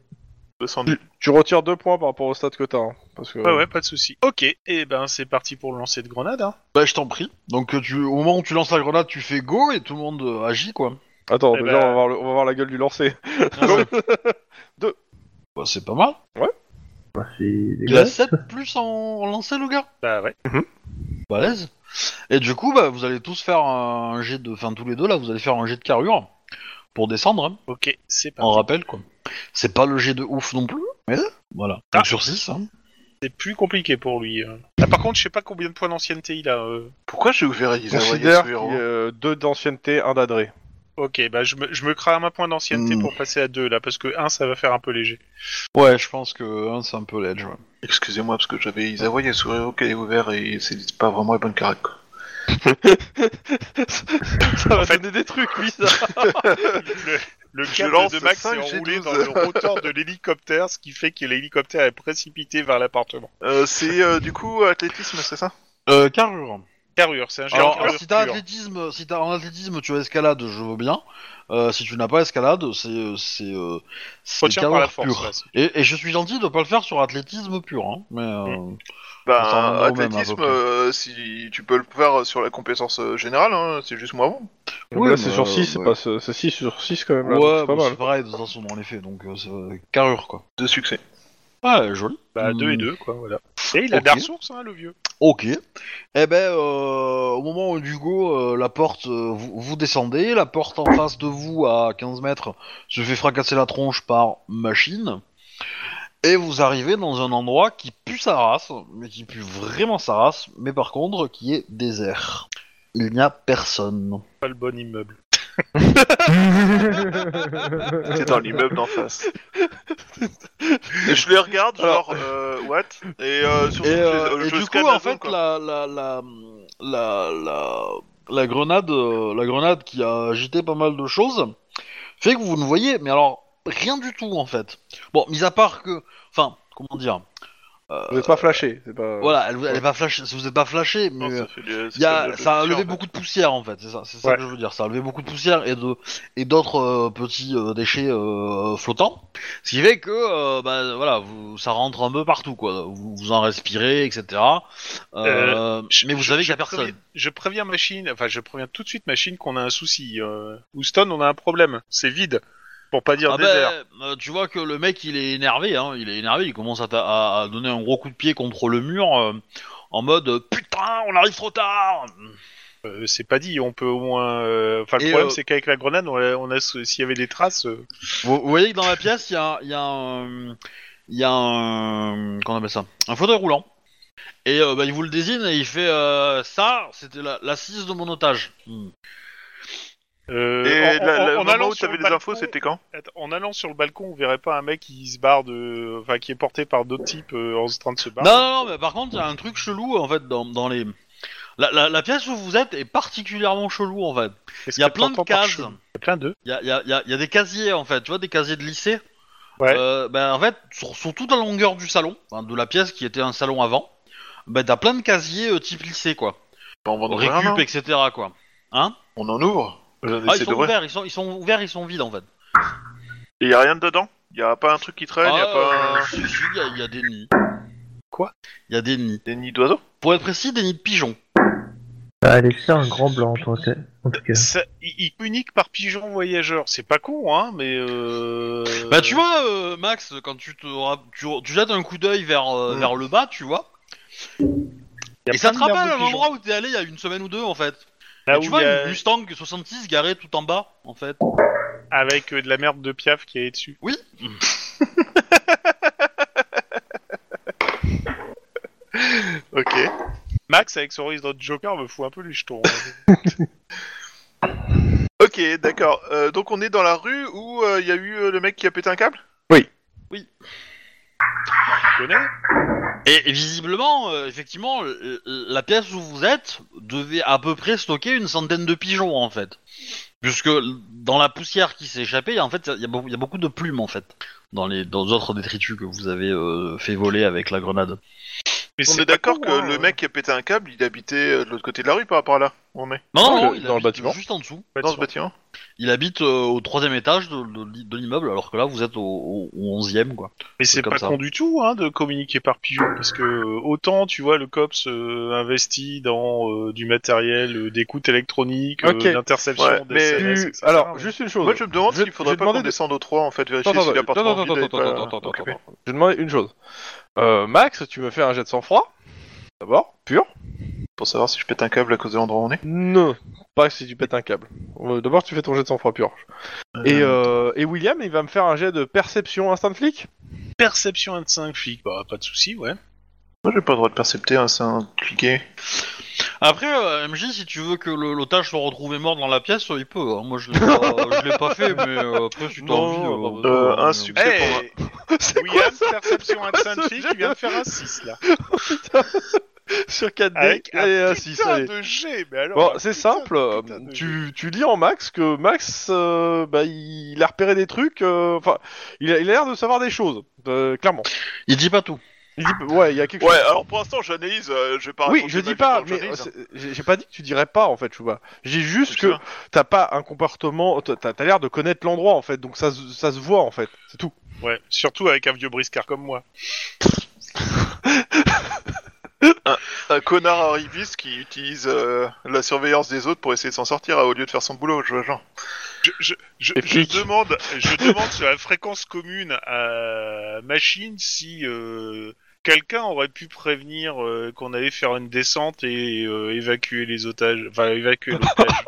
S3: 210.
S2: Tu retires deux points par rapport au stade que t'as. hein, parce que.
S5: Ouais, ouais, pas de souci. Ok, et ben c'est parti pour le lancer de grenade. Hein.
S1: Bah, je t'en prie. Donc, euh, tu, au moment où tu lances la grenade, tu fais go et tout le monde euh, agit quoi.
S2: Attends,
S5: Eh
S2: déjà,
S5: ben-
S2: on, va voir le- on va voir la gueule du lancer.
S1: Ah [laughs] Bah, c'est pas mal.
S4: Bah, c'est
S1: Il a
S4: dégueulasse.
S1: 7 plus en lancer, le gars.
S5: Bah ouais.
S1: Balèze. Et du coup, bah, vous allez tous faire un jet de. Enfin, tous les deux là, vous allez faire un jet de carrure pour descendre. hein.
S5: Ok, c'est
S1: En
S5: parti.
S1: rappel, quoi. C'est pas le jet de ouf non plus, mais voilà. Donc
S5: Ah.
S1: sur 6, hein.
S5: C'est plus compliqué pour lui. euh. Ah, par contre, je sais pas combien de points d'ancienneté il a. euh.
S3: Pourquoi j'ai ouvert
S2: Il
S3: Ils
S2: considère qu'il y a euh, deux d'ancienneté, un d'adré.
S5: Ok, bah je me, je me crame un point d'ancienneté
S1: Hmm.
S5: pour passer à 2 là, parce que 1 ça va faire un peu léger.
S1: Ouais, je pense que hein, c'est un peu l'edge, ouais.
S3: Excusez-moi parce que j'avais Isawa, il y a le sourire qui est ouvert et c'est pas vraiment les bonnes carac quoi.
S2: Ça va donner des trucs, lui, ça.
S5: [laughs] Le, le
S3: Je
S5: câble
S3: lance
S5: de Max
S3: cinq
S5: est enroulé
S3: G12.
S5: dans le rotor de l'hélicoptère, ce qui fait que l'hélicoptère est précipité vers l'appartement.
S3: Euh, c'est euh, du coup athlétisme, c'est ça
S1: Euh, carrure.
S5: Carrure, c'est un géant
S1: Alors,
S5: carrure
S1: si t'as
S5: pure.
S1: athlétisme, si t'as en athlétisme, tu as escalade, je veux bien. Euh, si tu n'as pas escalade, c'est euh, c'est euh, c'est
S5: Retient par la
S1: carrure
S5: force.
S1: pure.
S5: là, c'est-
S1: Et, et je suis gentil de pas le faire sur athlétisme pur, hein. Mais euh, On s'en
S3: Bah,
S1: rendra au même, à peu
S3: athlétisme,
S1: près.
S3: euh, si tu peux le faire sur la compétence euh, générale, hein, c'est juste moins bon.
S1: Oui,
S2: là, c'est
S1: mais,
S2: sur
S1: euh,
S2: 6,
S1: ouais.
S2: c'est 6 sur 6 quand même. Là, donc
S1: ouais,
S2: c'est pas
S1: bon,
S2: mal.
S1: c'est pareil de toute façon dans les faits, donc euh, c'est euh, carrure quoi.
S3: De succès.
S1: Ouais, joli.
S5: Bah 2 et
S1: Hmm.
S5: 2 quoi, voilà. Et il a
S1: Ok.
S5: de la ressource, hein, le vieux.
S1: Ok. Eh ben, euh, au moment où du go, euh, la porte, euh, vous, vous descendez, la porte en face de vous à 15 mètres se fait fracasser la tronche par machine, et vous arrivez dans un endroit qui pue sa race, mais qui pue vraiment sa race, mais par contre qui est désert. Il n'y a personne.
S5: Pas le bon immeuble.
S3: [laughs] C'est dans l'immeuble d'en face. et je les regarde, genre, euh, what Et, euh, surtout,
S1: Et,
S3: je les-
S1: euh,
S3: je
S1: et du
S3: scanne
S1: coup,
S3: la
S1: en
S3: zone,
S1: fait,
S3: quoi.
S1: la, la, la, la, la, la grenade, euh, la grenade qui a agité pas mal de choses, fait que vous ne voyez, mais alors rien du tout en fait. Bon, mis à part que, enfin, comment dire, euh,
S2: Vous êtes pas flashé. C'est
S5: Euh,
S2: pas...
S1: voilà, elle, elle est pas flashée, vous êtes pas flashé, mais
S3: Non,
S1: euh,
S3: ça, fait du- c'est
S1: y a-
S3: comme le-
S1: ça a
S3: le-
S1: levé beaucoup de poussière en fait, c'est ça, c'est ça
S5: Ouais.
S1: que je veux dire. Ça a levé beaucoup de poussière et de et d'autres euh, petits euh, déchets euh, flottants, ce qui fait que euh, bah, voilà, vous, ça rentre un peu partout quoi. Vous, vous en respirez, etc. Euh,
S5: Euh,
S1: mais vous
S5: je-
S1: savez qu'il
S5: je
S1: y a personne.
S5: préviens- je préviens Machine, enfin je préviens tout de suite Machine qu'on a un souci. Euh, Houston, on a un problème. C'est vide. Pour pas dire
S1: Ah
S5: désert.
S1: ben, euh, tu vois que le mec il est énervé, hein, il est énervé, il commence à, ta- à- à donner un gros coup de pied contre le mur euh, en mode euh, putain on arrive trop tard.
S5: Euh, c'est pas dit, on peut au moins. euh, Enfin, le
S1: Et,
S5: problème
S1: euh,
S5: c'est qu'avec la grenade, on a, on a- s'il y avait des traces. euh,
S1: Vous, vous voyez que dans la pièce, il y a, un- il y a un- il y a un, qu'on appelle ça, un fauteuil roulant. Et euh, bah, il vous le désigne et il fait euh, ça, c'était la- l'assise de mon otage. Hmm.
S5: Euh,
S3: Et
S5: en-
S3: la,
S5: en-
S3: la-
S5: en
S3: le
S5: allant
S3: moment où
S5: sur le
S3: t'avais les
S5: balcon-
S3: infos, c'était quand
S5: Attends, En allant sur le balcon, on verrait pas un mec qui se barre de, enfin qui est porté par d'autres types euh, en se train de se barrer.
S1: Non, non, non, mais par contre, il y a un truc chelou en fait dans, dans les. La, la- la pièce où vous êtes est particulièrement chelou en fait.
S5: Qu'est-ce
S1: Il y a
S5: que
S1: plein de
S5: t'entends par
S1: cases.
S5: chelou Il y a plein de.
S1: Il y a, il y a- il y a- il y a des casiers en fait, tu vois, des casiers de lycée.
S5: Ouais.
S1: Euh, ben, en fait, sur, sur toute la longueur du salon, enfin, de la pièce qui était un salon avant, ben, t'as plein de casiers euh, type lycée quoi.
S3: Bah, On va en ouvrir un,
S1: Récup,
S3: hein.
S1: etc. quoi. Hein
S3: On en ouvre.
S1: Ah,
S3: C'est
S1: ils sont
S3: doré.
S1: ouverts, ils sont, ils sont ouverts, ils sont vides en fait.
S3: Et y a rien dedans Y a pas un truc qui traîne Y a
S1: Ah,
S3: pas
S1: euh,
S3: un...
S1: si, si, y a- y a des nids.
S5: Quoi
S1: Il y a des nids.
S3: des nids d'oiseaux
S1: Pour être précis, des nids de pigeons.
S4: [laughs] Ah, elle est ça, un grand blanc, toi, que- en tout cas.
S5: Ça- il, il communique par pigeon voyageur. C'est pas con, hein, mais. euh,
S1: Bah tu vois, euh, Max, quand tu te ra- tu, tu jettes un coup d'œil vers, euh,
S3: Mm.
S1: vers le bas, tu vois.
S5: il y a
S1: Et ça te
S5: plein de
S1: rappelle
S5: merdes
S1: un
S5: de pigeons.
S1: endroit où t'es allé il y a une semaine ou deux en fait.
S5: Là
S1: Et tu
S5: où
S1: vois
S5: il y a-
S1: une Mustang 66 garée tout en bas en fait.
S5: avec euh, de la merde de piaf qui est dessus.
S1: Oui.
S3: Ok.
S5: Max avec son risque de Joker me fout un peu les jetons. hein.
S1: [laughs]
S3: Ok, d'accord. Euh, donc on est dans la rue où il y a eu euh, le mec qui a pété un câble
S5: tu connais
S1: Et, et visiblement, euh, effectivement, euh, la pièce où vous êtes devait à peu près stocker une centaine de pigeons en fait. Puisque dans la poussière qui s'est échappée, il y a- en fait, il y, a beaucoup- il y a beaucoup de plumes en fait. Dans les, dans les autres détritus que vous avez euh, fait voler avec la grenade.
S5: Mais
S3: On
S5: c'est
S3: est,
S5: pas
S3: d'accord
S5: con,
S3: que
S5: hein.
S3: le mec qui a pété un câble, il habitait euh, de l'autre côté de la rue par rapport à là où on est
S1: Non, non,
S2: Dans
S1: non,
S2: le-
S1: il
S2: dans le
S1: habite
S2: bâtiment
S1: Juste en dessous.
S3: Dans ce bâtiment
S1: Il habite euh, au troisième étage de, de l'i- de l'immeuble, alors que là vous êtes au, au- au onzième quoi.
S5: Mais c'est
S1: comme
S5: pas
S1: ça.
S5: con du tout hein, de communiquer par pigeon, parce que euh, autant tu vois le cops euh, investit dans euh, du matériel euh, d'écoute électronique, euh,
S2: Ok.
S5: d'interception,
S3: Ouais,
S5: des
S2: Tu-
S3: ben,
S5: SMS, etc.,
S2: Alors,
S5: mais-
S2: juste une chose.
S3: Moi je me demande
S2: Je-
S3: s'il faudrait
S2: je
S3: pas
S2: demandais
S3: qu'on
S2: de-
S3: descende au 3 en fait, vérifier
S2: Attends,
S3: s'il a
S2: attends,
S3: pas trop
S2: attends,
S3: envie
S2: attends,
S3: d'être
S2: attends,
S3: pas
S2: attends, attends,
S3: occupé.
S2: attends. Je demandais une chose. Euh, Max, tu me fais un jet de sang-froid D'abord, pur
S3: Pour savoir si je pète un câble à cause de l'endroit où on est
S2: Non, pas si tu pètes un câble. Euh, D'abord, tu fais ton jet de sang-froid pur. Et, euh, et William, il va me faire un jet de perception instinct de flic [laughs]
S5: Perception 25 flics, bah pas de souci, ouais.
S3: Moi j'ai pas le droit de percepter, hein, c'est un cliquet.
S1: Après, euh, MJ, si tu veux que le- l'otage soit retrouvé mort dans la pièce, euh, il peut. hein. Moi je l'ai pas, [laughs] je l'ai pas fait, mais euh, après si t'as
S2: Non,
S1: envie.
S2: non,
S1: euh,
S3: Euh, un
S1: euh,
S3: succès pour moi.
S5: Hey,
S2: C'est
S5: William, perception
S2: C'est quoi ce
S5: 25 flics,
S2: jeu
S5: il vient de faire un 6 là.
S2: Sur 4D
S5: Avec un
S2: Allez,
S5: putain
S3: euh,
S2: un six, allez.
S5: de G, mais alors.
S2: Bon,
S5: un
S2: c'est
S5: putain de-
S2: simple, euh,
S5: putain de G.
S2: tu, tu lis en Max que Max, euh, bah, il a repéré des trucs, euh, enfin, il a il a l'air de savoir des choses, euh, clairement.
S1: Il dit pas tout.
S2: Il
S5: Ah.
S2: dit, ouais, il y a quelque
S3: Ouais,
S2: chose.
S3: alors pour l'instant j'analyse, euh, je vais pas
S2: Oui,
S3: raconter
S2: je
S3: ma
S2: dis
S3: vie
S2: pas,
S3: pendant que
S2: mais euh,
S3: j'analyse, hein.
S2: c'est- j'ai j'ai pas dit que tu dirais pas en fait, Chouba. J'ai juste que t'as pas un comportement, t'as- t'as t'as l'air de connaître l'endroit en fait, donc ça, se- ça se voit en fait, c'est tout.
S5: Ouais, surtout avec un vieux briscard comme moi.
S3: Un connard arriviste qui utilise euh, la surveillance des autres pour essayer de s'en sortir euh, au lieu de faire son boulot, je vois genre.
S5: Je, je, je,
S2: Les
S5: je
S2: flics.
S5: demande, je demande sur la fréquence commune à Machine si euh, quelqu'un aurait pu prévenir euh, qu'on allait faire une descente et euh, évacuer les otages. Enfin, évacuer l'otage.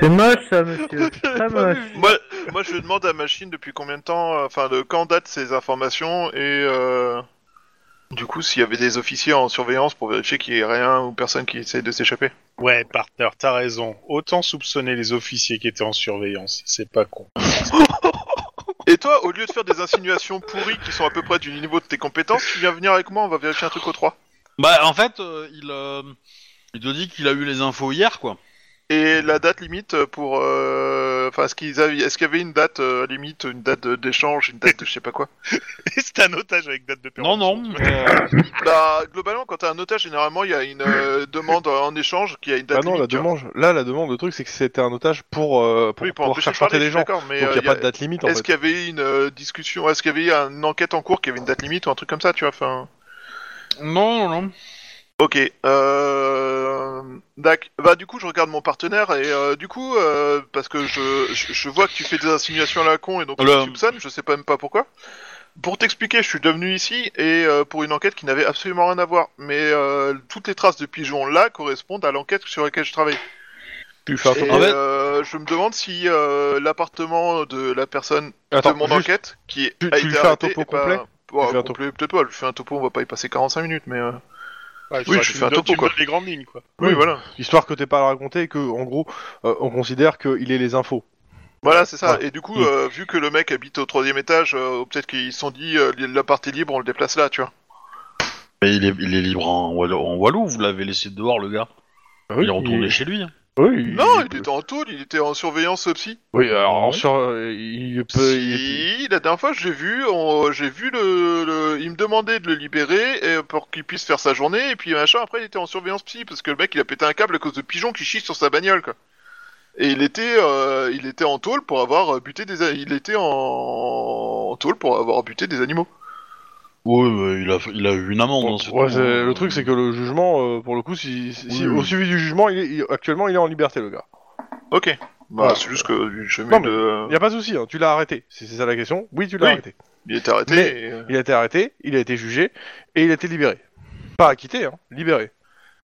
S4: C'est moche, ça, monsieur.
S2: [laughs]
S4: C'est très moche.
S3: Moi, moi, je demande à Machine depuis combien de temps, euh, enfin de quand datent ces informations et euh, du coup s'il y avait des officiers en surveillance pour vérifier qu'il n'y ait rien ou personne qui essaye de s'échapper.
S5: ouais, partner, t'as raison. Autant soupçonner les officiers qui étaient en surveillance. C'est pas con. [laughs]
S3: Et toi, au lieu de faire des insinuations pourries qui sont à peu près du niveau de tes compétences, tu viens venir avec moi, on va vérifier un truc au 3.
S1: Bah en fait, euh, il, euh, il te dit qu'il a eu les infos hier quoi.
S3: Et la date limite pour, euh, enfin est-ce qu'ils avaient, est-ce qu'il y avait une date euh, limite, une date de- d'échange, une date de je sais pas quoi.
S5: C'est un otage avec date de
S1: Non
S5: péremption.
S1: non. euh,
S3: Bah, globalement, quand t'as un otage, généralement, il y a une euh, demande euh, en échange qui a une date
S2: Ah non, la
S3: limite. tu vois.
S2: demande, là la demande, le truc c'est que c'était un otage pour, euh, pour
S3: Oui, pour
S2: pouvoir
S3: empêcher
S2: faire
S3: de parler,
S2: chanter
S3: je
S2: les
S3: suis
S2: gens.
S3: d'accord, mais
S2: donc il
S3: euh,
S2: a pas de date limite en
S3: Est-ce
S2: fait.
S3: qu'il y avait une euh, discussion, est-ce qu'il y avait une enquête en cours qui avait une date limite ou un truc comme ça, tu vois enfin...
S1: non non.
S3: Ok, euh... Dac, bah du coup je regarde mon partenaire et euh, du coup, euh, parce que je, je, je vois que tu fais des insinuations à la con et donc
S1: Le-
S3: tu soupçonnes, je sais pas même pas pourquoi. Pour t'expliquer, je suis devenu ici et euh, pour une enquête qui n'avait absolument rien à voir, mais euh, toutes les traces de pigeons là correspondent à l'enquête sur laquelle je travaille.
S2: Tu fais un tour-
S3: Et,
S1: En fait-
S3: euh, euh, je me demande si euh, l'appartement de la personne
S2: Attends,
S3: de mon
S2: juste,
S3: enquête qui
S2: tu-
S3: a
S2: tu
S3: été
S2: lui fais un
S3: arrêtée
S2: topo
S3: est pas-
S2: complet
S3: Bon,
S2: Tu fais un
S3: complet, peut-être pas. Je fais un topo, on va pas y passer 45 minutes, mais euh,
S5: Ouais,
S3: Oui,
S5: ça,
S3: je
S5: tu
S3: fais
S5: me
S3: un
S5: donnes-
S3: topo,
S5: tu me
S3: quoi.
S5: donnes les grandes lignes, quoi.
S3: oui,
S2: Oui.
S3: voilà.
S2: histoire que t'aies pas à raconter et que, en gros, euh, on considère qu'il ait les infos.
S3: Voilà, c'est ça.
S2: Ouais.
S3: Et du coup,
S2: Mm.
S3: euh, vu que le mec habite au troisième étage, euh, peut-être qu'ils se sont dit euh, l'appart est libre, on le déplace là, tu vois.
S1: Mais il est, il est libre en, Wall- en Wallou, vous l'avez laissé dehors, le gars.
S3: Bah
S1: il est retourné chez lui.
S2: Oui, il-
S3: Non, il était en taule, il était en surveillance psy.
S2: Oui, alors, en
S4: Ouais.
S2: sur- euh, il peut... il-
S3: Si, la dernière fois, j'ai vu, on- j'ai vu le, le- il me demandait de le libérer euh, pour qu'il puisse faire sa journée, et puis machin. Après, il était en surveillance psy parce que le mec, il a pété un câble à cause de pigeons qui chient sur sa bagnole, quoi. Et il était, euh, il était en tôle pour avoir euh, buté des, a- il était en, en tôle pour avoir buté des animaux.
S1: Oui, mais il a, il a eu une amende. hein, c'est
S2: Ouais,
S1: tout,
S2: c'est-
S1: hein.
S2: le truc, c'est que le jugement, euh, pour le coup, si, si- si-
S1: Oui.
S2: au suivi du jugement, il est, il- actuellement, il est en liberté, le gars.
S3: Ok. Bah,
S2: Voilà.
S3: c'est juste que j'ai jamais
S2: Non,
S3: eu
S1: Ah.
S3: de,
S2: Il y a pas de souci, hein, tu l'as arrêté. Si c'est ça la question, oui, tu l'as
S3: Oui.
S2: arrêté.
S3: il était arrêté.
S2: Mais-
S3: et, euh,
S2: Il a été arrêté, il a été jugé et il a été libéré. Pas acquitté, hein, libéré.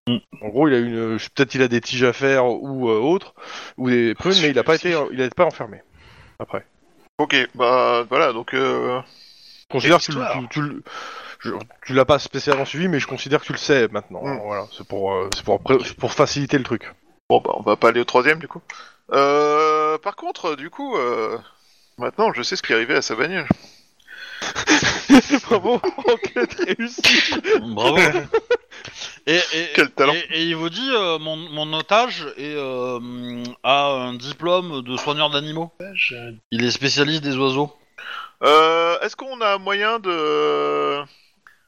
S1: Mm.
S2: En gros, il a une, je- peut-être il a des tiges à faire ou euh, autre ou des
S1: Ah,
S2: prunes, mais il a pas été, il a été pas enfermé. Après,
S3: Ok, bah voilà, donc euh,
S2: je considère que tu,
S5: l'histoire.
S2: tu- tu le- je- tu l'as pas spécialement suivi, mais je considère que tu le sais maintenant.
S3: Mm.
S2: Voilà, c'est pour, euh, c'est pour, pré- c'est pour faciliter le
S5: [laughs]
S2: truc.
S3: bon bah on va pas aller au troisième du coup. Euh, par contre, du coup, euh, maintenant je sais ce qui arrivait à sa bagnole.
S2: Bravo, enquête réussie.
S1: Bravo. et, et,
S3: Quel talent.
S1: et- et il vous dit, euh, mon, mon otage est, euh, a un diplôme de soigneur d'animaux. Il est spécialiste des oiseaux.
S3: Euh, Est-ce qu'on a moyen de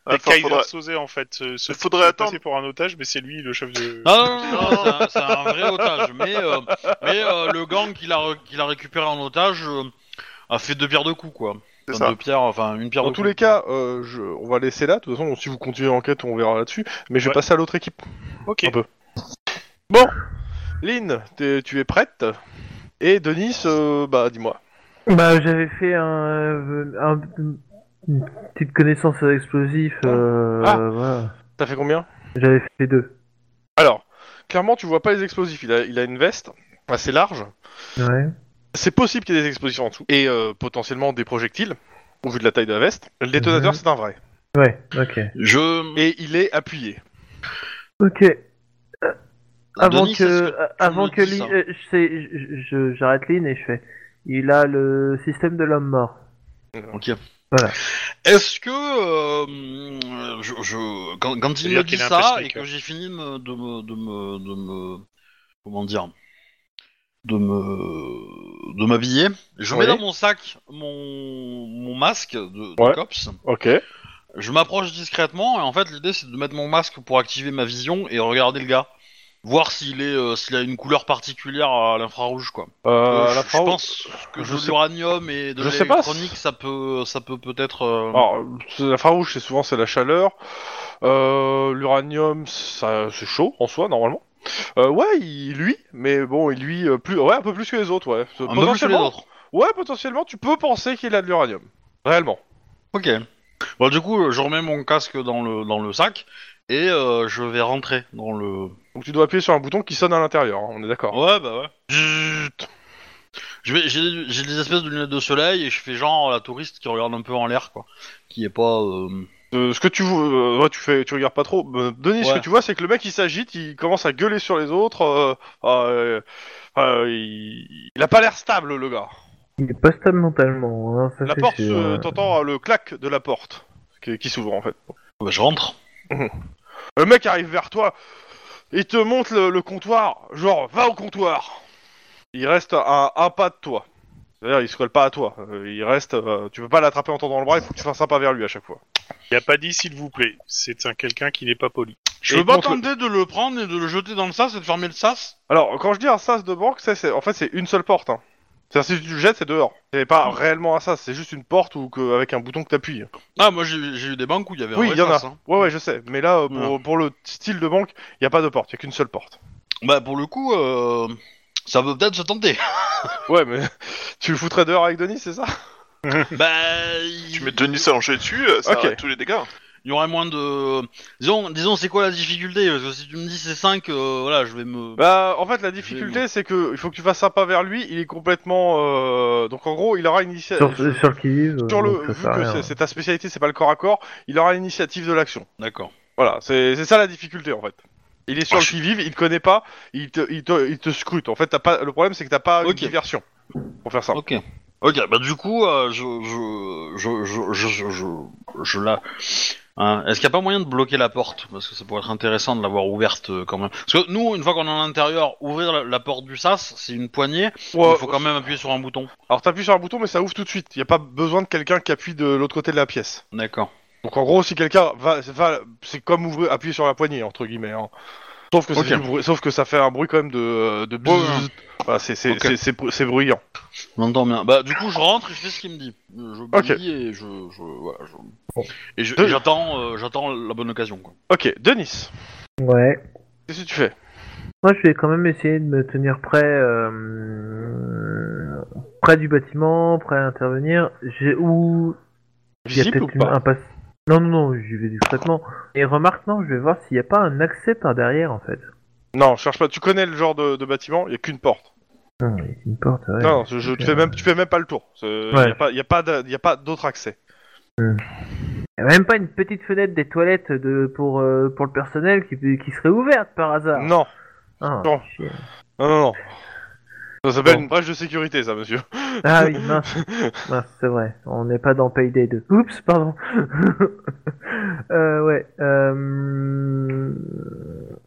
S5: Les
S3: Attends, Ah, faudra-
S5: Kaiser Soze, en fait. euh, Ce type
S3: Faudrait
S5: qui est
S3: attendre.
S5: passé pour un otage, mais c'est lui le chef de.
S1: Ah non, non, non, non, c'est un- c'est un, vrai otage. Mais, euh, mais euh, le gang qu'il a, re- qu'il a récupéré en otage euh, a fait deux pierres de coups, quoi.
S3: C'est
S1: Enfin,
S3: ça.
S1: deux pierres, enfin une pierre
S2: Dans
S1: de
S2: tous
S1: coups.
S2: les cas, euh, je- on va laisser là. De toute façon, si vous continuez l'enquête, on verra là-dessus. Mais je vais
S5: Ouais.
S2: passer à l'autre équipe.
S5: Ok.
S2: Un peu. Bon, Lynn, t'es- tu es prête Et Denis, euh, bah dis-moi.
S4: Bah, j'avais fait un, euh, un- une petite connaissance à l'explosif. euh,
S2: Ah.
S4: voilà.
S2: T'as fait combien
S4: J'avais fait deux.
S2: Alors, clairement, tu vois pas les explosifs. Il a, il a une veste assez large.
S4: Ouais.
S2: C'est possible qu'il y ait des explosifs en dessous. Et euh, potentiellement des projectiles, au vu de la taille de la veste. Le détonateur,
S4: Mhm.
S2: c'est un vrai.
S4: Ouais, ok.
S1: Je.
S2: Et il est appuyé.
S4: Ok. Euh,
S2: Ah,
S4: Avant
S1: Denis, est-ce
S4: que,
S1: que
S4: euh, avant
S1: me
S4: que,
S1: dis
S4: Lynn-
S1: ça
S4: euh, je sais- je- je- j'arrête Lynn et je fais. Il a le système de l'homme mort.
S1: Ok.
S4: Voilà.
S1: Est-ce que euh, je, je- quand, quand il
S5: C'est-à-dire
S1: me dit
S5: qu'il est
S1: ça
S5: impressionniste,
S1: et que
S5: ouais.
S1: j'ai fini de me, de me de me de me comment dire de me de m'habiller, je
S2: Oui.
S1: mets dans mon sac mon, mon masque de, de
S2: Ouais.
S1: cops.
S2: Ok. Euh,
S1: Je m'approche discrètement et en fait l'idée c'est de mettre mon masque pour activer ma vision et regarder le gars, voir s'il est euh, s'il a une couleur particulière à l'infrarouge quoi. Euh,
S2: Euh,
S1: je,
S2: la
S1: je
S2: Frau-
S1: pense que
S2: je
S1: de
S2: sais-
S1: l'uranium et de
S2: je sais pas Ah,
S1: l'électronique, ça peut, ça peut peut-être. euh,
S2: Alors, c'est- l'infrarouge, c'est souvent c'est la chaleur. Euh, L'uranium, ça- c'est chaud en soi normalement. Euh, ouais, il- lui, mais bon, il lui euh, plus, ouais, un peu plus que les autres, ouais.
S1: un peu plus que les autres.
S2: ouais, potentiellement, tu peux penser qu'il a de l'uranium, réellement.
S1: Ok. Bon, du coup, je remets mon casque dans le dans le sac et euh, je vais rentrer dans le.
S2: Donc tu dois appuyer sur un bouton qui sonne à l'intérieur, hein, on est d'accord.
S1: Ouais, bah ouais.
S2: Zut.
S1: Je vais, j'ai, j'ai des espèces de lunettes de soleil et je fais genre la touriste qui regarde un peu en l'air, quoi, qui est pas. euh,
S2: Euh, ce que tu vois, euh, ouais, tu fais, tu regardes pas trop. Euh, Denis, ce
S1: Ouais.
S2: que tu vois, c'est que le mec il s'agite, il commence à gueuler sur les autres. euh, euh, euh, il... il a pas l'air stable, le gars.
S4: Il est pas stable mentalement. hein, ça
S2: La
S4: c'est
S2: porte,
S4: sûr.
S2: euh, t'entends euh, le clac de la porte qui, qui s'ouvre en fait.
S1: bah, je rentre.
S2: Le mec arrive vers toi, il te montre le, le comptoir, genre va au comptoir. Il reste à un pas de toi. C'est-à-dire, il se colle pas à toi. Euh, Il reste, euh, tu peux pas l'attraper en tendant le bras, il faut que tu fasses un pas vers lui à chaque fois.
S5: Il a pas dit s'il vous plaît. C'est un quelqu'un qui n'est pas poli.
S1: Je
S2: Et
S1: veux pas
S2: contre-
S1: tenter de le prendre et de le jeter dans le sas et de fermer le sas.
S2: Alors, quand je dis un sas de banque, c'est, c'est- en fait, c'est une seule porte. Hein. C'est-à-dire, si tu le jettes, c'est dehors. C'est pas réellement un sas, c'est juste une porte ou que, avec un bouton que t'appuies.
S1: Ah, moi j'ai, j'ai eu des banques où il y avait. un
S2: Oui,
S1: vrai
S2: il y en a.
S1: sas, hein.
S2: Ouais, ouais, je sais. Mais là, euh, pour, pour le style de banque, il y a pas de porte, il y a qu'une seule porte.
S1: Bah pour le coup, euh, ça peut peut-être se tenter.
S2: [laughs] Ouais, mais [laughs] tu le foutrais dehors avec Denis, c'est ça
S1: [laughs] bah. il-
S3: Tu mets Denis à dessus, euh, ça
S2: Ok.
S3: arrête tous les dégâts.
S1: il y aurait moins de. Disons, disons c'est quoi la difficulté Parce que si tu me dis c'est 5, voilà, je vais me.
S2: Bah, en fait, la difficulté, c'est que il faut que tu fasses un pas vers lui. Il est complètement. euh, Donc, en gros, il aura initiative.
S4: Sur, sur le qui-vive.
S2: Euh, Sur
S4: donc
S2: le,
S4: ça
S2: vu
S4: sert à
S2: que
S4: rien.
S2: c'est- c'est ta spécialité, c'est pas le corps à corps, il aura l'initiative de l'action.
S1: D'accord.
S2: Voilà, c'est c'est ça la difficulté en fait. Il est sur
S1: Ah,
S2: le
S1: je-
S2: qui-vive, il te connaît pas, il te, il te, il te scrute. En fait, t'as pas, le problème c'est que t'as pas
S1: Ok.
S2: une diversion pour faire ça.
S1: Ok. Ok, bah du coup, euh, je, je, je, je, je, je, je- je la. Hein, Est-ce qu'il n'y a pas moyen de bloquer la porte Parce que ça pourrait être intéressant de l'avoir ouverte euh, quand même. Parce que nous, une fois qu'on est à l'intérieur, ouvrir la, la porte du sas, c'est une poignée.
S2: Ouais,
S1: il faut quand même appuyer sur un bouton.
S2: Alors t'appuies sur un bouton, mais ça ouvre tout de suite. Y a pas besoin de quelqu'un qui appuie de l'autre côté de la pièce.
S1: D'accord.
S2: Donc en gros, si quelqu'un va, va c'est comme ouvrir, appuyer sur la poignée entre guillemets. hein. Sauf que, c'est
S1: Ok.
S2: du bruit- sauf que ça fait un bruit quand même de, euh, de
S1: Ouais, ouais.
S2: bzzz. Voilà, c'est c'est-
S1: Ok.
S2: c'est- c'est bru- c'est bruyant.
S1: On entend bien. Bah du coup, je rentre et je fais ce qu'il me dit. Je
S2: Ok.
S1: obéis et je, je, voilà, je- Et je-
S2: Deux.
S1: et j'attends, euh, j'attends la bonne occasion. Quoi.
S2: Ok, Denis,
S4: Ouais.
S2: qu'est-ce que tu fais
S4: Moi, je vais quand même essayer de me tenir prêt, euh, près du bâtiment, prêt à intervenir. J'ai où il y a
S2: Visible ou
S4: peut-être une-
S2: pas
S4: un pass. Non, non, non, j'y vais discrètement. Et remarque, non, je vais voir s'il n'y a pas un accès par derrière, en fait.
S2: Non, cherche pas. Tu connais le genre de, de bâtiment. Y a qu'une porte.
S4: Non, il y a une porte, ouais.
S2: Non, non, je, je- tu, fais même, tu fais même pas le tour. Il
S4: Ouais.
S2: n'y a pas, y a pas de- y a pas d'autre accès.
S4: Il n'y a même pas une petite fenêtre des toilettes de, pour, euh, pour le personnel qui, qui serait ouverte par hasard.
S2: Non,
S4: Ah,
S2: non.
S4: chier.
S2: non, non. non. Ça s'appelle
S4: Bon.
S2: une brèche de sécurité, ça, monsieur.
S4: Ah oui, mince. mince, c'est vrai. On n'est pas dans Payday 2. Oups, pardon. [laughs] euh, ouais. euh,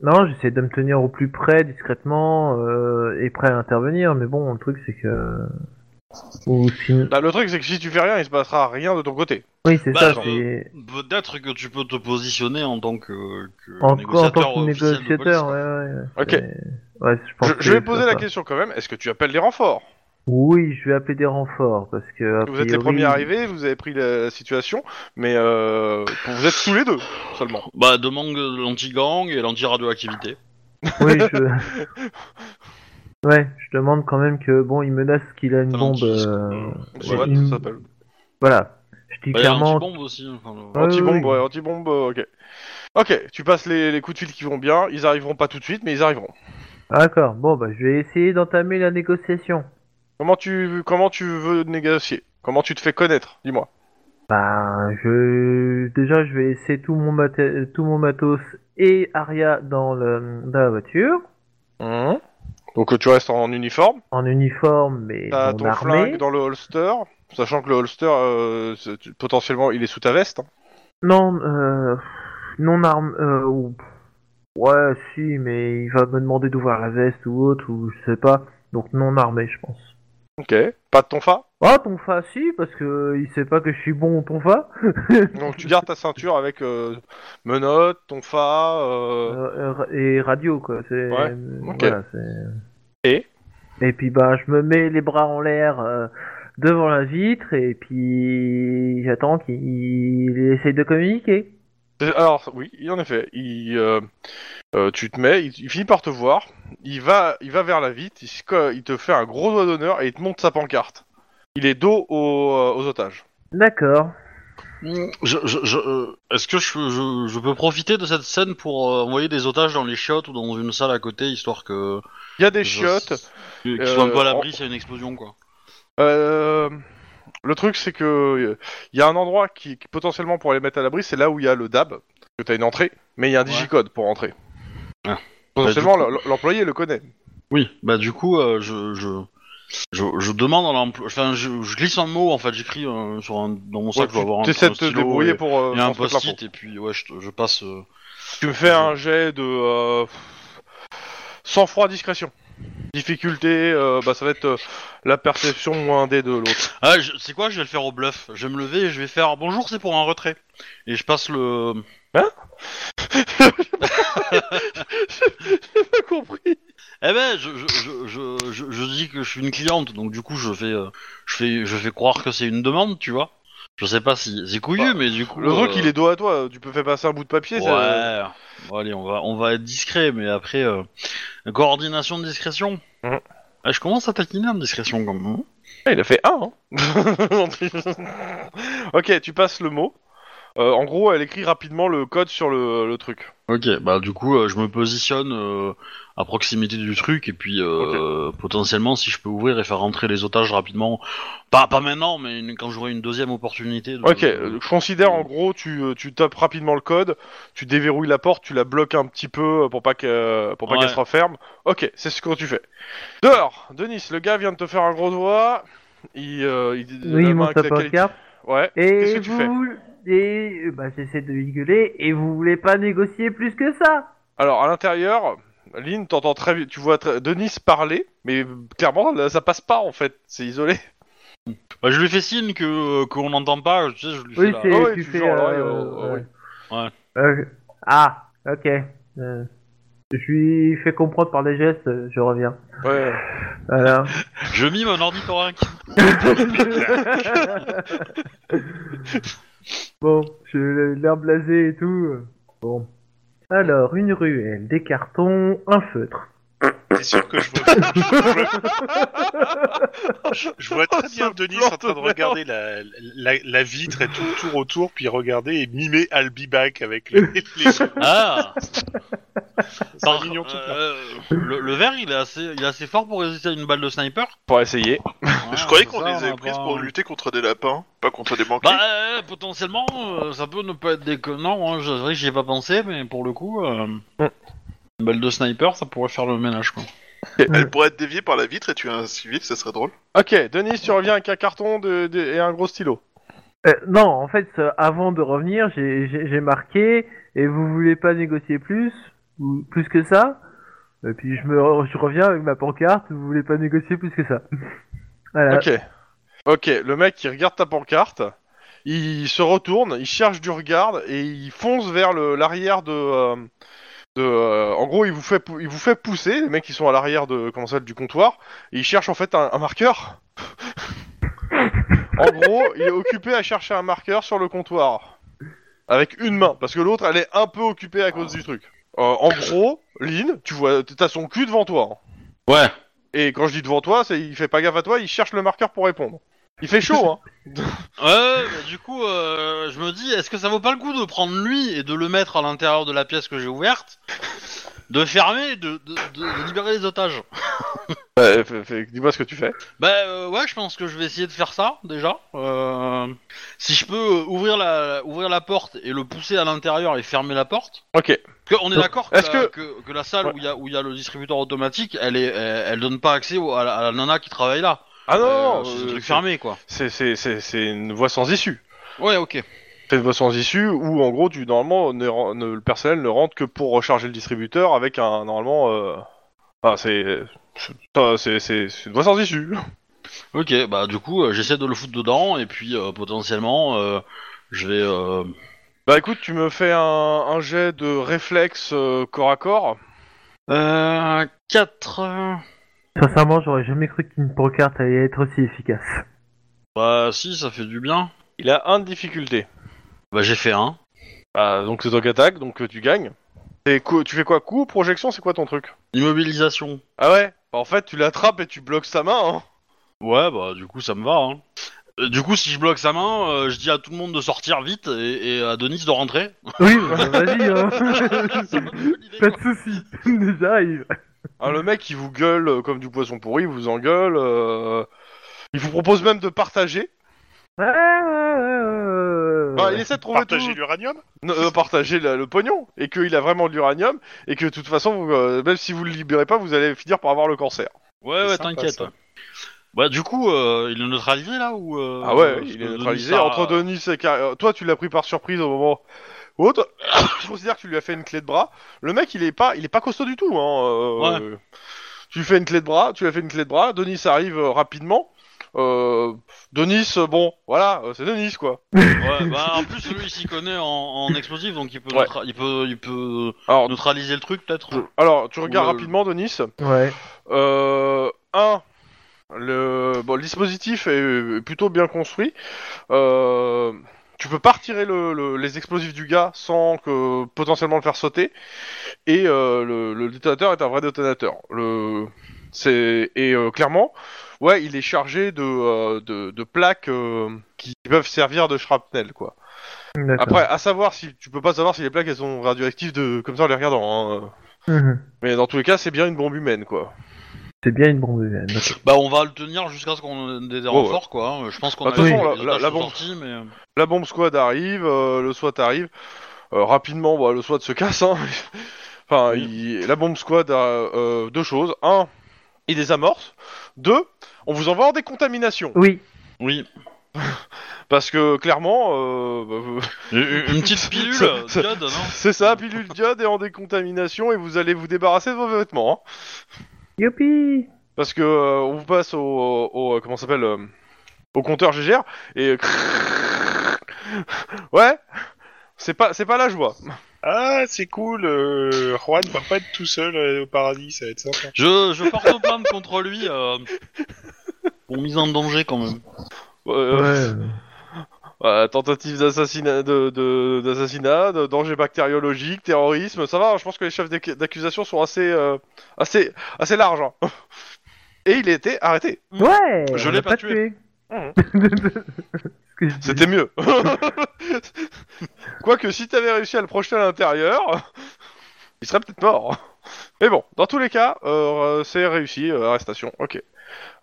S4: Non, j'essaie de me tenir au plus près, discrètement, euh, et prêt à intervenir. Mais bon, le truc, c'est que... Ou si-
S2: Bah, le truc, c'est que si tu fais rien, il se passera rien de ton côté.
S4: Oui, c'est
S1: Bah,
S4: ça.
S1: je-
S4: c'est-
S1: Peut-être que tu peux te positionner en tant que, que
S4: En, en
S1: négociateur,
S4: tant que
S1: officiel de
S4: négociateur,
S1: police,
S4: ouais, ouais. ouais.
S2: Ok.
S4: C'est- Ouais, je, pense
S2: Je,
S4: que
S2: je vais
S4: c'est
S2: poser la
S4: ça.
S2: question quand même. Est-ce que tu appelles les renforts
S4: Oui, je vais appeler des renforts, parce que... a
S2: Vous êtes les
S4: priori-
S2: premiers arrivés, vous avez pris la, la situation, mais euh, vous êtes tous les deux seulement.
S1: quoi. Bah demande de l'anti-gang et l'anti-radioactivité.
S4: Oui, je... Ouais, je demande quand même que, bon, il menace qu'il a une
S1: Ça
S4: bombe...
S1: l'anti-
S4: euh,
S2: C'est vrai,
S4: une-
S2: ça s'appelle.
S4: Voilà. Je dis
S1: Bah, il y a un
S4: clairement...
S1: bombe aussi. hein, enfin, euh. le-
S4: Ouais,
S2: Anti-bombe,
S4: ouais, ouais.
S2: ouais, anti-bombe, euh, ok. Ok, tu passes les, les coups de fil qui vont bien. Ils arriveront pas tout de suite, mais ils arriveront.
S4: Ah, D'accord, bon, bah, je vais essayer d'entamer la négociation.
S2: Comment tu, comment tu veux négocier Comment tu te fais connaître Dis-moi.
S4: Bah, je... Déjà, je vais laisser tout mon, maté- tout mon matos et Aria dans, le... dans la voiture,
S2: Donc euh, tu restes en uniforme,
S4: en uniforme, mais
S2: t'as
S4: non
S2: ton
S4: armé.
S2: flingue dans le holster, sachant que le holster, euh, c'est- tu- potentiellement, il est sous ta veste. hein.
S4: Non, euh... Non armé... Euh... ou- Ouais, si, mais il va me demander d'ouvrir la veste ou autre, ou je sais pas. Donc non armé, je pense.
S2: Ok. Pas de ton fa. [laughs]
S4: Ah, ton fa, si, parce que il sait pas que je suis bon au ton fa.
S2: Donc tu gardes ta ceinture avec euh, menottes, ton fa. euh,
S4: Euh, euh, et radio, quoi. C'est...
S2: Ouais, ok.
S4: voilà, c'est-
S2: Et
S4: Et puis, bah, je me mets les bras en l'air euh, devant la vitre, et puis j'attends qu'il il essaye de communiquer.
S2: c'est- Alors oui, en effet, il, euh, euh, tu te mets, il, il finit par te voir. Il va, il va vers la vitre, il, se co- il te fait un gros doigt d'honneur et il te montre sa pancarte. Il est dos aux, euh, aux otages.
S4: D'accord.
S1: Je, je- je- euh, Est-ce que je, je- je peux profiter de cette scène pour euh, envoyer des otages dans les chiottes ou dans une salle à côté, histoire que
S2: Il y a des
S1: Je-
S2: chiottes.
S1: qu'ils
S2: Euh,
S1: soient un peu à l'abri
S2: on-
S1: s'il y a une explosion, quoi.
S2: Euh, le truc, c'est que il y a un endroit qui, qui potentiellement pourrait les mettre à l'abri, c'est là où il y a le DAB, que t'as une entrée, mais il y a un
S1: Ouais.
S2: digicode pour entrer.
S1: Ah.
S2: Potentiellement,
S1: Bah, du
S2: l- l'employé le connaît.
S1: Oui, bah du coup, euh, je, je, je, je demande à l'emploi. Enfin, je, je glisse un mot en fait, j'écris euh, sur un, dans mon sac, je dois avoir un,
S2: T'essaies
S1: un
S2: de te
S1: stylo
S2: débrouiller
S1: et-
S2: pour. euh,
S1: et un
S2: transmettre l'info.
S1: post-it, et puis ouais, je, te- je passe. euh,
S2: Tu me fais un jet de euh, sans froid discrétion. Difficulté, euh, bah ça va être euh, la perception moins un dé de l'autre.
S1: Ah, je- c'est quoi Je vais le faire au bluff. Je vais me lever et je vais faire bonjour, c'est pour un retrait. Et je passe le.
S2: Hein
S1: [laughs]
S2: T'as compris
S1: Eh ben, je, je, je, je, je, je dis que je suis une cliente, donc du coup, je fais, euh, je fais, je fais croire que c'est une demande, tu vois. Je sais pas si c'est couillu, mais du coup.
S2: Bah, Le truc,
S1: euh,
S2: il est dos à toi. Tu peux faire passer un bout de papier.
S1: Ouais.
S2: ça-
S1: Bon, allez, on va, on va être discret, mais après, euh, coordination de discrétion.
S2: Mhm.
S1: Ah, je commence à taquiner en discrétion quand même.
S2: hein. [laughs] Ah, il a fait un. hein. ok, tu passes le mot. Euh, en gros, elle écrit rapidement le code sur le, le truc.
S1: Ok, bah du coup, euh, je me positionne euh, à proximité du truc et puis euh, potentiellement, si je peux ouvrir et faire rentrer les otages rapidement, pas pas maintenant, mais une- quand j'aurai une deuxième opportunité. de-
S2: Ok,
S1: de-
S2: euh, je considère en gros, tu, euh, tu tapes rapidement le code, tu déverrouilles la porte, tu la bloques un petit peu euh, pour pas que- pour pas
S1: Ouais.
S2: qu'elle se referme. Ok, c'est ce que tu fais. Dehors, Denis, le gars vient de te faire un gros doigt. Il, euh, il- la
S4: Oui, il
S2: main
S4: monte
S2: avec
S4: la
S2: laquelle il-
S4: pancarte.
S2: Ouais.
S4: Et
S2: Qu'est-ce que tu fais
S4: vous... Et euh, bah, j'essaie de lui gueuler, et vous voulez pas négocier plus que ça
S2: Alors à l'intérieur, Lynn, t'entends très bien, tu vois très- Denis parler, mais euh, clairement là, ça passe pas en fait, c'est isolé.
S1: Bah, je lui fais signe que euh, qu'on n'entend pas. Tu sais, je lui fais
S4: Oui,
S1: la-
S4: c'est...
S2: Ah ouais,
S4: tu
S2: tu
S4: fais...
S2: genre,
S4: euh,
S2: ouais, euh,
S4: ouais.
S1: ouais.
S4: Euh, je- Ah, ok. Euh, Je lui fais comprendre par les gestes, euh, je reviens.
S2: Ouais.
S4: Voilà. [laughs]
S1: Je mime un ornithorynque.
S4: bon, j'ai l'air blasé et tout. Bon. Alors, une ruelle, des cartons, un feutre.
S5: T'es sûr que je vois. je, [laughs] je vois très bien Denis en train de regarder la, la, la vitre et tout tour autour, puis regarder et mimer I'll be back avec les. les...
S1: Ah. Par-
S5: mignon tout plein.
S1: euh, le, le verre, il est assez, il est assez fort pour résister à une balle de sniper.
S2: Pour essayer.
S3: [laughs] je
S1: Ouais, Ah,
S3: croyais
S1: c'est ça,
S3: qu'on
S1: on
S3: les avait
S1: a
S3: prises
S1: pas-
S3: pour lutter contre des lapins, pas contre des banquiers.
S1: Bah, euh, potentiellement, euh, ça peut ne pas être déconnant. Hein. Je- C'est vrai que j'y ai pas pensé, mais pour le coup, euh, une balle de sniper, ça pourrait faire le ménage. Quoi.
S3: Elle pourrait être déviée par la vitre et tuer un civil, ça serait
S1: Ah,
S3: drôle.
S2: Ok, Denis, tu reviens avec un carton de, de- et un gros stylo.
S4: Euh, non, en fait, euh, avant de revenir, j'ai- j'ai j'ai marqué, et vous voulez pas négocier plus, ou plus que ça Et puis je, me, re- je reviens avec ma pancarte, vous voulez pas négocier plus que ça. Voilà.
S2: Ok. Ok, le mec, il regarde ta pancarte, il se retourne, il cherche du regard et il fonce vers le- l'arrière de. euh, de euh, en gros, il vous, fait, pou- il vous fait pousser, les mecs qui sont à l'arrière de comment ça, du comptoir, et il cherche en fait un, un marqueur. [laughs] en gros, il est occupé à chercher un marqueur sur le comptoir. Avec une main, parce que l'autre, elle est un peu occupée à cause du truc. Euh, en gros, Lynn, tu vois, t'as son cul devant toi. hein.
S1: Ouais.
S2: Et quand je dis devant toi, c'est il fait pas gaffe à toi, il cherche le marqueur pour répondre. Il fait chaud, [laughs] hein.
S1: Ouais, bah, du coup, euh, je me dis, est-ce que ça vaut pas le coup de prendre lui et de le mettre à l'intérieur de la pièce que j'ai ouverte, de fermer, et de, de, de- de libérer les otages
S2: Bah, fais- fais- Dis-moi ce que tu fais.
S1: Bah euh, ouais, je pense que je vais essayer de faire ça déjà. Euh, si je peux euh, ouvrir la ouvrir la porte et le pousser à l'intérieur et fermer la porte.
S2: Ok.
S1: Parce que on est
S2: Donc,
S1: d'accord que,
S2: est-ce
S1: la- que- que la salle où il y a où il y a le distributeur automatique, elle est elle, elle donne pas accès au- à, la, à la nana qui travaille là.
S2: Ah non, non,
S1: Euh, c'est
S2: euh,
S1: un truc fermé quoi.
S2: c'est- c'est- c'est- c'est une voie sans issue.
S1: Ouais, ok.
S2: C'est une voie sans issue où, en gros, tu normalement, ne ren- ne- le personnel ne rentre que pour recharger le distributeur avec un normalement. euh, Ah, c'est c'est- ah, c'est c'est- c'est une voie sans issue. [laughs]
S1: Ok, bah du coup, euh, j'essaie de le foutre dedans et puis euh, potentiellement, euh, je vais. euh,
S2: Bah écoute, tu me fais un, un jet de réflexe euh, corps à corps.
S1: Euh, 4...
S4: Sincèrement, j'aurais jamais cru qu'une pancarte allait être aussi efficace.
S1: Bah si, ça fait du bien.
S2: Il a un de difficulté.
S1: Bah j'ai fait un.
S2: Bah, donc c'est toi qui attaque, donc euh, tu gagnes. Et cou- tu fais quoi Coup, projection, c'est quoi ton truc
S1: Immobilisation.
S2: Ah ouais Bah, En fait, tu l'attrapes et tu bloques sa main, hein
S1: Ouais, bah du coup ça me va. hein. Euh, Du coup, si je bloque sa main, euh, je dis à tout le monde de sortir vite et, et à Denis de
S5: [laughs]
S1: rentrer.
S4: [laughs] Oui, bah, vas-y, hein.
S1: Ça me donne une idée,
S4: [laughs] pas
S1: quoi.
S4: de soucis, j'arrive.
S2: Ah, Le mec, il vous gueule euh, comme du poisson pourri, il vous engueule. euh, Il vous propose même de partager.
S4: Ouais, ouais, ouais, ouais, ouais.
S2: Enfin, il essaie de trouver
S5: Partager
S2: tout...
S5: l'uranium
S2: Non, euh, partager la- le pognon. Et qu'il a vraiment de l'uranium. Et que de toute façon, vous, euh, même si vous le libérez pas, vous allez finir par avoir le cancer.
S1: Ouais, ouais,
S5: C'est sympa,
S1: t'inquiète.
S5: ça.
S1: Bah du coup, euh, il est neutralisé là ou euh,
S2: ah ouais,
S1: parce
S2: il
S1: que
S2: est
S1: Denis,
S2: neutralisé.
S1: ça-
S2: Entre Denis et Car- euh, Toi, tu l'as pris par surprise au moment. où toi, [coughs] je considère que tu lui as fait une clé de bras. Le mec, il est pas, il est pas costaud du tout. Hein. euh,
S1: Ouais.
S2: euh, Tu lui fais une clé de bras, tu lui as fait une clé de bras. Denis arrive euh, rapidement. Euh, Denis, euh, bon, voilà, euh, c'est Denis quoi.
S1: Ouais, bah
S2: [laughs]
S1: en plus lui il s'y connaît en, en explosif donc il peut,
S2: Ouais.
S1: neutra- il peut, il peut euh,
S2: Alors,
S1: neutraliser le truc peut-être.
S2: alors tu regardes
S1: Oula.
S2: rapidement Denis.
S4: Ouais.
S2: Euh, un, le, bon, le dispositif est plutôt bien construit. Euh, tu peux pas retirer le- le- les explosifs du gars sans que potentiellement le faire sauter. Et euh, le, le détonateur est un vrai détonateur. Le, c'est, et euh, clairement, ouais, il est chargé de, euh, de, de plaques euh, qui peuvent servir de shrapnel, quoi.
S4: D'accord.
S2: Après, à savoir si tu peux pas savoir si les plaques elles sont radioactives de comme ça en les regardant. hein.
S4: Mhm.
S2: Mais dans tous les cas, c'est bien une bombe humaine quoi.
S4: C'est bien une bombe humaine. d'accord.
S1: Bah, on va le tenir jusqu'à ce qu'on ait des
S2: Ouais, ouais.
S1: renforts, quoi. hein. Je pense qu'on
S2: Bah, de
S1: a
S2: toute
S1: eu
S2: façon,
S1: des
S2: la- la-
S1: tâches
S2: la
S1: de
S2: bombe-
S1: sortie, mais... euh,
S2: La bombe squad arrive, euh, le SWAT arrive Euh, rapidement. Bah, le SWAT se casse. Hein. [laughs] enfin, il- la bombe squad a euh, deux choses. Un, il les amorce. Deux, on vous envoie hors des contaminations
S4: Oui.
S1: Oui.
S2: parce que clairement, euh, [laughs] bah, vous-
S1: Une, une petite pilule,
S2: Ça- ça-
S1: diode, non
S2: c'est ça, pilule diode et en décontamination et vous allez vous débarrasser de vos vêtements. hein.
S4: Youpi
S2: Parce que euh, on vous passe au, au- au- comment ça s'appelle euh, au compteur GGR et [laughs] ouais c'est pas c'est pas la joie.
S5: Ah, c'est cool, euh, Juan va pas être tout seul euh, au paradis, ça va être sympa.
S1: Je, je porte plainte contre lui, euh, pour mise en danger, quand même.
S2: Euh,
S4: Ouais, euh,
S2: euh, tentative d'assassinat de, de- d'assassinat de danger bactériologique terrorisme ça va hein, je pense que les chefs d'ac- d'accusation sont assez euh, assez assez larges. hein. [laughs] Et il a été arrêté.
S4: Ouais
S1: Je
S4: on
S1: l'ai
S4: l'a
S1: pas tué.
S4: [laughs]
S2: Mhm.
S4: Ce que je dis.
S2: C'était mieux. [laughs] Quoique si t'avais réussi à le projeter à l'intérieur, il serait peut-être mort. Mais bon, dans tous les cas, euh, c'est réussi, euh, arrestation, ok.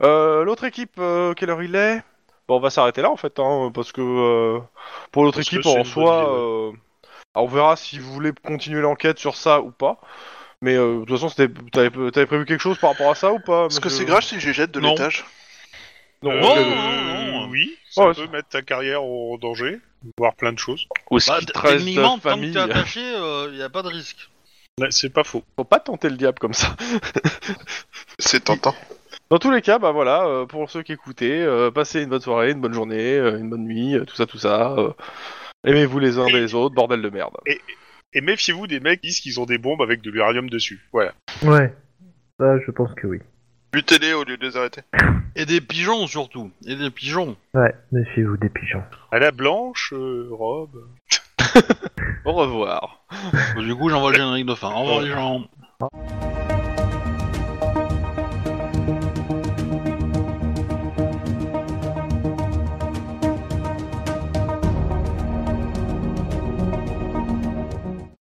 S2: Euh, l'autre équipe, euh, quelle heure il est Bon, on va s'arrêter là en fait, hein, parce que euh, pour l'autre
S5: Parce que
S2: équipe
S5: c'est
S2: en
S5: une
S2: soi,
S5: bonne idée,
S2: euh, alors, on verra si vous voulez continuer l'enquête sur ça ou pas. Mais euh, de toute façon, c'était- t'avais, t'avais prévu quelque chose par rapport à ça ou pas
S3: Est-ce que
S2: monsieur
S3: c'est grave si je jette de
S1: Non.
S3: l'étage
S2: Non,
S5: Euh,
S1: non,
S2: euh,
S1: non, non.
S5: Oui, ça
S2: Ouais,
S5: peut
S2: c'est-
S5: mettre ta carrière en danger, voire plein de choses.
S2: Ou ce
S1: Bah,
S2: qui te reste,
S1: techniquement, tant que
S2: famille.
S1: t'es attaché, il a pas de risque.
S5: Ouais, C'est pas faux.
S2: Faut pas tenter le diable comme ça.
S3: C'est tentant.
S2: Dans tous les cas, bah voilà, euh, pour ceux qui écoutaient, euh, passez une bonne soirée, une bonne journée, euh, une bonne nuit, euh, tout ça, tout ça. euh, Aimez-vous les uns les autres, bordel de merde.
S5: Et méfiez-vous des mecs qui disent qu'ils ont des bombes avec de l'uranium dessus. Voilà.
S4: Ouais. Ça, je pense que oui.
S3: Butez-les au lieu de les arrêter.
S1: Et des pigeons, surtout. Et des pigeons.
S4: Ouais, méfiez-vous des pigeons.
S5: À la blanche, euh, robe.
S2: Au revoir.
S1: Du coup, j'envoie le générique de fin. Au revoir, les gens.